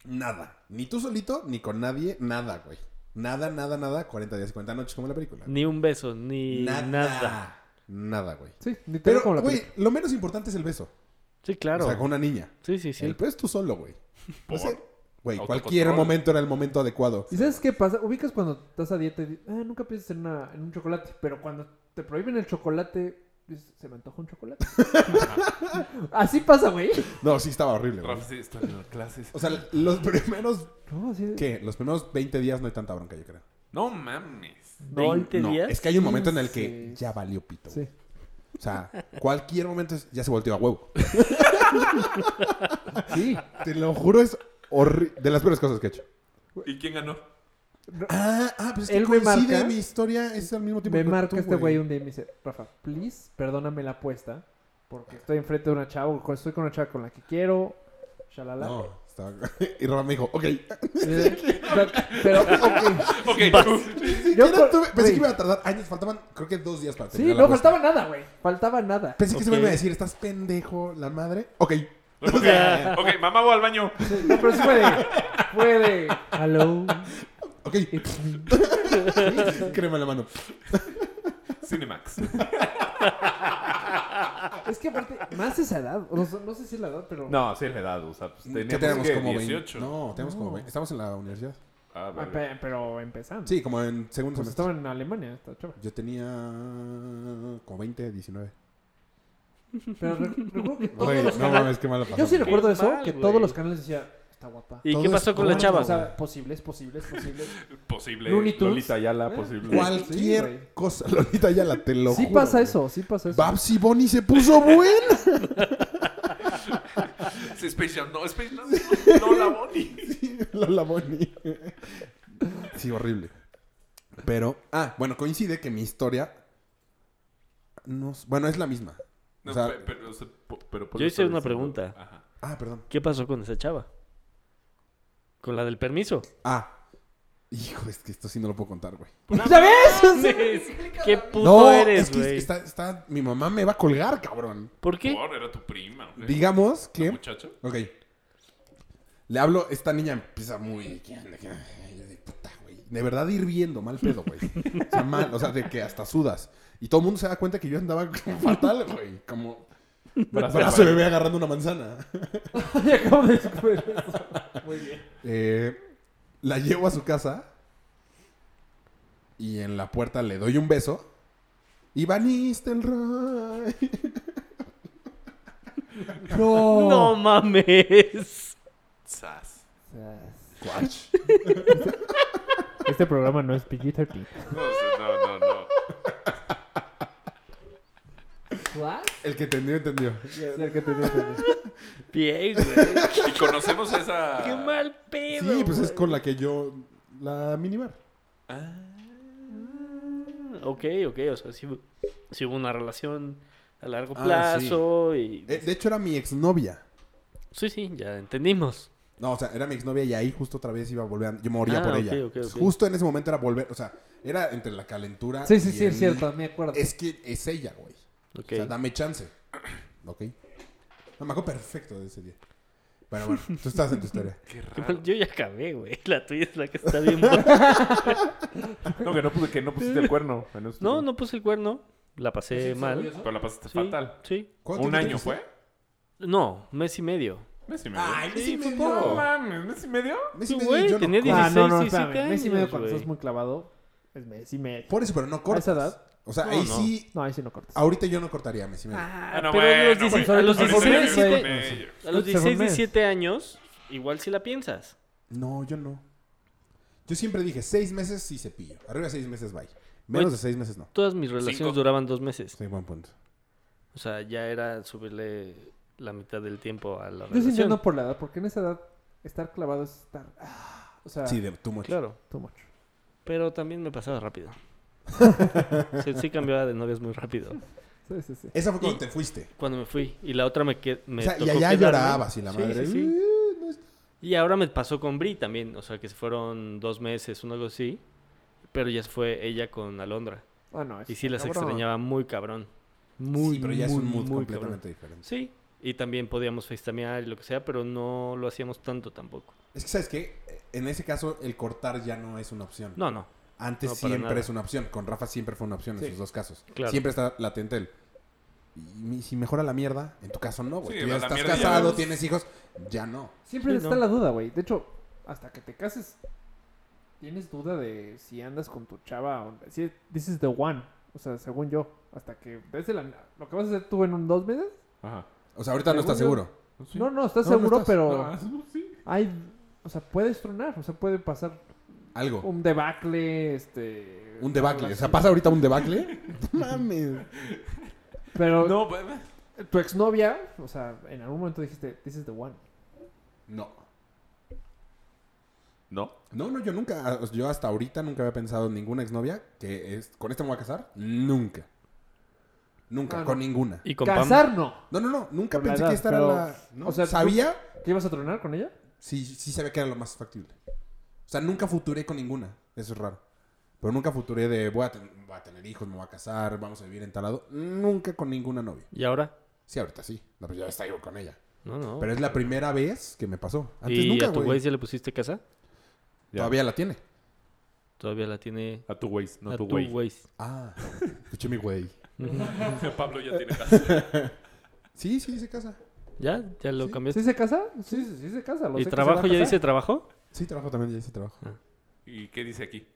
Speaker 7: nada. Ni tú solito, ni con nadie, nada, güey. Nada, nada, nada. 40 días y 40 noches, como en la película.
Speaker 3: Ni un beso, ni nada.
Speaker 7: Nada, güey.
Speaker 5: Sí, ni te
Speaker 7: Pero,
Speaker 5: como la
Speaker 7: güey,
Speaker 5: película.
Speaker 7: lo menos importante es el beso.
Speaker 3: Sí, claro.
Speaker 7: O sea, con una niña.
Speaker 3: Sí, sí, sí.
Speaker 7: El pedo es tú solo, güey. No
Speaker 6: Por-
Speaker 7: sé, güey,
Speaker 6: Autocontrol.
Speaker 7: cualquier momento era el momento adecuado.
Speaker 5: ¿Y sabes qué pasa? Ubicas cuando estás a dieta y dices, ah, nunca piensas en, una- en un chocolate, pero cuando te prohíben el chocolate, dices, se me antoja un chocolate. Así pasa, güey.
Speaker 7: No, sí estaba horrible, güey.
Speaker 6: Rafa sí está en las clases.
Speaker 7: O sea, los primeros,
Speaker 5: No, así de-
Speaker 7: ¿qué? Los primeros 20 días no hay tanta bronca, yo creo.
Speaker 6: No mames.
Speaker 3: ¿Veinte
Speaker 7: No,
Speaker 3: días?
Speaker 7: es que hay un momento en el que
Speaker 5: Quince.
Speaker 7: ya valió pito.
Speaker 5: Sí.
Speaker 7: O sea, cualquier momento es- ya se volteó a huevo.
Speaker 5: Sí.
Speaker 7: Te lo juro, es horrible. De las peores cosas que he hecho.
Speaker 6: ¿Y quién ganó?
Speaker 7: Ah, ah, pues es que
Speaker 5: Él me
Speaker 7: coincide
Speaker 5: marca-
Speaker 7: mi historia, es al mismo tiempo
Speaker 5: Me
Speaker 7: que
Speaker 5: marca
Speaker 7: tú,
Speaker 5: este güey un día y me dice, Rafa, please, perdóname la apuesta, porque estoy enfrente de una chava, o estoy con una chava con la que quiero, shalala.
Speaker 7: No, estaba... Y Rafa me dijo, ok.
Speaker 5: pero, pero-
Speaker 6: Ok, tú.
Speaker 7: Ni
Speaker 5: Yo
Speaker 7: siquiera
Speaker 5: por-
Speaker 7: tuve- Pensé
Speaker 5: güey.
Speaker 7: que iba a tardar años, faltaban creo que dos días para
Speaker 5: sí,
Speaker 7: terminar la
Speaker 5: no
Speaker 7: apuesta.
Speaker 5: faltaba nada, güey. Faltaba nada.
Speaker 7: Pensé que se me
Speaker 3: Ok.
Speaker 7: iba a decir, estás pendejo, la madre. Ok.
Speaker 6: Ok, ok, mamá voy al baño.
Speaker 5: Sí, no, pero sí fue de, fue de, hello,
Speaker 7: Ok.
Speaker 5: it's me.
Speaker 7: Crema en la mano.
Speaker 6: Cinemax.
Speaker 5: Es que aparte, más esa edad, o sea, no sé si es la edad, pero...
Speaker 6: No, sí es la edad, o sea, pues
Speaker 7: ¿Qué
Speaker 6: teníamos,
Speaker 7: tenemos
Speaker 6: ¿qué?
Speaker 7: como 20?
Speaker 6: 18.
Speaker 7: No, tenemos como
Speaker 5: No.
Speaker 7: 20. Estamos en la universidad.
Speaker 6: Ah,
Speaker 5: Ah,
Speaker 6: vale.
Speaker 5: pe- pero empezando.
Speaker 7: Sí, como en segundo
Speaker 5: Pues
Speaker 7: semestre.
Speaker 5: estaba en Alemania esta chava.
Speaker 7: Yo tenía como 20, 19.
Speaker 5: Pero re- recuerdo que todos
Speaker 7: Güey,
Speaker 5: los
Speaker 7: no
Speaker 5: canales...
Speaker 7: mames, qué mala pasada.
Speaker 5: Yo sí recuerdo
Speaker 3: Qué
Speaker 5: eso,
Speaker 3: mal,
Speaker 5: que
Speaker 3: güey.
Speaker 5: todos los canales decían, está guapa.
Speaker 3: ¿Y
Speaker 7: todo
Speaker 3: qué
Speaker 7: es
Speaker 3: pasó con la
Speaker 7: porno,
Speaker 3: chava?
Speaker 5: O sea, posibles, posibles, posibles.
Speaker 6: Posible.
Speaker 5: Looney Tunes.
Speaker 6: Lolita Ayala,
Speaker 5: Eh,
Speaker 6: posible.
Speaker 7: Cualquier
Speaker 5: Sí, güey.
Speaker 7: cosa. Lolita ya la te lo
Speaker 5: sí
Speaker 7: juro,
Speaker 5: pasa
Speaker 7: güey.
Speaker 5: eso, sí pasa eso.
Speaker 7: Babsy Bonnie se puso buena.
Speaker 6: Sí, Space Jam, no, Space Jam, no, no la Bonnie.
Speaker 7: Lola Bonnie. Sí, horrible. Pero, ah, bueno, coincide que mi historia. no s- bueno, es la misma.
Speaker 6: No,
Speaker 7: O sea-
Speaker 6: pe- pero, o sea, po- pero por
Speaker 3: Yo
Speaker 6: eso
Speaker 3: hice una
Speaker 6: estaba diciendo-
Speaker 3: pregunta.
Speaker 6: Ajá.
Speaker 7: Ah, perdón.
Speaker 3: ¿Qué pasó con esa chava? Con la del permiso.
Speaker 7: Ah. Hijo, es que esto sí no lo puedo contar, güey.
Speaker 3: ¿Sabes? ¿Qué puto
Speaker 7: es
Speaker 3: eres,
Speaker 7: que
Speaker 3: güey?
Speaker 7: está, está- mi mamá me va a colgar, cabrón.
Speaker 3: ¿Por qué?
Speaker 6: Por, era tu prima. güey.
Speaker 7: Digamos
Speaker 6: ¿La
Speaker 7: que.
Speaker 6: Muchacha.
Speaker 7: Ok. Le hablo, esta niña empieza muy. ¿qué onda? ¿Qué onda? Y yo de puta, güey. De verdad hirviendo, mal pedo, güey. O sea, mal, o sea, de que hasta sudas. Y todo el mundo se da cuenta que yo andaba como fatal, güey. Como.
Speaker 6: Brazo de
Speaker 7: Brazo de
Speaker 6: baile.
Speaker 7: bebé agarrando una manzana.
Speaker 5: Ya acabo de descubrir eso. Muy bien.
Speaker 7: Eh, la llevo a su casa. Y en la puerta le doy un beso. Y Van Nistelrooy.
Speaker 5: No.
Speaker 3: No mames.
Speaker 6: Sas.
Speaker 7: Cuach.
Speaker 5: Este programa no es PG-13.
Speaker 6: No, o sea, no, no, no.
Speaker 7: El que entendió, entendió.
Speaker 3: Bien, güey.
Speaker 6: Y conocemos esa.
Speaker 3: Qué mal pedo.
Speaker 7: Sí, pues es
Speaker 3: güey.
Speaker 7: con la que yo. La minibar.
Speaker 3: Ok, ok. O sea, sí, sí hubo una relación a largo
Speaker 7: Ah,
Speaker 3: plazo y...
Speaker 7: Eh, de hecho, era mi exnovia.
Speaker 3: Sí, sí, ya entendimos.
Speaker 7: No, o sea, era mi exnovia y ahí justo otra vez iba a volver. a- Yo moría
Speaker 3: Ah,
Speaker 7: por
Speaker 3: ok,
Speaker 7: ella.
Speaker 3: ok, ok.
Speaker 7: Justo en ese momento era volver. O sea, era entre la calentura.
Speaker 5: Sí, sí,
Speaker 7: y
Speaker 5: sí, es
Speaker 7: el-
Speaker 5: cierto, me acuerdo.
Speaker 7: Es que es ella, güey.
Speaker 3: Ok.
Speaker 7: O sea, dame chance. Ok. No, me acuerdo perfecto de ese día. Pero bueno, tú estás en tu historia.
Speaker 6: Qué
Speaker 3: Qué
Speaker 6: raro.
Speaker 3: mal- Yo ya acabé, güey. La tuya es la que está bien. buena.
Speaker 6: No, que no, puse, que no pusiste el cuerno. en eso.
Speaker 3: no, no puse el cuerno. La pasé mal.
Speaker 6: Pero la pasaste
Speaker 3: Sí,
Speaker 6: fatal.
Speaker 3: Sí.
Speaker 7: ¿Cuánto
Speaker 6: ¿Un
Speaker 7: tiempo
Speaker 6: año
Speaker 7: tienes?
Speaker 6: fue?
Speaker 3: No, mes y medio.
Speaker 6: ¿Mes y medio?
Speaker 7: Ay, mes y medio.
Speaker 6: No mames, ¿mes y medio?
Speaker 7: Mes y
Speaker 3: Sí,
Speaker 7: medio,
Speaker 3: güey,
Speaker 7: yo no
Speaker 3: tenía
Speaker 7: corto.
Speaker 5: Ah, no, no,
Speaker 3: 16,
Speaker 5: espérame.
Speaker 3: 17
Speaker 5: Mes y medio
Speaker 3: años,
Speaker 5: cuando
Speaker 3: güey.
Speaker 5: estás muy clavado es mes y medio.
Speaker 7: Por eso, pero no
Speaker 5: ¿A
Speaker 7: cortas.
Speaker 5: esa edad?
Speaker 7: O sea,
Speaker 3: No,
Speaker 7: ahí
Speaker 3: no.
Speaker 7: sí.
Speaker 5: No, ahí sí no cortas.
Speaker 7: Ahorita yo no cortaría mes y medio.
Speaker 6: Ah, no,
Speaker 3: pero de los
Speaker 6: bueno,
Speaker 3: 16,
Speaker 6: güey.
Speaker 3: a los
Speaker 6: Ahorita
Speaker 3: 16,
Speaker 6: mes y
Speaker 3: güey.
Speaker 6: medio.
Speaker 3: A los
Speaker 5: Puta, se fue un
Speaker 3: 16,
Speaker 5: mes.
Speaker 3: 17 años, igual si la piensas.
Speaker 7: No, yo no. Yo siempre dije, seis meses sí cepillo. Arriba de seis meses, bye. Menos
Speaker 3: Güey.
Speaker 7: de seis meses, no.
Speaker 3: Todas mis relaciones
Speaker 2: Cinco.
Speaker 3: duraban dos meses.
Speaker 7: Sí, buen punto.
Speaker 3: O sea, ya era subirle la mitad del tiempo a la
Speaker 5: Yo sí
Speaker 3: relación.
Speaker 5: entiendo por la edad, porque en esa edad estar clavado es estar. ah, o sea,
Speaker 7: Sí, de tu mucho.
Speaker 3: Claro,
Speaker 5: too much.
Speaker 3: pero también me pasaba rápido. sí, sí cambiaba de novias muy rápido.
Speaker 5: Sí, sí, sí.
Speaker 7: Esa fue cuando te fuiste.
Speaker 3: Cuando me fui y la otra me, qued- me
Speaker 7: O sea, y
Speaker 3: tocó
Speaker 7: allá
Speaker 3: quedarme.
Speaker 7: llorabas y la
Speaker 3: Sí,
Speaker 7: madre. Uh,
Speaker 3: sí, sí. Y ahora me pasó con Bri también, o sea, que se fueron dos meses, una algo así, pero ya se fue ella con Alondra.
Speaker 5: Ah, no, eso
Speaker 3: Y sí las
Speaker 5: está cabrón.
Speaker 3: extrañaba muy cabrón.
Speaker 7: Muy,
Speaker 3: Muy,
Speaker 7: sí, pero ya
Speaker 3: muy,
Speaker 7: es un mood
Speaker 3: muy cabrón.
Speaker 7: completamente diferente.
Speaker 3: Sí, y también podíamos facetamear y lo que sea, pero no lo hacíamos tanto tampoco.
Speaker 7: Es que, ¿sabes qué? En ese caso, el cortar ya no es una opción.
Speaker 3: No, no.
Speaker 7: Antes
Speaker 3: No, para
Speaker 7: siempre
Speaker 3: nada.
Speaker 7: es una opción. Con Rafa siempre fue una opción en
Speaker 5: Sí.
Speaker 7: sus dos casos.
Speaker 3: Claro.
Speaker 7: Siempre está latente el. Y mi- si mejora la mierda, en tu caso no, güey.
Speaker 6: Sí,
Speaker 7: Tú ya
Speaker 6: la
Speaker 7: estás
Speaker 6: mierda ya
Speaker 7: casado,
Speaker 6: es-
Speaker 7: tienes hijos, ya no.
Speaker 5: Siempre
Speaker 3: Sí,
Speaker 5: está
Speaker 3: no.
Speaker 5: la duda, güey. De hecho, hasta que te cases, tienes duda de si andas con tu chava o si this is the one. O sea, según yo, hasta que desde la, lo que vas a hacer tú en un dos meses.
Speaker 6: Ajá.
Speaker 7: O sea, ahorita no estás
Speaker 5: Según yo-
Speaker 7: seguro.
Speaker 6: Sí.
Speaker 5: No, no, estás
Speaker 7: No, no
Speaker 5: seguro,
Speaker 7: estás-
Speaker 5: pero
Speaker 6: Ah, sí.
Speaker 5: hay, o sea, puedes tronar, o sea, puede pasar
Speaker 7: Algo.
Speaker 5: un debacle, este,
Speaker 7: Un debacle. O sea,
Speaker 5: relación.
Speaker 7: pasa ahorita un debacle. No Mames.
Speaker 5: Pero
Speaker 6: No, pues,
Speaker 5: tu exnovia, o sea, en algún momento dijiste this is the one.
Speaker 7: No.
Speaker 6: No.
Speaker 7: No, no, yo nunca, a- o sea, yo hasta ahorita nunca había pensado en ninguna exnovia que es, con esta me voy a casar. Nunca. Nunca,
Speaker 5: Ah, no.
Speaker 7: con ninguna.
Speaker 3: Y con Pam,
Speaker 5: Casar no.
Speaker 7: No, no, no, nunca
Speaker 5: Con la
Speaker 7: pensé
Speaker 5: edad,
Speaker 7: que esta
Speaker 5: pero-
Speaker 7: era la... ¿no?
Speaker 5: o sea, tú-
Speaker 7: sabía,
Speaker 5: ¿Qué ibas a tronar con ella?
Speaker 7: sí, sí sabía que era lo más factible. O sea, nunca futuré con ninguna, eso es raro. Pero nunca futuré de voy a, ten- voy a tener hijos, me voy a casar, vamos a vivir en tal lado. Nunca con ninguna novia.
Speaker 3: ¿Y ahora?
Speaker 7: Sí, ahorita sí, no, pues ya está yo con ella.
Speaker 3: No, no.
Speaker 7: Pero es la primera vez que me pasó. Antes
Speaker 3: ¿Y
Speaker 7: nunca,
Speaker 3: a tu
Speaker 7: güey.
Speaker 3: güey ya le pusiste casa?
Speaker 6: Ya.
Speaker 7: Todavía la tiene.
Speaker 3: Todavía la tiene
Speaker 6: A tu güey, no
Speaker 3: a
Speaker 6: tu
Speaker 3: tu
Speaker 6: güey.
Speaker 3: güey.
Speaker 7: Ah, escuché mi güey.
Speaker 6: Pablo ya tiene casa.
Speaker 7: Sí, sí, se casa.
Speaker 3: ¿Ya? ¿Ya lo cambiaste?
Speaker 5: ¿Sí se casa? Sí, sí, sí se casa. lo
Speaker 3: ¿Y
Speaker 5: sé que se
Speaker 3: trabajo
Speaker 5: va a
Speaker 3: ya
Speaker 5: casar.
Speaker 3: dice trabajo?
Speaker 7: Sí, trabajo también, ya hice trabajo.
Speaker 6: ¿Y qué dice aquí?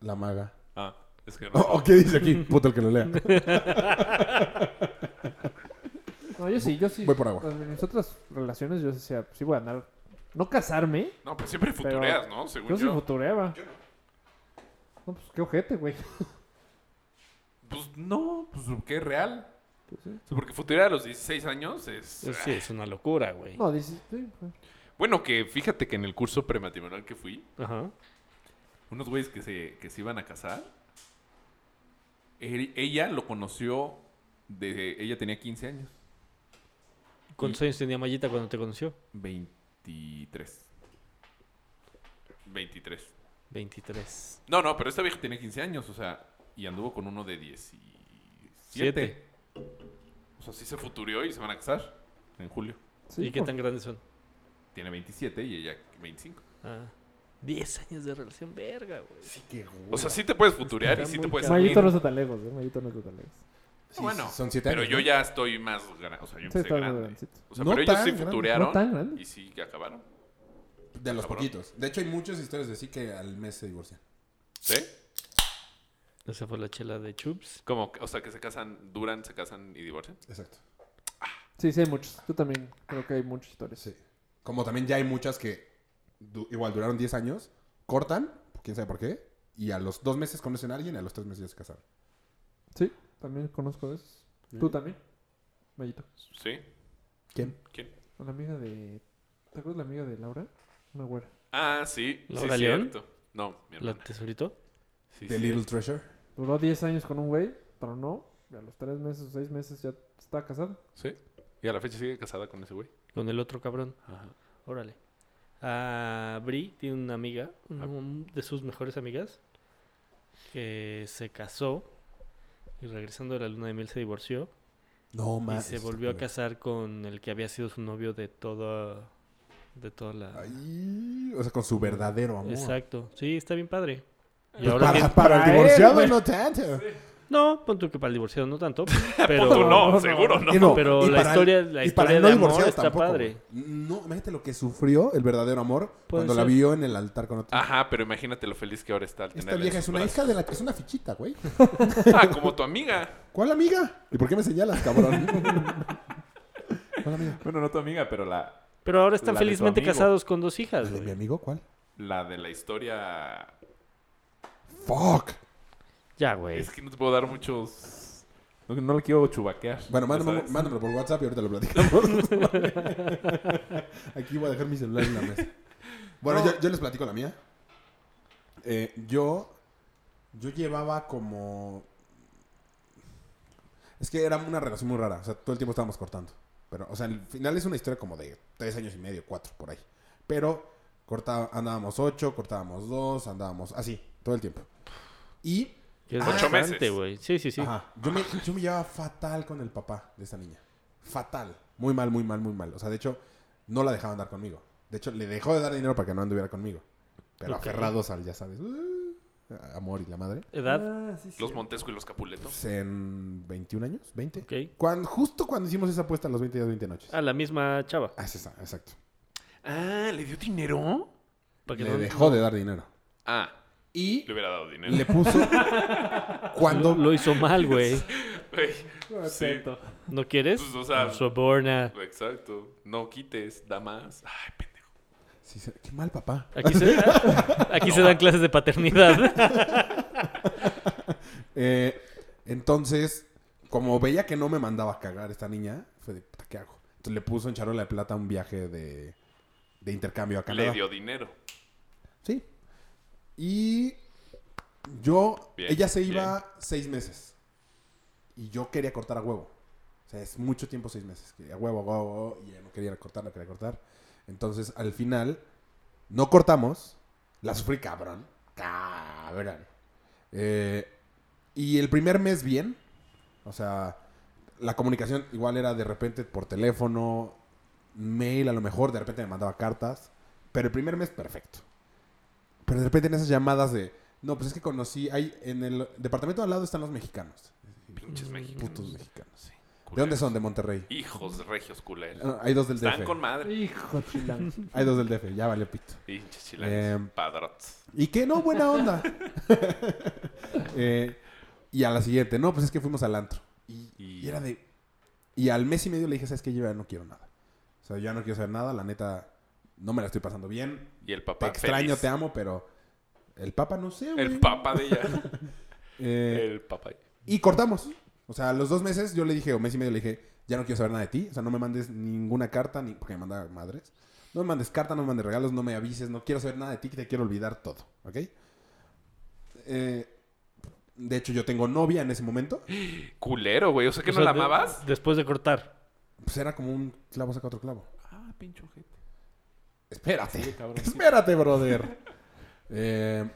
Speaker 7: La maga.
Speaker 6: Ah, es que
Speaker 3: Oh.
Speaker 7: ¿O qué dice aquí? Puto el que lo lea.
Speaker 5: No, yo sí, yo sí. Pues,
Speaker 7: Voy por agua.
Speaker 5: En mis otras relaciones yo decía, pues, sí voy a andar. No casarme,
Speaker 6: No, pues siempre futureas, ¿no? Según
Speaker 5: yo sí
Speaker 6: yo.
Speaker 5: futureaba. No, pues qué ojete, güey.
Speaker 6: Pues no, pues qué real.
Speaker 5: Pues sí.
Speaker 6: O sea, Porque futurear a los 16 años es...
Speaker 3: Eso sí, es una locura, güey.
Speaker 5: No, dices, sí, pues, güey.
Speaker 6: Bueno, que fíjate que en el curso prematrimonial que fui,
Speaker 3: Ajá.
Speaker 6: unos güeyes que se, que se iban a casar, él- ella lo conoció de... Ella tenía 15 años.
Speaker 3: ¿Cuántos años tenía Mayita cuando te conoció?
Speaker 6: 23. 23.
Speaker 3: 23.
Speaker 6: No, no, pero esta vieja tenía 15 años, o sea, y anduvo con uno de 17.
Speaker 3: Siete.
Speaker 6: O sea, sí se futurió y se van a casar en julio.
Speaker 5: Sí, pues,
Speaker 3: ¿Y qué
Speaker 5: por-
Speaker 3: tan grandes son?
Speaker 6: Tiene 27 y ella 25.
Speaker 3: Ah. 10 años de relación, verga, güey.
Speaker 6: O sea, sí te puedes futurear y sí te puedes
Speaker 5: Mayito no
Speaker 6: unir.
Speaker 5: está tan lejos, ¿eh? Mayito no está tan lejos.
Speaker 7: Sí,
Speaker 6: bueno,
Speaker 7: sí, son siete
Speaker 6: pero
Speaker 7: años,
Speaker 6: yo
Speaker 7: ¿no?
Speaker 6: ya estoy más grande. O sea, yo
Speaker 5: Sí,
Speaker 6: empecé
Speaker 5: está muy
Speaker 6: pues, grande.
Speaker 5: grandecito.
Speaker 6: O sea,
Speaker 7: No
Speaker 6: pero ellos
Speaker 7: tan
Speaker 6: sí
Speaker 7: grande.
Speaker 6: futurearon
Speaker 5: No tan grande.
Speaker 6: y sí que acabaron.
Speaker 7: De los
Speaker 6: Cabrón.
Speaker 7: poquitos. De hecho, hay muchas historias de sí que al mes se divorcian.
Speaker 6: ¿Sí?
Speaker 3: Esa fue la chela de Chups.
Speaker 6: Como, que- o sea, que se casan, duran, se casan y divorcian.
Speaker 7: Exacto.
Speaker 5: Sí, sí, hay muchos. Yo también creo que hay muchas historias.
Speaker 7: Sí. Como también ya hay muchas que du- igual duraron 10 años, cortan, quién sabe por qué, y a los dos meses conocen a alguien y a los tres meses ya se casaron.
Speaker 5: Sí, también conozco esos. ¿Tú también? Mayito.
Speaker 6: ¿Sí?
Speaker 7: ¿Quién?
Speaker 6: ¿Quién?
Speaker 5: La amiga de. ¿Te acuerdas la amiga de Laura? Una güera.
Speaker 6: Ah, sí. Sí,
Speaker 3: ¿Laura León?
Speaker 6: cierto. No, mi
Speaker 3: ¿La
Speaker 6: hermana.
Speaker 3: tesorito?
Speaker 6: Sí,
Speaker 7: The
Speaker 6: sí.
Speaker 7: Little Treasure.
Speaker 5: Duró 10 años con un güey, tronó. Y a los 3 meses o 6 meses ya está casado.
Speaker 6: Sí. Y a la fecha sigue casada con ese güey.
Speaker 3: Con el otro cabrón. Órale. Ah, Bri tiene una amiga,
Speaker 7: Ah.
Speaker 3: una de sus mejores amigas, que se casó y regresando de la luna de miel se divorció
Speaker 7: No,
Speaker 3: y
Speaker 7: más.
Speaker 3: se volvió a casar con el que había sido su novio de toda de toda la
Speaker 7: Ay, o sea, con su verdadero amor.
Speaker 3: Exacto. Sí, está bien padre. Y
Speaker 7: Pues
Speaker 3: ahora
Speaker 7: para,
Speaker 3: tiene-
Speaker 7: para
Speaker 5: para
Speaker 7: el
Speaker 5: él,
Speaker 7: divorciado
Speaker 5: güey.
Speaker 7: no tanto.
Speaker 3: No, pon tú que para el divorciado no tanto,
Speaker 6: Pon tú
Speaker 3: pero...
Speaker 6: no, seguro no.
Speaker 7: Y no,
Speaker 3: pero
Speaker 7: y
Speaker 3: la
Speaker 7: para
Speaker 3: historia-
Speaker 7: el-
Speaker 3: la
Speaker 7: y
Speaker 3: historia
Speaker 7: para el
Speaker 3: de
Speaker 7: no
Speaker 3: amor
Speaker 7: divorciado
Speaker 3: está
Speaker 7: tampoco,
Speaker 3: padre.
Speaker 7: güey. No, imagínate lo que sufrió el verdadero amor
Speaker 3: Puede
Speaker 7: cuando la
Speaker 3: ser.
Speaker 7: vio en el altar con otra.
Speaker 6: Ajá, pero imagínate lo feliz que ahora está al
Speaker 7: Esta
Speaker 6: tenerla en
Speaker 7: vieja
Speaker 6: sus
Speaker 7: es una
Speaker 6: brazos.
Speaker 7: hija de la... Es una fichita, güey.
Speaker 6: Ah, como tu amiga.
Speaker 7: ¿Cuál amiga? ¿Y por qué me señalas, cabrón? ¿Cuál amiga?
Speaker 6: Bueno, no tu amiga, pero la,
Speaker 3: Pero ahora están
Speaker 6: La de tu
Speaker 3: felizmente
Speaker 6: amigo.
Speaker 3: casados con dos
Speaker 7: ¿La
Speaker 3: hijas,
Speaker 7: de mi
Speaker 3: güey.
Speaker 7: amigo? ¿Cuál?
Speaker 6: la de la historia...
Speaker 7: ¡Fuck!
Speaker 3: Ya, güey.
Speaker 6: Es que no te puedo dar muchos... No, no le quiero chubaquear.
Speaker 7: Bueno,
Speaker 6: ya
Speaker 7: mándame-
Speaker 6: sabes.
Speaker 7: mándamelo por WhatsApp y ahorita lo platicamos. Aquí voy a dejar mi celular en la mesa. Bueno, yo, yo les platico la mía. Eh, yo, yo llevaba como... Es que era una relación muy rara. O sea, todo el tiempo estábamos cortando. Pero, o sea, al final es una historia como de tres años y medio, cuatro, por ahí. Pero cortaba, andábamos ocho, cortábamos dos, andábamos así, todo el tiempo. Y
Speaker 3: Que es
Speaker 7: Ocho
Speaker 3: bastante,
Speaker 6: meses.
Speaker 3: güey. Sí, sí, sí.
Speaker 7: Ajá. Yo me, yo me llevaba fatal con el papá de esta niña. Fatal. Muy mal, muy mal, muy mal. O sea, de hecho, no la dejaba andar conmigo. De hecho, le dejó de dar dinero para que no anduviera conmigo. Pero
Speaker 3: Ok.
Speaker 7: aferrados al, ya sabes, uh, amor y la madre.
Speaker 3: Edad.
Speaker 5: Ah, sí, sí.
Speaker 6: Los Montesco y los Capuleto.
Speaker 7: Pues, En 21 años, 20.
Speaker 3: Ok.
Speaker 7: Cuan- justo cuando hicimos esa apuesta, en los 20 días, 20 noches.
Speaker 3: A la misma chava.
Speaker 7: Ah, es esa, exacto.
Speaker 6: Ah, ¿le dio dinero?
Speaker 3: Para que
Speaker 7: Le
Speaker 3: no-
Speaker 7: dejó de dar dinero.
Speaker 6: Ah,
Speaker 7: Y
Speaker 6: le hubiera dado dinero.
Speaker 7: le puso... cuando...
Speaker 3: Lo, lo hizo mal, güey.
Speaker 6: Güey, sí,
Speaker 5: Atento.
Speaker 3: ¿No quieres?
Speaker 6: Pues, o sea-
Speaker 3: Soborna.
Speaker 6: exacto. No quites, da más. Ay, pendejo.
Speaker 7: Sí, se- qué mal papá.
Speaker 3: Aquí se, aquí se dan clases de paternidad.
Speaker 7: Eh, entonces, como veía que no me mandaba a cagar esta niña, fue de, "Puta, ¿qué hago? Entonces le puso en charola de plata un viaje de, de intercambio a Canadá.
Speaker 6: Le dio dinero.
Speaker 7: Sí. Y yo,
Speaker 6: Bien,
Speaker 7: ella se
Speaker 6: bien.
Speaker 7: iba seis meses. Y yo quería cortar a huevo. O sea, es mucho tiempo seis meses. Quería huevo, huevo, huevo, y ella no quería cortar, no quería cortar. Entonces, al final, no cortamos. La sufrí cabrón. Cabrón. Eh, y el primer mes bien. O sea, la comunicación igual era de repente por teléfono, mail a lo mejor, de repente me mandaba cartas. Pero el primer mes perfecto. Pero de repente en esas llamadas de... No, pues es que conocí... Hay, en el departamento de al lado están los mexicanos.
Speaker 6: Pinches mexicanos.
Speaker 7: Putos mexicanos. sí. ¿De
Speaker 6: culeros.
Speaker 7: dónde son? De Monterrey.
Speaker 6: Hijos regios culeros.
Speaker 7: Ah, Hay dos del
Speaker 6: Están
Speaker 7: DF.
Speaker 6: con madre.
Speaker 5: Hijo chilango.
Speaker 7: Hay dos del DF. Ya valió pito.
Speaker 6: Pinches chilangos.
Speaker 7: Em.
Speaker 6: Padrots.
Speaker 7: Y que no, buena onda. Eh, y a la siguiente, no, pues es que fuimos al antro. Y,
Speaker 6: Y-
Speaker 7: y era de. Y al mes y medio le dije, ¿sabes qué? Yo ya no quiero nada. O sea, yo ya no quiero saber nada. La neta, no me la estoy pasando bien.
Speaker 6: Y el
Speaker 7: Te
Speaker 6: papá
Speaker 7: extraño,
Speaker 6: feliz.
Speaker 7: te amo, pero. El papa no sé, güey.
Speaker 6: El papá de ella.
Speaker 7: Eh,
Speaker 6: El papá.
Speaker 7: Y cortamos. O sea, a los dos meses yo le dije, o mes y medio le dije, ya no quiero saber nada de ti. O sea, no me mandes ninguna carta, ni porque me manda madres. No me mandes carta, no me mandes regalos, no me avises, no quiero saber nada de ti, que te quiero olvidar todo. ¿Ok? Eh, de hecho, yo tengo novia en ese momento.
Speaker 6: Culero, güey. O sea que
Speaker 3: O
Speaker 6: no
Speaker 3: sea,
Speaker 6: la
Speaker 3: de-
Speaker 6: amabas.
Speaker 3: Después de cortar.
Speaker 7: Pues era como un clavo saca otro clavo.
Speaker 6: Ah, pincho gente.
Speaker 7: Espérate. Espérate, brother. Eh,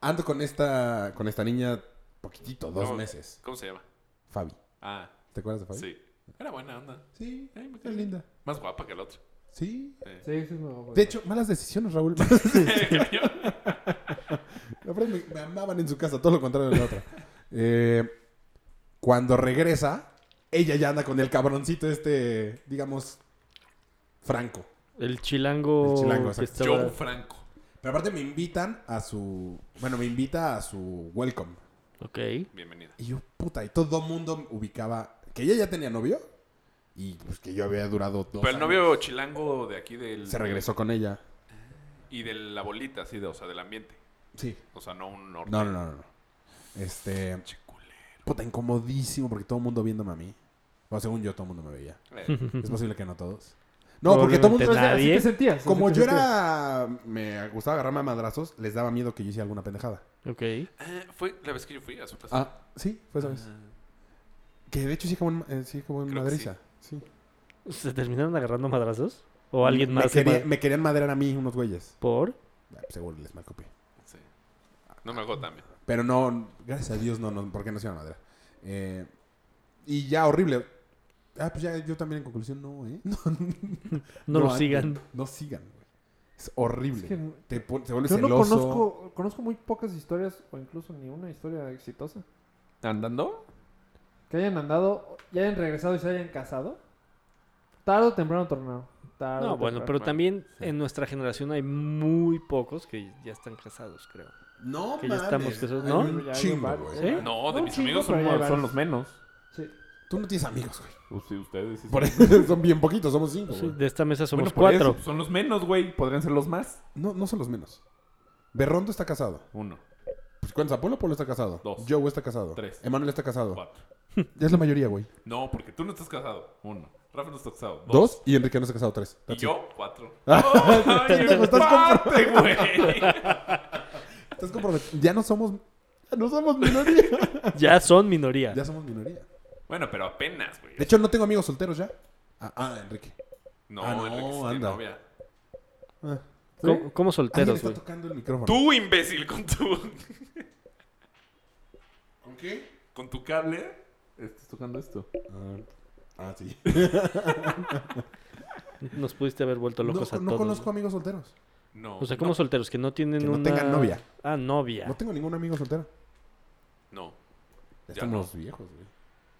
Speaker 7: ando con esta, con esta niña poquitito, dos
Speaker 6: No.
Speaker 7: meses.
Speaker 6: ¿Cómo se llama?
Speaker 7: Fabi.
Speaker 6: Ah,
Speaker 7: ¿Te acuerdas de Fabi?
Speaker 6: sí. Era buena onda.
Speaker 7: Sí,
Speaker 6: Ay, me
Speaker 7: está
Speaker 6: cae.
Speaker 7: linda.
Speaker 6: Más guapa que el otro.
Speaker 7: Sí,
Speaker 5: Sí, sí, es muy guapo.
Speaker 6: Pues
Speaker 7: De hecho, malas decisiones, Raúl. Malas decisiones. La verdad, me, me amaban en su casa, todo lo contrario de la otra. Eh, cuando regresa, ella ya anda con el cabroncito este, digamos, Franco.
Speaker 3: El chilango,
Speaker 7: El chilango,
Speaker 3: que
Speaker 7: exacto.
Speaker 3: estaba-
Speaker 6: Joe Franco.
Speaker 7: Pero aparte me invitan a su... Bueno, me invita a su welcome.
Speaker 3: Ok.
Speaker 6: Bienvenida.
Speaker 7: Y yo, puta, y todo mundo ubicaba... Que ella ya tenía novio. Y pues que yo había durado dos
Speaker 6: Pero el
Speaker 7: años.
Speaker 6: novio chilango de aquí del...
Speaker 7: Se regresó con ella.
Speaker 6: Y de la bolita, así de, o sea, del ambiente.
Speaker 7: Sí.
Speaker 6: O sea, no un norte.
Speaker 7: No, no, no, no, no. Este...
Speaker 6: Che culero.
Speaker 7: Puta, incomodísimo porque todo el mundo viéndome a mí. Bueno, según yo, todo el mundo me veía.
Speaker 6: Eh,
Speaker 7: Es posible que no todos. No, porque todo el mundo...
Speaker 3: Probablemente
Speaker 5: Así
Speaker 3: nadie.
Speaker 5: te sentías. así
Speaker 7: Como
Speaker 5: te
Speaker 7: yo
Speaker 5: sentías.
Speaker 7: era... Me gustaba agarrarme a madrazos, les daba miedo que yo hiciera alguna pendejada.
Speaker 3: Ok.
Speaker 6: ah, fue la vez que yo fui a su casa. Ah,
Speaker 7: Ah, sí, fue esa vez. Que de hecho sí como en, eh, sí como en
Speaker 6: Creo que
Speaker 7: madriza. Sí.
Speaker 3: ¿Se terminaron agarrando madrazos? ¿O alguien más?
Speaker 7: Mm, Me,
Speaker 3: se
Speaker 7: quería-
Speaker 3: ma-
Speaker 7: me querían madrear a mí unos güeyes.
Speaker 3: ¿Por?
Speaker 7: Ah, pues, Seguro les mal copié.
Speaker 6: Sí. No me hago también.
Speaker 7: Pero no, gracias a Dios, no, no, porque no se iban a madrear. Eh, y ya, horrible. Ah, pues ya yo también en conclusión, no, ¿eh? No,
Speaker 3: No, lo
Speaker 7: antes,
Speaker 3: sigan.
Speaker 7: No sigan, güey. Es horrible.
Speaker 5: Es que-
Speaker 7: Te pon- se vuelve
Speaker 5: Yo no
Speaker 7: celoso.
Speaker 5: conozco, conozco muy pocas historias, o incluso ni una historia exitosa.
Speaker 6: ¿Andando?
Speaker 5: Que hayan andado, ya hayan regresado y se hayan casado. Tarde o temprano tornado. Tarde
Speaker 3: No,
Speaker 5: o
Speaker 3: bueno, pero
Speaker 5: temprano.
Speaker 3: también en nuestra generación hay muy pocos que ya están casados, creo.
Speaker 7: No,
Speaker 3: Que ya estamos casados, ¿no?
Speaker 7: Hay un
Speaker 5: Ya hay
Speaker 7: chingo,
Speaker 5: varios,
Speaker 7: güey.
Speaker 3: ¿Sí?
Speaker 5: ¿eh?
Speaker 6: No, de
Speaker 5: Un
Speaker 6: mis
Speaker 5: chingo,
Speaker 6: amigos son,
Speaker 5: pero ya hay
Speaker 6: son
Speaker 5: varios.
Speaker 6: los menos.
Speaker 5: Sí.
Speaker 7: Tú no tienes amigos, güey.
Speaker 6: Pues sí, ustedes. sí
Speaker 7: Por
Speaker 6: son-
Speaker 7: eso son bien poquitos, somos cinco,
Speaker 3: Sí,
Speaker 7: güey.
Speaker 3: de esta mesa somos
Speaker 6: Bueno, por
Speaker 3: cuatro.
Speaker 6: eso, son los menos, güey. Podrían ser los más.
Speaker 7: No, no son los menos. Berrondo está casado.
Speaker 6: Uno,
Speaker 7: Pues cuentas, Apolo Polo está casado.
Speaker 6: Dos.
Speaker 7: Joe está casado.
Speaker 6: Tres.
Speaker 7: Emanuel está casado.
Speaker 6: cuatro.
Speaker 7: Ya es la mayoría, güey.
Speaker 6: No, porque tú no estás casado. Uno. Rafa no está casado. Dos.
Speaker 7: Dos. y Enrique no está casado. Tres.
Speaker 6: Y
Speaker 7: That's it.
Speaker 6: yo, cuatro. ¡Ay, empate, güey!
Speaker 7: Estás comprometido. Ya no somos. Ya no somos minoría.
Speaker 3: Ya son minoría.
Speaker 7: ya somos minoría.
Speaker 6: Bueno, pero apenas, güey.
Speaker 7: De hecho, no tengo amigos solteros ya. Ah, ah, Enrique.
Speaker 6: No,
Speaker 7: Ah, no,
Speaker 6: Enrique, sí,
Speaker 7: anda.
Speaker 6: novia.
Speaker 7: Ah.
Speaker 3: ¿Cómo, cómo
Speaker 7: Alguien
Speaker 3: solteros,
Speaker 7: está
Speaker 3: güey?
Speaker 7: tocando el micrófono.
Speaker 6: Tú, imbécil, con tu,
Speaker 7: ¿Con qué?
Speaker 6: con tu cable. Estás tocando esto.
Speaker 7: Ah, ah, sí.
Speaker 3: Nos pudiste haber vuelto
Speaker 7: No,
Speaker 3: locos a
Speaker 7: no
Speaker 3: todos.
Speaker 7: conozco
Speaker 3: güey.
Speaker 7: amigos solteros.
Speaker 6: No.
Speaker 3: O sea, ¿cómo solteros? Que no tienen
Speaker 7: Que no
Speaker 3: una...
Speaker 7: tengan novia.
Speaker 3: Ah, novia.
Speaker 7: No tengo ningún amigo soltero.
Speaker 6: No.
Speaker 7: Ya
Speaker 6: Ya
Speaker 7: estamos viejos, güey.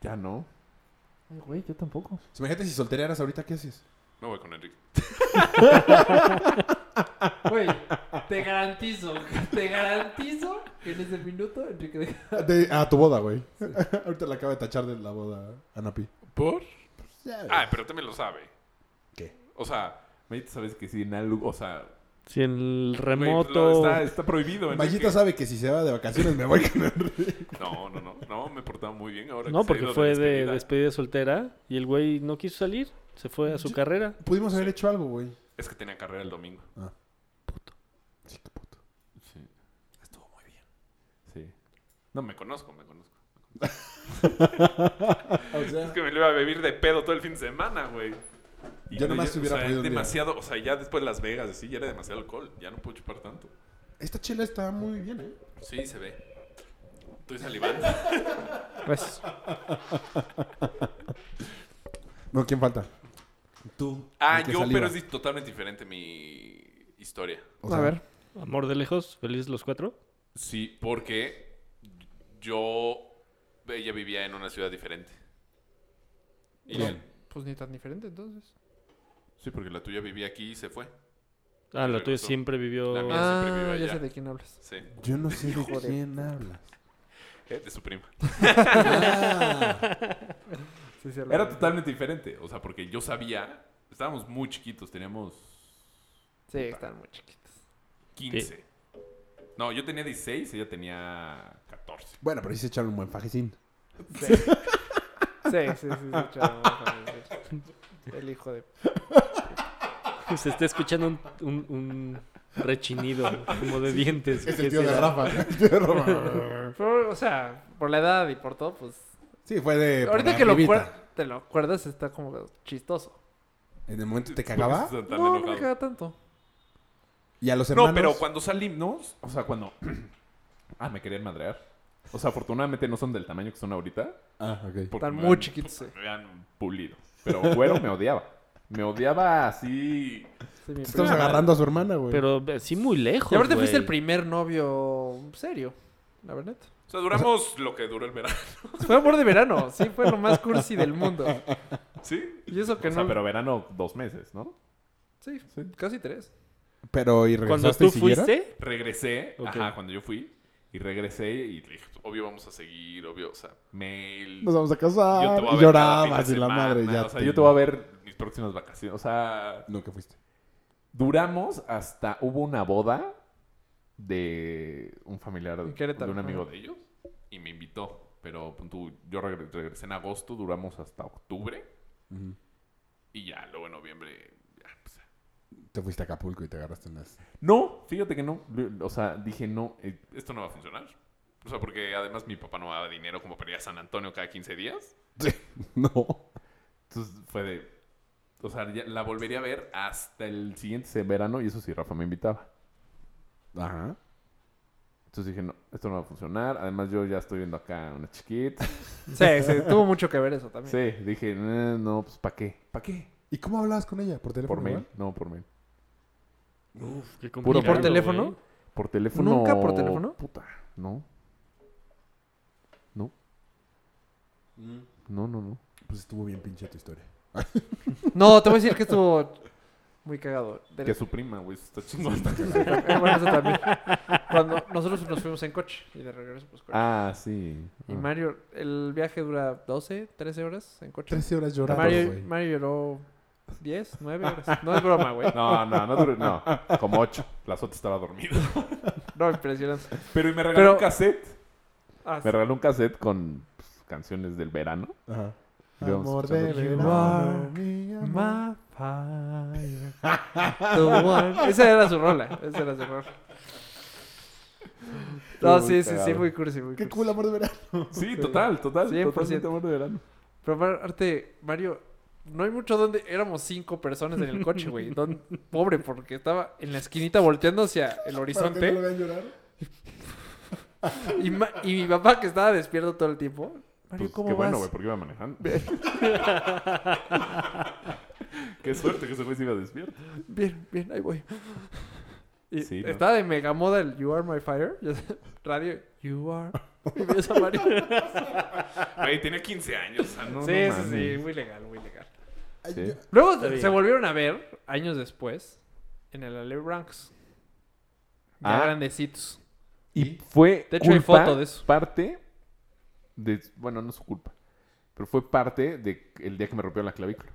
Speaker 6: Ya no.
Speaker 5: Ay, güey, yo tampoco.
Speaker 7: O sea, Pues Imagínate si solterearas ahorita, ¿qué haces?
Speaker 6: Me voy con Enrique.
Speaker 5: Güey, te garantizo, te garantizo que en ese minuto Enrique de...
Speaker 7: De- a tu boda, güey. ahorita la acaba de tachar de la boda Anapi.
Speaker 6: ¿Por?
Speaker 7: Ya,
Speaker 6: Ah, pero también lo sabe.
Speaker 7: ¿Qué?
Speaker 6: O sea, Mayita sabes que si en algo. O sea,
Speaker 3: Si el
Speaker 6: güey,
Speaker 3: remoto...
Speaker 6: lo- está, está prohibido. Enrique.
Speaker 7: Mayita sabe que si se va de vacaciones me voy con él.
Speaker 6: No, no, no. No, me he portado muy bien ahora.
Speaker 3: No,
Speaker 6: que se ha
Speaker 3: porque
Speaker 6: ido
Speaker 3: fue de
Speaker 6: despedida.
Speaker 3: despedida soltera y el güey no quiso salir. Se fue a su
Speaker 7: Yo-
Speaker 3: carrera.
Speaker 7: Pudimos haber hecho algo, güey.
Speaker 6: Es que tenía carrera el domingo.
Speaker 7: Ah. Sí, qué puto.
Speaker 6: Sí. Estuvo muy bien. Sí. No, me conozco, me conozco.
Speaker 7: O sea,
Speaker 6: Es que me lo iba a vivir de pedo todo el fin de semana, güey. Y
Speaker 7: Yo nomás hubiera
Speaker 6: o sea,
Speaker 7: podido un día.
Speaker 6: demasiado, o sea, ya después de Las Vegas, así, ya era demasiado alcohol. Ya no puedo chupar tanto.
Speaker 7: esta chela está muy bien, ¿eh?
Speaker 6: Sí, se ve. Estoy salivando.
Speaker 3: Gracias.
Speaker 7: No, ¿quién falta? Tú.
Speaker 6: Ah,
Speaker 7: El que
Speaker 6: yo,
Speaker 7: saliva.
Speaker 6: pero es di- totalmente diferente mi historia.
Speaker 7: O sea,
Speaker 5: a ver,
Speaker 3: Amor de lejos, felices los cuatro.
Speaker 6: Sí, porque yo, ella vivía en una ciudad diferente. Y-
Speaker 7: Bien.
Speaker 5: pues ni tan diferente entonces.
Speaker 6: Sí, porque la tuya vivía aquí y se fue.
Speaker 3: Ah, la tuya
Speaker 6: Regresó.
Speaker 3: siempre vivió...
Speaker 6: La mía. siempre vivo
Speaker 5: Ah, ya
Speaker 6: allá.
Speaker 5: sé de quién hablas.
Speaker 6: Sí,
Speaker 7: Yo no sé de quién hablas.
Speaker 6: eh, de su prima.
Speaker 7: Ah,
Speaker 5: Sí, sí, hablo.
Speaker 6: Era totalmente diferente. O sea, porque yo sabía, estábamos muy chiquitos, teníamos
Speaker 5: Sí, están muy chiquitos.
Speaker 6: 15. No, yo tenía 16, ella tenía 14.
Speaker 7: bueno, pero sí se echaron un buen fajecín.
Speaker 5: Sí, sí, sí, sí, sí, chavo, sí. El hijo de...
Speaker 3: Se está escuchando un, un- un rechinido como de dientes.
Speaker 7: Es
Speaker 3: ¿Qué
Speaker 7: el tío de
Speaker 3: será?
Speaker 7: Rafa. El tío de Rafa.
Speaker 5: Pero, o sea, por la edad y por todo, pues...
Speaker 7: Sí, fue de. por
Speaker 5: Ahorita
Speaker 7: la
Speaker 5: que lo,
Speaker 7: arribita.
Speaker 5: cuer- te lo acuerdas está como chistoso.
Speaker 7: En el momento te cagaba.
Speaker 6: Porque están tan
Speaker 5: No, no me
Speaker 6: enojados.
Speaker 5: caga tanto.
Speaker 7: Y a los hermanos.
Speaker 6: No, pero cuando salimos, o sea, cuando... ah, me querían madrear. O sea, afortunadamente no son del tamaño que son ahorita.
Speaker 7: Ah, ok.
Speaker 6: porque
Speaker 5: Están
Speaker 6: me
Speaker 5: muy
Speaker 6: habían-
Speaker 5: chiquitos, sí.
Speaker 6: Me habían pulido. Pero Güero me odiaba. Me odiaba así...
Speaker 5: Sí, mi
Speaker 7: Te estamos
Speaker 5: primer-
Speaker 7: agarrando a su hermana, güey.
Speaker 3: Pero eh, sí muy lejos,
Speaker 5: Y aparte fuiste
Speaker 3: güey.
Speaker 5: el primer novio serio, la verdad.
Speaker 6: O sea, duramos lo que duró el verano.
Speaker 5: Fue amor de verano, sí, fue lo más cursi del mundo.
Speaker 6: Sí.
Speaker 5: Y eso que
Speaker 6: O sea,
Speaker 5: no...
Speaker 6: pero verano dos meses, ¿no?
Speaker 5: Sí,
Speaker 6: Sí.
Speaker 5: casi tres.
Speaker 7: Pero, ¿y
Speaker 3: Cuando
Speaker 7: regresaste
Speaker 3: tú
Speaker 7: y siguieron?
Speaker 3: fuiste,
Speaker 6: Regresé,
Speaker 3: Ok.
Speaker 6: ajá, cuando yo fui. Y regresé y le dije, obvio vamos a seguir, obvio, o sea, mail.
Speaker 7: Nos vamos a
Speaker 6: Yo
Speaker 7: casar. Y
Speaker 6: te voy a ver cada fin
Speaker 7: llorabas
Speaker 6: de
Speaker 7: y la
Speaker 6: semana,
Speaker 7: madre. Ya
Speaker 6: O sea, yo te voy a ver mis próximas vacaciones. O sea,
Speaker 7: Nunca fuiste.
Speaker 6: duramos hasta... Hubo una boda de un familiar,
Speaker 5: En Querétaro,
Speaker 6: de un amigo
Speaker 5: ajá.
Speaker 6: de ellos. Y me invitó. Pero pon tú, yo regre- regresé en agosto, duramos hasta octubre.
Speaker 7: Ujú.
Speaker 6: Y ya, luego en noviembre... ya, pues,
Speaker 7: Te fuiste a Acapulco y te agarraste unas.
Speaker 6: no, fíjate que no. O sea, dije, no, eh, esto no va a funcionar. O sea, porque además mi papá no me daba dinero como para ir a San Antonio cada 15 días.
Speaker 7: No.
Speaker 6: Entonces fue de. O sea, ya la volvería a ver hasta el siguiente se- verano y eso sí, Rafa me invitaba.
Speaker 7: Ajá.
Speaker 6: Entonces dije, no, esto no va a funcionar. Además, yo ya estoy viendo acá una chiquita.
Speaker 5: Sí, sí, tuvo mucho que ver eso también.
Speaker 6: sí, dije, "Eh, no, pues ¿para qué? ¿Para qué?
Speaker 7: ¿Y cómo hablabas con ella? ¿Por teléfono?
Speaker 6: Por mail.
Speaker 7: igual?
Speaker 6: No, por mail.
Speaker 3: Uf, qué
Speaker 6: Puro
Speaker 3: complicado,
Speaker 5: ¿Por teléfono?
Speaker 3: güey.
Speaker 6: Por teléfono.
Speaker 5: ¿Nunca por teléfono?
Speaker 6: Puta, no. No. Mm. No, no, no.
Speaker 7: Pues estuvo bien pinche tu historia.
Speaker 5: No, te voy a decir que estuvo muy cagado. De-
Speaker 6: Que su prima, güey, está chingón.
Speaker 5: Eh, bueno, eso también. Cuando nosotros nos fuimos en coche y de regreso, pues coche.
Speaker 6: ah, sí.
Speaker 5: Y Mario, el viaje dura 12, 13 horas en coche.
Speaker 7: 13 horas llorando,
Speaker 5: Mario,
Speaker 7: güey.
Speaker 5: Mario lloró 10, 9 horas. No es broma, güey.
Speaker 6: No, no, no, duré- no. Como ocho. La otra estaba dormida.
Speaker 5: No, impresionante.
Speaker 6: Pero y me regaló
Speaker 5: Pero-
Speaker 6: un cassette.
Speaker 5: Ah,
Speaker 6: Me regaló un cassette con pues, canciones del verano.
Speaker 7: Ajá.
Speaker 6: Y vamos
Speaker 7: Amor
Speaker 6: escuchando-
Speaker 7: de
Speaker 5: You are
Speaker 7: verano, mi amor.
Speaker 5: My fire. The one. Esa era su rola. Esa era su rola. No,
Speaker 6: Estuvo
Speaker 5: sí,
Speaker 6: muy
Speaker 5: sí, sí,
Speaker 6: cagado.
Speaker 5: muy cursi, muy
Speaker 7: Qué
Speaker 5: cursi.
Speaker 7: cool amor de verano.
Speaker 6: Sí, total, total.
Speaker 5: 100%.
Speaker 6: Totalmente amor de verano.
Speaker 5: Pero aparte, Mario, no hay mucho donde éramos cinco personas en el coche, güey. Don- Pobre, porque estaba en la esquinita volteando hacia el
Speaker 7: Para que no lo
Speaker 5: horizonte.
Speaker 7: vean llorar.
Speaker 5: Y, ma- y mi papá, que estaba despierto todo el tiempo. Mario,
Speaker 6: Pues,
Speaker 5: ¿cómo
Speaker 6: qué
Speaker 5: vas?
Speaker 6: bueno, güey, porque iba manejando. qué suerte que ese güey se iba despierto.
Speaker 5: Bien, bien, ahí voy. Y
Speaker 6: Sí, ¿no?
Speaker 5: estaba de mega moda el You Are My Fire. ya sé, Radio, You Are. Y ves a Mario.
Speaker 6: Güey, tenía 15 años. o sea, no,
Speaker 5: sí, sí,
Speaker 6: no
Speaker 5: sí,
Speaker 6: mames.
Speaker 5: muy legal, muy legal.
Speaker 7: Ay,
Speaker 6: Sí.
Speaker 7: yo-
Speaker 5: Luego
Speaker 3: bien.
Speaker 5: se volvieron a ver, años después, en el Ale Bronx. Ya
Speaker 6: Ah.
Speaker 5: grandecitos.
Speaker 6: Y fue
Speaker 5: De hecho, hay
Speaker 6: culpa,
Speaker 5: foto de eso.
Speaker 6: parte de... Bueno, no es su culpa. Pero fue parte de el día que me rompió la clavícula.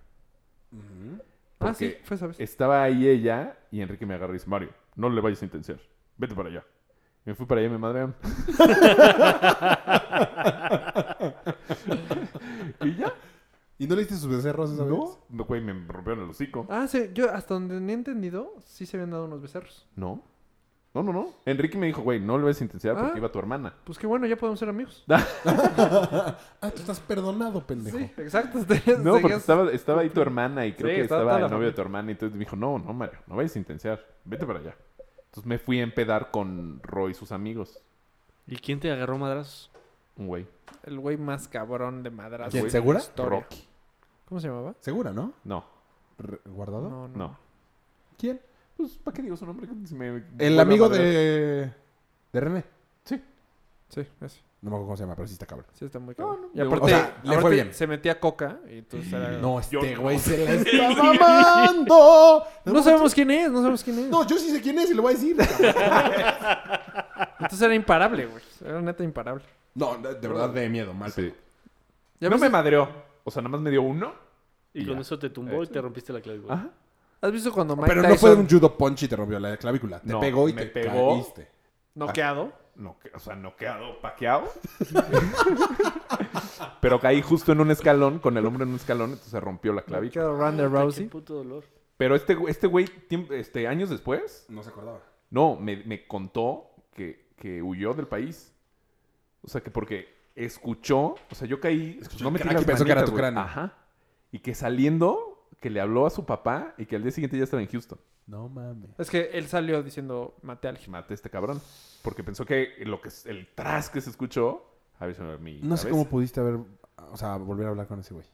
Speaker 5: Ah, sí,
Speaker 6: Porque
Speaker 5: fue esa vez.
Speaker 6: Estaba ahí ella y Enrique me agarró y dice, Mario, no le vayas a intensiar. Vete para allá. Me fui para allá y me madrearon. y ya.
Speaker 7: ¿Y no le diste sus becerros esa vez?
Speaker 6: No, me- güey, me rompieron el hocico.
Speaker 5: Ah, sí, yo hasta donde he entendido, sí se habían dado unos becerros.
Speaker 6: No. No, no, no. Enrique me dijo, güey, no le vayas a intensiar porque
Speaker 5: Ah.
Speaker 6: iba tu hermana.
Speaker 5: Pues qué bueno, ya podemos ser amigos.
Speaker 7: Ah, tú estás perdonado, pendejo.
Speaker 5: Sí, exacto. ustedes
Speaker 6: No, porque
Speaker 5: seguían-
Speaker 6: estaba, estaba ahí tu hermana y creo
Speaker 5: Sí,
Speaker 6: que
Speaker 5: estaba
Speaker 6: estaba
Speaker 5: toda
Speaker 6: el
Speaker 5: la
Speaker 6: novio de
Speaker 5: familia.
Speaker 6: tu hermana. Y entonces me dijo, no, no, Mario, no vayas a intensiar. Vete para allá. Entonces me fui a empedar con Roy y sus amigos.
Speaker 3: ¿Y quién te agarró madrazos?
Speaker 6: Un güey.
Speaker 5: El güey más cabrón de madrazo.
Speaker 7: ¿Quién,
Speaker 5: güey,
Speaker 7: segura?
Speaker 5: de la historia.
Speaker 6: Rocky.
Speaker 5: ¿Cómo se llamaba?
Speaker 7: Segura, ¿no?
Speaker 6: No,
Speaker 7: Re- ¿Guardado?
Speaker 5: Mm.
Speaker 6: no.
Speaker 7: ¿Quién?
Speaker 6: Pues, ¿para qué digo su nombre? Si me-
Speaker 7: El
Speaker 6: vuelve a
Speaker 7: amigo
Speaker 6: madrear.
Speaker 7: de... De René.
Speaker 5: Sí, ese.
Speaker 7: No me acuerdo cómo se llama, pero sí está cabrón.
Speaker 5: Sí, está muy
Speaker 6: No,
Speaker 5: cabrón.
Speaker 6: no,
Speaker 5: y
Speaker 6: me-
Speaker 5: aparte,
Speaker 7: o sea, le fue
Speaker 5: aparte
Speaker 7: bien.
Speaker 5: se metía coca y entonces
Speaker 6: Eh,
Speaker 5: era-
Speaker 7: No, este
Speaker 6: no.
Speaker 7: güey se la está mamando.
Speaker 5: No sabemos quién es, no sabemos quién es.
Speaker 7: No, yo sí sé quién es y lo voy a decir.
Speaker 5: Entonces era imparable, güey. Era neta imparable.
Speaker 7: No, de de verdad, de miedo, mal.
Speaker 6: Ah, Sí.
Speaker 5: ¿Ya
Speaker 6: No
Speaker 5: ves-
Speaker 6: me madreó. O sea, nada más me dio uno.
Speaker 3: Y
Speaker 6: Y
Speaker 3: con
Speaker 6: ya. Ah,
Speaker 3: eso te tumbó y te rompiste la clavícula.
Speaker 6: Ajá.
Speaker 5: ¿Has visto cuando Mike
Speaker 7: Pero no
Speaker 5: Tyson
Speaker 7: fue un judo punch y te rompió la clavícula. Te
Speaker 6: No,
Speaker 7: pegó y
Speaker 6: me
Speaker 7: te
Speaker 6: pegó.
Speaker 7: caíste.
Speaker 5: noqueado?
Speaker 6: No, o sea, noqueado, paqueado. Pero caí justo en un escalón, con el hombro en un escalón, entonces se rompió la clavícula.
Speaker 5: Noqueado Ronda
Speaker 3: Qué
Speaker 5: Rousey.
Speaker 3: puto dolor.
Speaker 6: Pero este, güey- este güey, tiemp- este, años después,
Speaker 7: No se acordaba.
Speaker 6: no, me, me contó que, que huyó del país. O sea, que porque escuchó, o sea, yo caí,
Speaker 7: Escuchó
Speaker 6: no
Speaker 7: el
Speaker 6: me
Speaker 7: crack y pensó que era tu cráneo.
Speaker 6: Ajá. Y que saliendo, que le habló a su papá y que al día siguiente ya estaba en Houston.
Speaker 7: No mames.
Speaker 5: Es que él salió diciendo, maté al
Speaker 6: que mate a este cabrón. Porque pensó que lo que es- el tras que se escuchó había sido en mi
Speaker 7: No sé
Speaker 6: cabeza.
Speaker 7: cómo pudiste haber... O sea, volver a hablar con ese güey.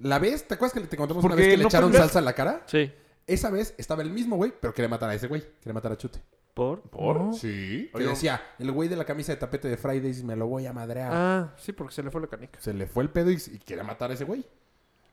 Speaker 7: La vez, ¿te acuerdas que te contamos una
Speaker 6: Porque
Speaker 7: vez que le
Speaker 6: no
Speaker 7: echaron
Speaker 6: cambias-
Speaker 7: salsa en la cara?
Speaker 3: Sí.
Speaker 7: Esa vez estaba el mismo güey, pero quería matar a ese güey. Quería matar a Chute.
Speaker 3: ¿Por?
Speaker 6: ¿Por?
Speaker 7: Sí. Que
Speaker 6: Oye,
Speaker 7: decía, el güey de la camisa de tapete de Fridays me lo voy a madrear.
Speaker 5: Ah, sí, porque se le fue la canica.
Speaker 7: Se le fue el pedo y, y quería matar a ese güey.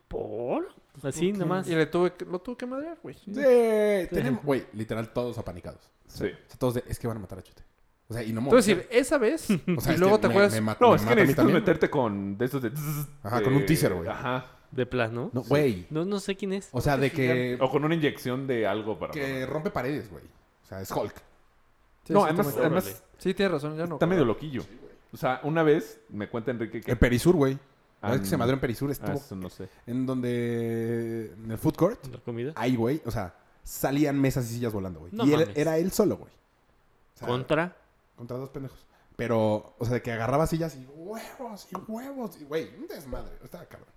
Speaker 3: ¿Por? Así nomás.
Speaker 5: Y le tuve que- lo tuve que madrear, güey.
Speaker 7: Sí. Tenemos, güey, literal, todos apanicados.
Speaker 6: Sí.
Speaker 7: O sea, todos de, es que van a matar a Chute. O sea, y no me
Speaker 5: Entonces, decir, esa vez,
Speaker 7: O sea,
Speaker 5: y
Speaker 7: es
Speaker 5: luego
Speaker 7: que
Speaker 5: te
Speaker 7: me-
Speaker 5: acuerdas,
Speaker 7: me mat-
Speaker 6: No,
Speaker 7: me
Speaker 6: es que
Speaker 7: mata a mí
Speaker 6: necesitas
Speaker 7: también.
Speaker 6: meterte con de estos de... zzz,
Speaker 7: Ajá,
Speaker 6: de-
Speaker 7: con un teaser, güey.
Speaker 6: Ajá.
Speaker 3: De plano.
Speaker 7: No, güey.
Speaker 3: No, no sé quién es.
Speaker 7: O sea, de que,
Speaker 6: O con una inyección de algo para...
Speaker 7: Eh, que rompe paredes, güey. O sea, es Hulk.
Speaker 5: Sí,
Speaker 6: no,
Speaker 5: sí,
Speaker 6: además,
Speaker 5: está muy-
Speaker 6: además
Speaker 3: Órale.
Speaker 5: Sí, tienes razón, ya no.
Speaker 6: está medio loquillo. O sea, una vez me cuenta Enrique que...
Speaker 7: En Perisur, güey. La
Speaker 6: Ah,
Speaker 7: vez que se
Speaker 6: no.
Speaker 7: madrió en Perisur
Speaker 6: Ah,
Speaker 7: estuvo
Speaker 6: eso no sé.
Speaker 7: en donde... En el food court.
Speaker 3: La comida.
Speaker 7: Ahí, güey. O sea, salían mesas y sillas volando, güey.
Speaker 3: No
Speaker 7: y él-
Speaker 3: mames.
Speaker 7: era él solo, güey. O sea,
Speaker 3: Contra.
Speaker 7: Contra dos pendejos. Pero, o sea, de que agarraba sillas y huevos y huevos. Y, güey, un desmadre. Estaba cabrón.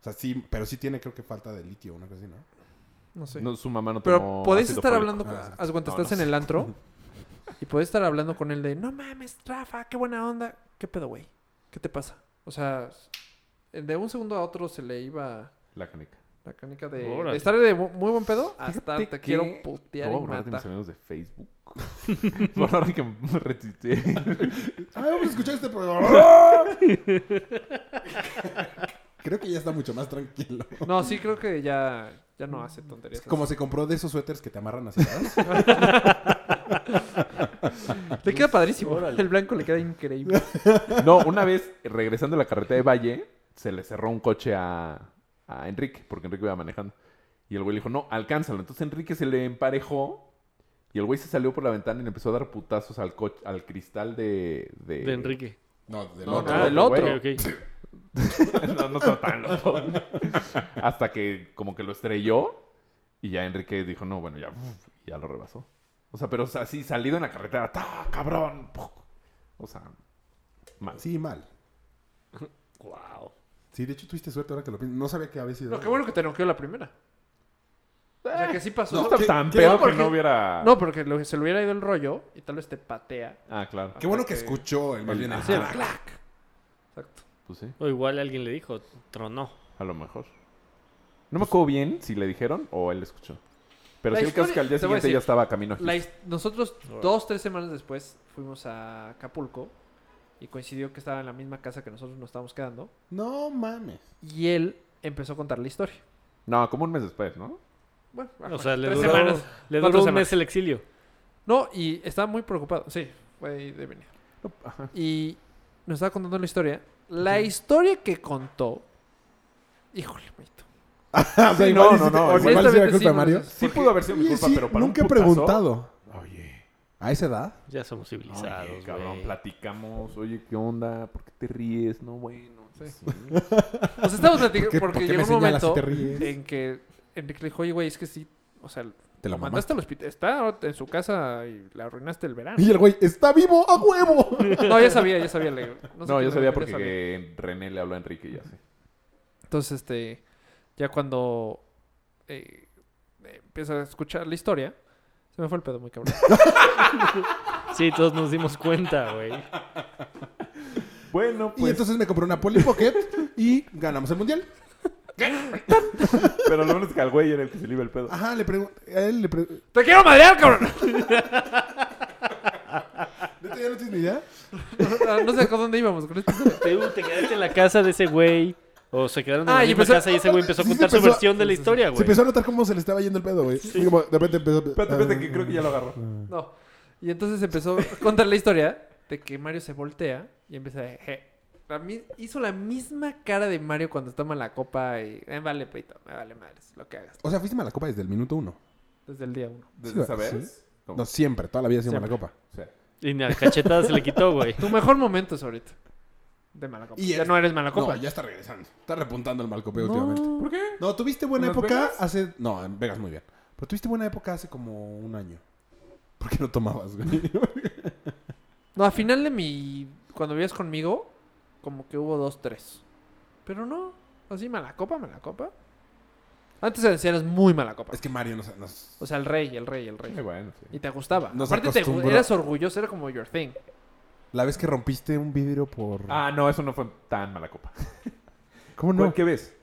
Speaker 7: O sea, sí, pero sí tiene, creo que falta de litio, una cosa así, ¿no?
Speaker 5: No sé.
Speaker 6: No, su mamá no
Speaker 5: Pero
Speaker 6: tomó
Speaker 5: podéis
Speaker 6: ácido
Speaker 5: estar
Speaker 6: fólico.
Speaker 5: hablando, con,
Speaker 7: Ah,
Speaker 5: haz cuenta,
Speaker 6: no,
Speaker 5: estás
Speaker 6: no
Speaker 5: en el antro y podés estar hablando con él de, no mames, Rafa, qué buena onda, qué pedo, güey, qué te pasa. O sea, de un segundo a otro se le iba
Speaker 6: La canica.
Speaker 5: La canica de,
Speaker 3: Órale.
Speaker 5: de estar de bu- muy buen pedo hasta
Speaker 7: Fíjate
Speaker 5: te quiero
Speaker 7: que-
Speaker 5: putear
Speaker 6: Voy a
Speaker 5: y
Speaker 6: borrar de mis
Speaker 5: matar.
Speaker 6: amigos de Facebook. Por ahora que me retuiteé.
Speaker 7: Ah, vamos a escuchar este programa. Creo que ya está mucho más tranquilo.
Speaker 5: No, sí creo que ya, ya no hace tonterías. así.
Speaker 7: Como se compró de esos suéteres que te amarran hacia atrás.
Speaker 5: Le queda padrísimo. El blanco le queda increíble.
Speaker 6: No, una vez regresando a la carretera de Valle, se le cerró un coche a, a Enrique, porque Enrique iba manejando. Y el güey le dijo, no, alcánzalo. Entonces Enrique se le emparejó y el güey se salió por la ventana y le empezó a dar putazos al, coche, al cristal de... De,
Speaker 3: De Enrique. Ah,
Speaker 7: No, del
Speaker 5: No,
Speaker 7: otro.
Speaker 5: no, del otro.
Speaker 3: Ok, ok.
Speaker 6: no, no estaba tan loco. Hasta que como que lo estrelló y ya Enrique dijo, no, bueno, ya, uf, y ya lo rebasó. O sea, pero o sea, así salido en la carretera, ¡ta, cabrón! ¡puc! O sea, mal.
Speaker 7: Sí, mal.
Speaker 3: Wow.
Speaker 7: Sí, de hecho tuviste suerte ahora que lo pienso. No sabía que había sido.
Speaker 5: No, qué bueno que te noqueó la primera. O sea, que sí pasó.
Speaker 6: No,
Speaker 5: No,
Speaker 7: que-
Speaker 6: tan
Speaker 7: que-
Speaker 6: peor que
Speaker 5: porque-
Speaker 6: no hubiera...
Speaker 5: porque lo- se le hubiera ido el rollo y tal vez te patea.
Speaker 6: Ah, claro.
Speaker 7: Qué bueno que escuchó el más bien. el- ah,
Speaker 5: Sí, el clac. Exacto.
Speaker 6: Pues sí,
Speaker 3: O igual alguien le dijo, tronó.
Speaker 6: a lo mejor. No me acuerdo bien si le dijeron o él escuchó. Pero
Speaker 5: La
Speaker 6: sí el caso es que
Speaker 5: historia-
Speaker 6: al día
Speaker 5: te voy a
Speaker 6: siguiente ya
Speaker 5: decir,
Speaker 6: estaba camino a
Speaker 5: La
Speaker 6: Houston.
Speaker 5: his- nosotros dos, tres semanas después fuimos a Acapulco y coincidió que estaba en la misma casa que nosotros nos estábamos quedando.
Speaker 7: No mames.
Speaker 5: Y él empezó a contar la historia.
Speaker 6: No, como un mes después, ¿no?
Speaker 5: Bueno,
Speaker 3: O sea, le
Speaker 5: tres
Speaker 3: duró,
Speaker 5: semanas.
Speaker 3: le
Speaker 5: cuatro
Speaker 3: duró un
Speaker 5: semanas.
Speaker 3: mes el exilio.
Speaker 5: No, y estaba muy preocupado. Sí, fue de venir.
Speaker 6: No, ajá.
Speaker 5: Y nos estaba contando la historia. La historia que contó. Híjole, mito.
Speaker 7: Ah, o sea,
Speaker 6: Sí,
Speaker 7: igual
Speaker 6: no,
Speaker 7: hiciste-
Speaker 6: no, no,
Speaker 7: o igual
Speaker 5: honestamente
Speaker 7: sería culpa
Speaker 5: sí,
Speaker 7: de
Speaker 5: no
Speaker 7: Mario.
Speaker 5: sé.
Speaker 6: Sí pudo haber sido mi
Speaker 7: Oye,
Speaker 6: culpa,
Speaker 7: sí,
Speaker 6: pero para un
Speaker 7: nunca he
Speaker 6: putazo-
Speaker 7: preguntado.
Speaker 6: Oye,
Speaker 7: ¿A esa edad?
Speaker 3: Ya somos civilizados,
Speaker 6: oye, cabrón,
Speaker 3: güey.
Speaker 6: platicamos. Oye, ¿qué onda? ¿Por qué te ríes? No, bueno.
Speaker 5: Sí.
Speaker 6: sí.
Speaker 5: O sea, estábamos platicando
Speaker 7: ¿Por qué-
Speaker 5: porque,
Speaker 7: por qué me
Speaker 5: llegó un
Speaker 7: señalas
Speaker 5: momento
Speaker 7: y te ríes?
Speaker 5: en que Enrique le dijo, oye, güey, es que sí. O sea,
Speaker 7: Te la
Speaker 5: lo mandaste al hospital. Está en su casa y la arruinaste el verano.
Speaker 7: Y el güey, ¡está vivo! ¡A huevo!
Speaker 5: No, ya sabía, ya sabía. le- sé
Speaker 6: No,
Speaker 5: quién
Speaker 6: yo
Speaker 5: era,
Speaker 6: sabía
Speaker 5: pero
Speaker 6: porque
Speaker 5: sabía.
Speaker 6: René le habló a Enrique y ya sé.
Speaker 5: Entonces, este, ya cuando eh, eh, empieza a escuchar la historia, se me fue el pedo muy cabrón.
Speaker 3: Sí, todos nos dimos cuenta, güey.
Speaker 6: Bueno, pues,
Speaker 7: Y entonces me compré una Polly Pocket y ganamos el mundial.
Speaker 6: pero lo menos que al güey era el que se le iba el pedo.
Speaker 7: Ajá, le pregunto. A él le pregunto.
Speaker 5: ¡Te quiero madrear, cabrón!
Speaker 7: ¿No te- ya no tienes ni idea?
Speaker 5: Ah, no sé con dónde íbamos con esto.
Speaker 3: Te, te quedaste en la casa de ese güey. O se quedaron en
Speaker 5: Ah,
Speaker 3: la
Speaker 5: y
Speaker 3: misma
Speaker 5: empezó-
Speaker 3: casa y ese güey empezó a
Speaker 7: Sí, sí,
Speaker 3: contar su
Speaker 7: empezó-
Speaker 3: versión de la historia,
Speaker 7: Se
Speaker 3: güey.
Speaker 7: empezó a notar cómo se le estaba yendo el pedo, güey. Y como, de repente empezó. ah,
Speaker 6: Espérate, espérate, que creo que ya lo agarró.
Speaker 5: No. Y entonces empezó a contar la historia de que Mario se voltea y empieza a... "Je". La mi- hizo la misma cara de Mario cuando toma la copa y... "Eh, vale, peito, me vale madres, lo que hagas.
Speaker 7: O sea, fuiste mala copa desde el minuto uno.
Speaker 5: Desde el día uno.
Speaker 6: ¿Desde
Speaker 7: Sí,
Speaker 6: esa
Speaker 7: sí.
Speaker 6: vez? ¿Cómo?
Speaker 7: No, siempre, toda la vida he sido mala copa.
Speaker 6: O sea,
Speaker 3: Y ni a cachetada se le quitó, güey.
Speaker 5: Tu mejor momento es ahorita. De mala copa.
Speaker 7: Y
Speaker 5: ya
Speaker 7: el-
Speaker 5: no eres mala copa.
Speaker 7: No, ya está regresando. Está repuntando el mal copeo últimamente.
Speaker 6: ¿Por qué?
Speaker 7: No, tuviste buena
Speaker 6: ¿En Las
Speaker 7: época
Speaker 6: Vegas?
Speaker 7: hace. No, en Vegas muy bien. Pero tuviste buena época hace como un año. ¿Por qué no tomabas, güey?
Speaker 5: No, al final de mi. Cuando vivías conmigo, como que hubo dos, tres. Pero no. Así, mala copa, mala copa. Antes de eras muy mala copa.
Speaker 7: Es que Mario nos. nos-
Speaker 5: O sea, el rey, el rey, el rey.
Speaker 6: Muy bueno, sí.
Speaker 5: Y te gustaba.
Speaker 7: Nos
Speaker 5: Aparte, te, gu-
Speaker 7: acostumbró.
Speaker 5: eras orgulloso, era como your thing.
Speaker 7: La vez que rompiste un vidrio por.
Speaker 6: Ah, no, eso no fue tan mala copa.
Speaker 7: ¿Cómo
Speaker 6: ¿Cuál-
Speaker 7: no?
Speaker 6: ¿Qué ves?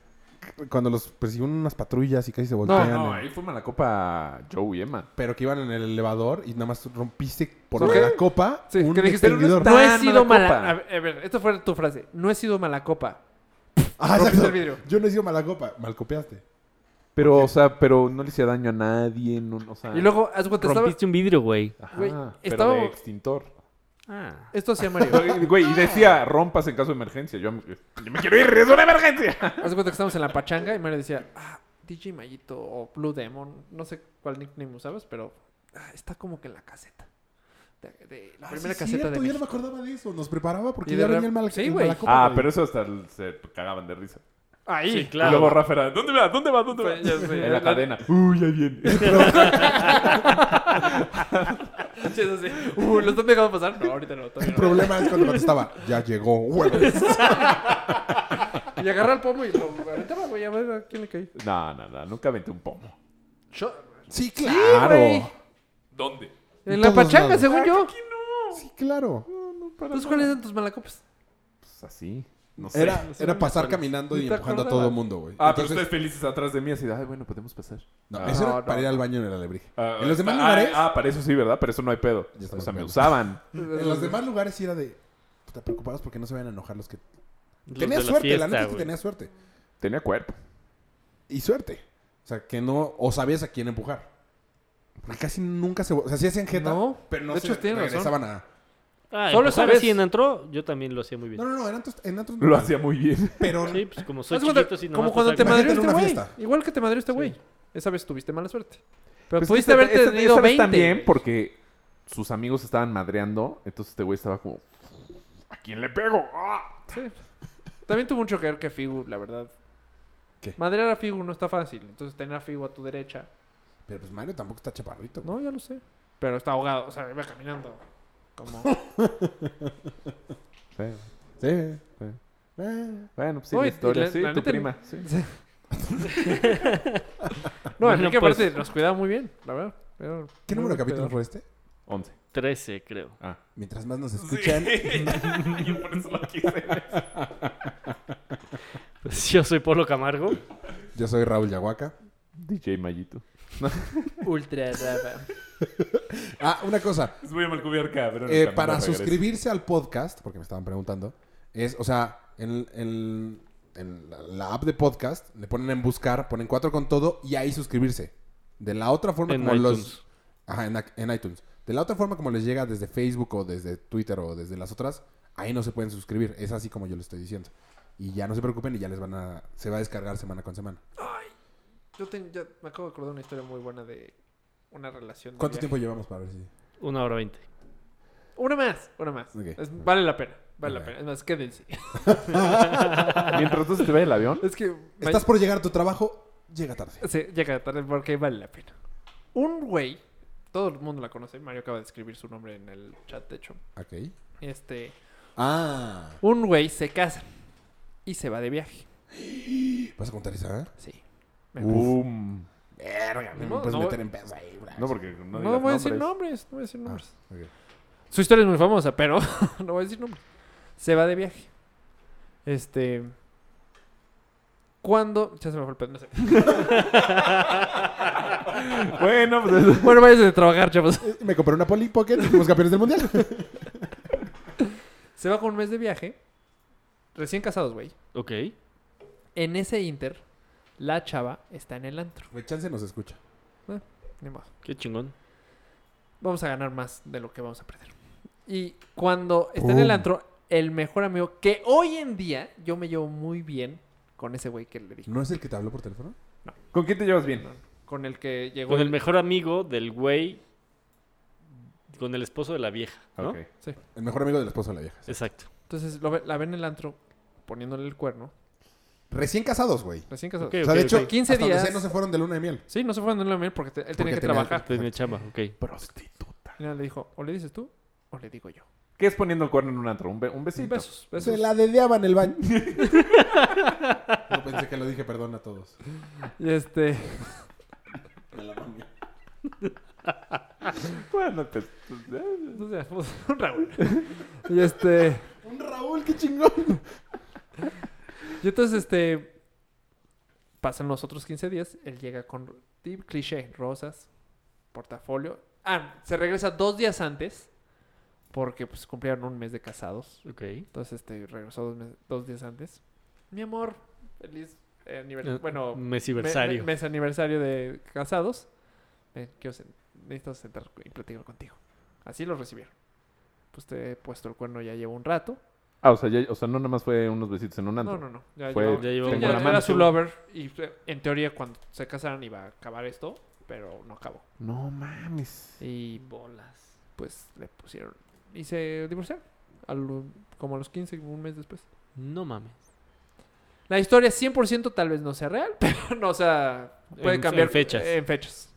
Speaker 7: Cuando los persiguieron unas patrullas y casi se voltean.
Speaker 6: no,
Speaker 7: eh.
Speaker 6: ahí fue mala copa Joe y Emma.
Speaker 7: Pero que iban en el elevador y nada más rompiste por
Speaker 5: ¿Por qué?
Speaker 7: la copa
Speaker 5: Sí,
Speaker 7: un
Speaker 5: que dijiste,
Speaker 7: extinguidor.
Speaker 5: no he
Speaker 6: tan
Speaker 5: sido
Speaker 6: mala
Speaker 5: mala.
Speaker 6: copa".
Speaker 5: A ver, a ver, esta fue tu frase. No he sido mala copa.
Speaker 7: Ah,
Speaker 5: rompiste
Speaker 7: exacto.
Speaker 5: el vidrio.
Speaker 7: Yo no he sido mala copa, mal copiaste.
Speaker 6: Pero, o sea, pero no le hacía daño a nadie, no, o
Speaker 7: Ah.
Speaker 6: sea...
Speaker 5: Y luego, haz cuenta, estaba.
Speaker 3: Rompiste un vidrio, güey.
Speaker 6: Ajá,
Speaker 5: Güey,
Speaker 6: pero
Speaker 5: estaba-
Speaker 6: de extintor.
Speaker 3: Ah.
Speaker 5: Esto hacía Mario.
Speaker 6: Güey, y decía, rompas en caso de emergencia. Yo, yo me quiero ir, es una emergencia.
Speaker 5: haz cuenta que estábamos en la pachanga y Mario decía, ah, DJ Mayito o Blue Demon. No sé cuál nickname usabas, pero ah, está como que en la caseta. De, de la primera
Speaker 7: Ah, sí,
Speaker 5: caseta
Speaker 7: cierto,
Speaker 5: de
Speaker 7: yo no me
Speaker 5: México.
Speaker 7: acordaba de eso. Nos preparaba porque
Speaker 5: Y
Speaker 7: ya
Speaker 5: de
Speaker 7: venía
Speaker 5: rep-
Speaker 7: el mal
Speaker 5: Sí,
Speaker 7: el
Speaker 5: güey.
Speaker 7: mala copa.
Speaker 6: Ah,
Speaker 7: güey.
Speaker 6: pero eso hasta el- se cagaban de risa.
Speaker 5: Ahí.
Speaker 3: Sí,
Speaker 6: Y luego
Speaker 3: claro.
Speaker 6: Rafa era, ¿dónde va? ¿Dónde va? ¿Dónde va?
Speaker 5: Pues, ya sé,
Speaker 6: en la
Speaker 5: la-
Speaker 6: cadena. Uy, ya viene.
Speaker 5: Sí, eso sí. Uh, ¿lo están dejando pasar? No, ahorita no.
Speaker 7: El
Speaker 5: Todavía no.
Speaker 7: problema es cuando contestaba, ya llegó, huevos.
Speaker 5: Y agarra el pomo y lo aventaba, güey, a ver a quién le caí.
Speaker 6: No, no, no, nunca aventé un pomo.
Speaker 5: Yo-
Speaker 7: Sí,
Speaker 5: güey.
Speaker 7: claro.
Speaker 6: ¿Dónde?
Speaker 5: En
Speaker 7: En
Speaker 5: la
Speaker 7: todos
Speaker 5: pachanga,
Speaker 6: Ah,
Speaker 7: lados.
Speaker 5: según yo.
Speaker 7: Sí, claro.
Speaker 5: Entonces, ¿cuáles eran tus malacopas?
Speaker 6: Pues así. No sé.
Speaker 7: Era, era pasar caminando
Speaker 5: ¿Ni
Speaker 7: y
Speaker 5: te
Speaker 7: empujando a
Speaker 5: acuerdas?
Speaker 7: todo mundo, güey.
Speaker 6: Ah, pero
Speaker 7: Entonces-
Speaker 6: ustedes felices atrás de mí, así de, ay, bueno, podemos pasar.
Speaker 7: No,
Speaker 6: Ah.
Speaker 7: eso era
Speaker 5: No, no.
Speaker 7: para ir al baño en el alebrije.
Speaker 6: Ah,
Speaker 7: en los demás
Speaker 6: ah,
Speaker 7: lugares,
Speaker 6: Ah, para eso sí, ¿verdad? Para eso no hay pedo.
Speaker 7: Ya
Speaker 6: O
Speaker 7: estamos
Speaker 6: sea, me
Speaker 7: pegando.
Speaker 6: usaban.
Speaker 7: en
Speaker 5: ah.
Speaker 7: los demás lugares sí era de... Te preocupabas porque no se vayan a enojar los que...
Speaker 8: Los
Speaker 7: Tenías
Speaker 8: de la
Speaker 7: suerte,
Speaker 8: fiesta,
Speaker 7: la neta es que
Speaker 8: güey.
Speaker 7: tenías suerte.
Speaker 6: Tenía cuerpo.
Speaker 7: Y suerte. O sea, que no... O sabías a quién empujar. Porque casi nunca se... O sea, sí hacían jeta,
Speaker 5: No.
Speaker 7: pero no
Speaker 5: De
Speaker 7: se
Speaker 5: hecho, tienes razón.
Speaker 7: regresaban a...
Speaker 3: Ah,
Speaker 5: Solo
Speaker 3: Solo
Speaker 5: esa
Speaker 3: sabes
Speaker 5: vez.
Speaker 3: quién entró, yo también lo hacía muy bien.
Speaker 7: No, no, no, en otros... En otros
Speaker 6: Lo hacía muy bien.
Speaker 7: Pero...
Speaker 3: Sí, pues como soy
Speaker 5: Haz de cuenta,
Speaker 3: chiquito, si nomás
Speaker 5: como cuando te
Speaker 3: saco-
Speaker 5: madrió
Speaker 7: Imagínate
Speaker 5: este
Speaker 7: una
Speaker 5: güey.
Speaker 7: fiesta.
Speaker 5: Igual que te madrió este güey. Esa vez tuviste mala suerte. Pero
Speaker 6: Pues
Speaker 5: pudiste
Speaker 6: esta-
Speaker 5: haber
Speaker 6: esta-
Speaker 5: tenido
Speaker 6: esta vez
Speaker 5: 20.
Speaker 6: también porque sus amigos estaban madreando, entonces este güey estaba como, ¿a quién le pego? ¡Ah!
Speaker 5: Sí. También tuvo mucho que ver que Figu, la verdad.
Speaker 7: ¿Qué?
Speaker 5: Madrear a Figu no está fácil. Entonces tener a Figu a tu derecha.
Speaker 7: Pero pues Mario tampoco está chaparrito. güey.
Speaker 5: No, ya lo sé. Pero está ahogado. O sea, iba caminando. Como...
Speaker 6: Sí.
Speaker 7: Sí.
Speaker 6: Sí.
Speaker 7: Eh,
Speaker 6: Bueno, pues sí,
Speaker 5: No,
Speaker 6: la
Speaker 5: y- y
Speaker 6: historia.
Speaker 5: la-
Speaker 6: sí,
Speaker 5: la
Speaker 6: tu
Speaker 5: neta-
Speaker 6: prima. sí.
Speaker 5: No,
Speaker 3: Bueno,
Speaker 5: Enrique
Speaker 3: pues.
Speaker 5: aparte nos cuidaba muy bien, la verdad. Era
Speaker 7: ¿Qué
Speaker 5: muy
Speaker 7: número de
Speaker 5: buen
Speaker 7: capítulo
Speaker 5: cuidador.
Speaker 7: fue este?
Speaker 6: 11.
Speaker 3: 13, creo.
Speaker 6: Ah.
Speaker 7: Mientras más nos escuchan...
Speaker 6: Yo por eso lo quise.
Speaker 3: Pues yo soy Polo Camargo.
Speaker 7: Yo soy Raúl Yahuaca.
Speaker 6: DJ Mayito.
Speaker 5: Ultra rara.
Speaker 7: Ah, una cosa.
Speaker 6: Es muy mal cubierta, pero...
Speaker 7: Eh, para suscribirse al podcast, porque me estaban preguntando, es, o sea, en, en- en la, la app de podcast le ponen en buscar, ponen cuatro con todo y ahí suscribirse. De la otra forma
Speaker 3: En
Speaker 7: como
Speaker 3: iTunes.
Speaker 7: los... Ajá, en, ac- en iTunes. De la otra forma como les llega desde Facebook o desde Twitter o desde las otras, ahí no se pueden suscribir. Es así como yo les estoy diciendo. Y ya no se preocupen y ya les van a... Se va a descargar semana con semana.
Speaker 5: Yo ten- ya me acabo de acordar una historia muy buena de una relación. de
Speaker 7: ¿Cuánto
Speaker 5: viaje.
Speaker 7: tiempo llevamos para ver si...
Speaker 3: Una hora veinte.
Speaker 5: Una más, una más.
Speaker 7: Ok.
Speaker 5: Es- vale la pena, vale la
Speaker 7: Ok.
Speaker 5: pena. Es más, quédense.
Speaker 6: Mientras tú se te vaya el avión,
Speaker 5: Es que me-
Speaker 7: Estás por llegar a tu trabajo, llega tarde.
Speaker 5: Sí, llega tarde porque vale la pena. Un güey, todo el mundo la conoce. Mario acaba de escribir su nombre en el chat, de hecho.
Speaker 7: Ok.
Speaker 5: Este,
Speaker 7: Ah.
Speaker 5: un güey se casa y se va de viaje.
Speaker 7: ¿Vas a contar esa? eh?
Speaker 5: Sí.
Speaker 6: Uh, ¡boom!
Speaker 7: Verga,
Speaker 5: Ni
Speaker 7: me
Speaker 5: modo,
Speaker 7: puedes
Speaker 5: no
Speaker 7: Mm, pues meter
Speaker 5: voy-
Speaker 7: en peso ahí, bra.
Speaker 6: No, porque no,
Speaker 5: No,
Speaker 6: digas
Speaker 5: voy a decir
Speaker 6: nombres.
Speaker 5: nombres, no voy a decir
Speaker 7: Ah,
Speaker 5: nombres.
Speaker 7: ok.
Speaker 5: Su historia es muy famosa, pero no voy a decir nombre. Se va de viaje. Este. Cuando. Ya se me fue el pedo, no sé.
Speaker 6: Bueno, pues... es-
Speaker 5: Bueno, váyanse de trabajar, chavos.
Speaker 7: Eh, Me compré una Polly Pocket y fuimos campeones del mundial.
Speaker 5: Se va con un mes de viaje. Recién casados, güey.
Speaker 3: Ok.
Speaker 5: En ese inter, la chava está en el antro.
Speaker 7: Güey, chance nos escucha.
Speaker 5: Ni modo.
Speaker 3: Qué chingón.
Speaker 5: Vamos a ganar más de lo que vamos a perder. Y cuando está en
Speaker 7: Pum.
Speaker 5: el antro, el mejor amigo, que hoy en día yo me llevo muy bien con ese güey que le dije.
Speaker 7: ¿No es el que te habló por teléfono?
Speaker 6: ¿Con quién te llevas bien?
Speaker 5: Con el que llegó.
Speaker 3: Con el
Speaker 5: el-
Speaker 3: mejor amigo del güey. Con el esposo de la vieja, ¿no?
Speaker 6: Ok.
Speaker 7: El mejor amigo del esposo de la vieja.
Speaker 3: Exacto.
Speaker 5: Entonces lo ve- la ven en el antro poniéndole el cuerno.
Speaker 7: Recién casados, güey.
Speaker 5: Recién casados.
Speaker 3: Ok,
Speaker 7: o sea, de
Speaker 3: ok,
Speaker 7: hecho,
Speaker 3: ok.
Speaker 5: 15
Speaker 7: hasta donde
Speaker 5: días.
Speaker 7: sé, no se fueron de luna de miel.
Speaker 5: Sí, no se fueron de la miel porque te- él tenía
Speaker 7: Porque
Speaker 5: que
Speaker 7: tenía-
Speaker 5: trabajar.
Speaker 3: Tenía Pues chamba, ok.
Speaker 6: Prostituta.
Speaker 5: Y nada, le dijo, o le dices tú, o le digo yo.
Speaker 6: ¿Qué es poniendo el cuerno en un antro? ¿Un, be- un besito?
Speaker 5: Besos, besos.
Speaker 7: Se la dedeaba en el baño. no pensé que lo dije, perdón a todos.
Speaker 5: Y este,
Speaker 6: Bueno, pues...
Speaker 5: o sea, pues, un Raúl. Y este,
Speaker 7: Un Raúl, qué chingón.
Speaker 5: y entonces este, pasan los otros 15 días, él llega con tip, cliché, rosas, portafolio. Ah, se regresa dos días antes porque pues cumplieron un mes de casados.
Speaker 3: Ok.
Speaker 5: Entonces, este, regresó dos, mes- dos días antes. Mi amor, feliz eh, aniversario.
Speaker 3: Eh,
Speaker 5: Bueno,
Speaker 3: Mesiversario.
Speaker 5: me- me- mes aniversario de casados. Ven, quiero sen- necesito sentar y platicar contigo. Así lo recibieron. Pues te he puesto el cuerno ya llevo un rato.
Speaker 6: Ah, o sea, ya- o sea, no nada más fue unos besitos en un antro.
Speaker 5: No, no, no. Ya,
Speaker 6: Fue-
Speaker 5: llevaba-
Speaker 3: ya llevaba
Speaker 5: sí,
Speaker 3: un
Speaker 5: ya
Speaker 3: buen
Speaker 5: era
Speaker 3: amante.
Speaker 5: su lover. Y eh, en teoría, cuando se casaran, iba a acabar esto. Pero no acabó.
Speaker 6: No mames.
Speaker 5: Y bolas. Pues le pusieron. Y se divorciaron. a lo- como a los 15, un mes después.
Speaker 3: No mames.
Speaker 5: La historia 100% tal vez no sea real, pero no, o sea, puede
Speaker 3: En-
Speaker 5: cambiar
Speaker 3: en fechas.
Speaker 5: En fechas.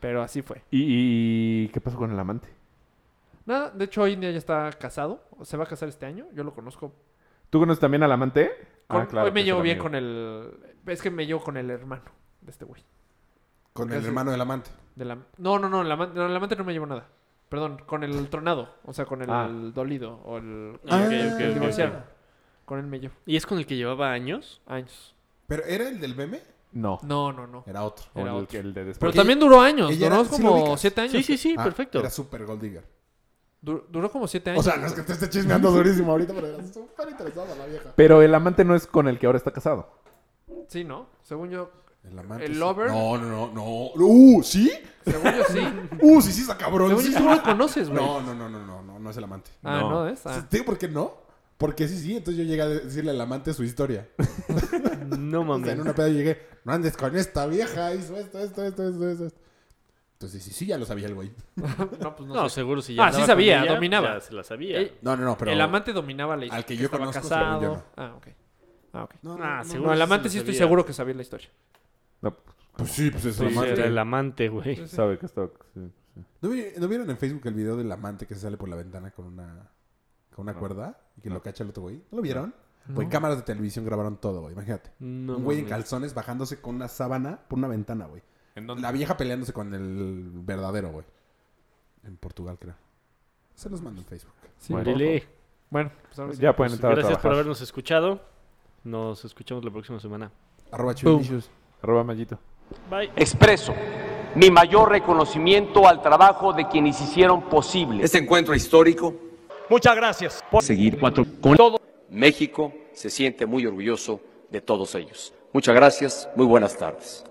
Speaker 5: Pero así fue.
Speaker 6: ¿Y, y- y qué pasó con el amante?
Speaker 5: Nada, de hecho hoy en día ya está casado, o se va a casar este año, yo lo conozco.
Speaker 6: ¿Tú conoces también al amante?
Speaker 5: Con- hoy me
Speaker 6: pues,
Speaker 5: llevo
Speaker 6: el
Speaker 5: bien
Speaker 6: amigo.
Speaker 5: con el... Es que me llevo con el hermano de este güey.
Speaker 7: Con el
Speaker 5: Gracias.
Speaker 7: hermano del amante.
Speaker 5: De la- No, no, no, la, man- no, la amante no me llevo nada. Perdón, con el tronado, o sea, con el
Speaker 6: Ah.
Speaker 5: dolido o el...
Speaker 3: Ah,
Speaker 5: el
Speaker 3: ok, ok, ok.
Speaker 5: divorciado. Con él me llevo
Speaker 3: ¿Y es con el que llevaba años?
Speaker 5: años.
Speaker 7: ¿Pero era el del meme?
Speaker 6: No.
Speaker 10: No, no, no.
Speaker 7: Era otro.
Speaker 6: O
Speaker 10: Era
Speaker 6: el,
Speaker 10: otro.
Speaker 6: el de
Speaker 10: Pero
Speaker 6: después.
Speaker 7: Porque
Speaker 10: también duró años,
Speaker 7: ella
Speaker 10: duró
Speaker 7: era- sí lo
Speaker 10: como
Speaker 7: ubicas.
Speaker 10: siete años.
Speaker 3: Sí, sí, sí,
Speaker 7: Ah,
Speaker 3: perfecto.
Speaker 7: Era Super Gold Digger.
Speaker 10: Dur- duró como siete
Speaker 7: O
Speaker 10: años.
Speaker 7: sea, no es que te esté chismeando durísimo ahorita, pero era súper interesada la vieja.
Speaker 6: Pero el amante no es con el que ahora está casado.
Speaker 10: Sí, ¿no? Según yo,
Speaker 7: El amante.
Speaker 10: ¿El
Speaker 7: sí.
Speaker 10: lover?
Speaker 7: No, no, no, no. Uh, ¿sí?
Speaker 10: según yo sí.
Speaker 7: Uh, sí, sí, está cabrón.
Speaker 10: según
Speaker 7: sí.
Speaker 10: yo tú lo conoces, güey.
Speaker 7: No, no, no, no, no, no, no es el amante.
Speaker 10: Ah,
Speaker 6: No.
Speaker 10: no, es. Ah.
Speaker 7: ¿Te digo por qué no? Porque sí, sí, entonces yo llegué a decirle al amante su historia.
Speaker 3: No
Speaker 7: O sea,
Speaker 3: mames.
Speaker 7: en una peda yo llegué, no andes con esta vieja, hizo esto, esto, esto, esto, esto. esto". Entonces sí, sí, ya lo sabía el güey.
Speaker 10: No, pues no,
Speaker 3: No,
Speaker 10: sé.
Speaker 3: seguro si
Speaker 10: Ah,
Speaker 3: ya
Speaker 10: sí
Speaker 3: andaba
Speaker 10: sabía,
Speaker 3: con
Speaker 10: dominaba.
Speaker 3: ya se la sabía.
Speaker 10: Eh,
Speaker 7: No, no, no, pero
Speaker 10: El amante dominaba la historia.
Speaker 7: al que yo
Speaker 10: estaba
Speaker 7: conozco, según
Speaker 10: casado.
Speaker 7: yo no.
Speaker 10: Ah, ok. Ah, ok.
Speaker 7: No,
Speaker 3: Ah,
Speaker 7: no, no,
Speaker 3: seguro.
Speaker 10: No, el amante
Speaker 3: sí
Speaker 10: sí
Speaker 3: lo
Speaker 10: estoy
Speaker 3: sabía.
Speaker 10: seguro que sabía la historia.
Speaker 6: No,
Speaker 7: Pues sí, pues es
Speaker 3: Sí,
Speaker 7: el amante.
Speaker 3: era el amante, güey.
Speaker 6: sabe que está. sí.
Speaker 7: ¿No, vi- no vieron en Facebook el video del amante que se sale por la ventana con una, con una cuerda y que lo cacha el otro güey? ¿No lo vieron? Pues cámaras de televisión grabaron todo, güey, imagínate.
Speaker 3: No
Speaker 7: Un güey en
Speaker 3: mames.
Speaker 7: calzones bajándose con una sábana por una ventana, güey.
Speaker 6: ¿En dónde?
Speaker 7: La vieja peleándose con el verdadero, güey. En Portugal, creo. Se los mando en Facebook.
Speaker 10: Sí,
Speaker 6: Bueno.
Speaker 3: Dele.
Speaker 10: Bueno, pues ahora sí.
Speaker 6: Ya pueden entrar
Speaker 3: Gracias
Speaker 6: a
Speaker 3: por
Speaker 6: trabajar.
Speaker 3: habernos escuchado. Nos escuchamos la próxima semana.
Speaker 7: Arroba Chuy.
Speaker 6: Arroba Mayito.
Speaker 3: Bye.
Speaker 11: Expreso mi mayor reconocimiento al trabajo de quienes hicieron posible este encuentro histórico.
Speaker 12: Muchas gracias. Por...
Speaker 11: Seguir cuatro con todo. México se siente muy orgulloso de todos ellos. Muchas gracias, muy buenas tardes.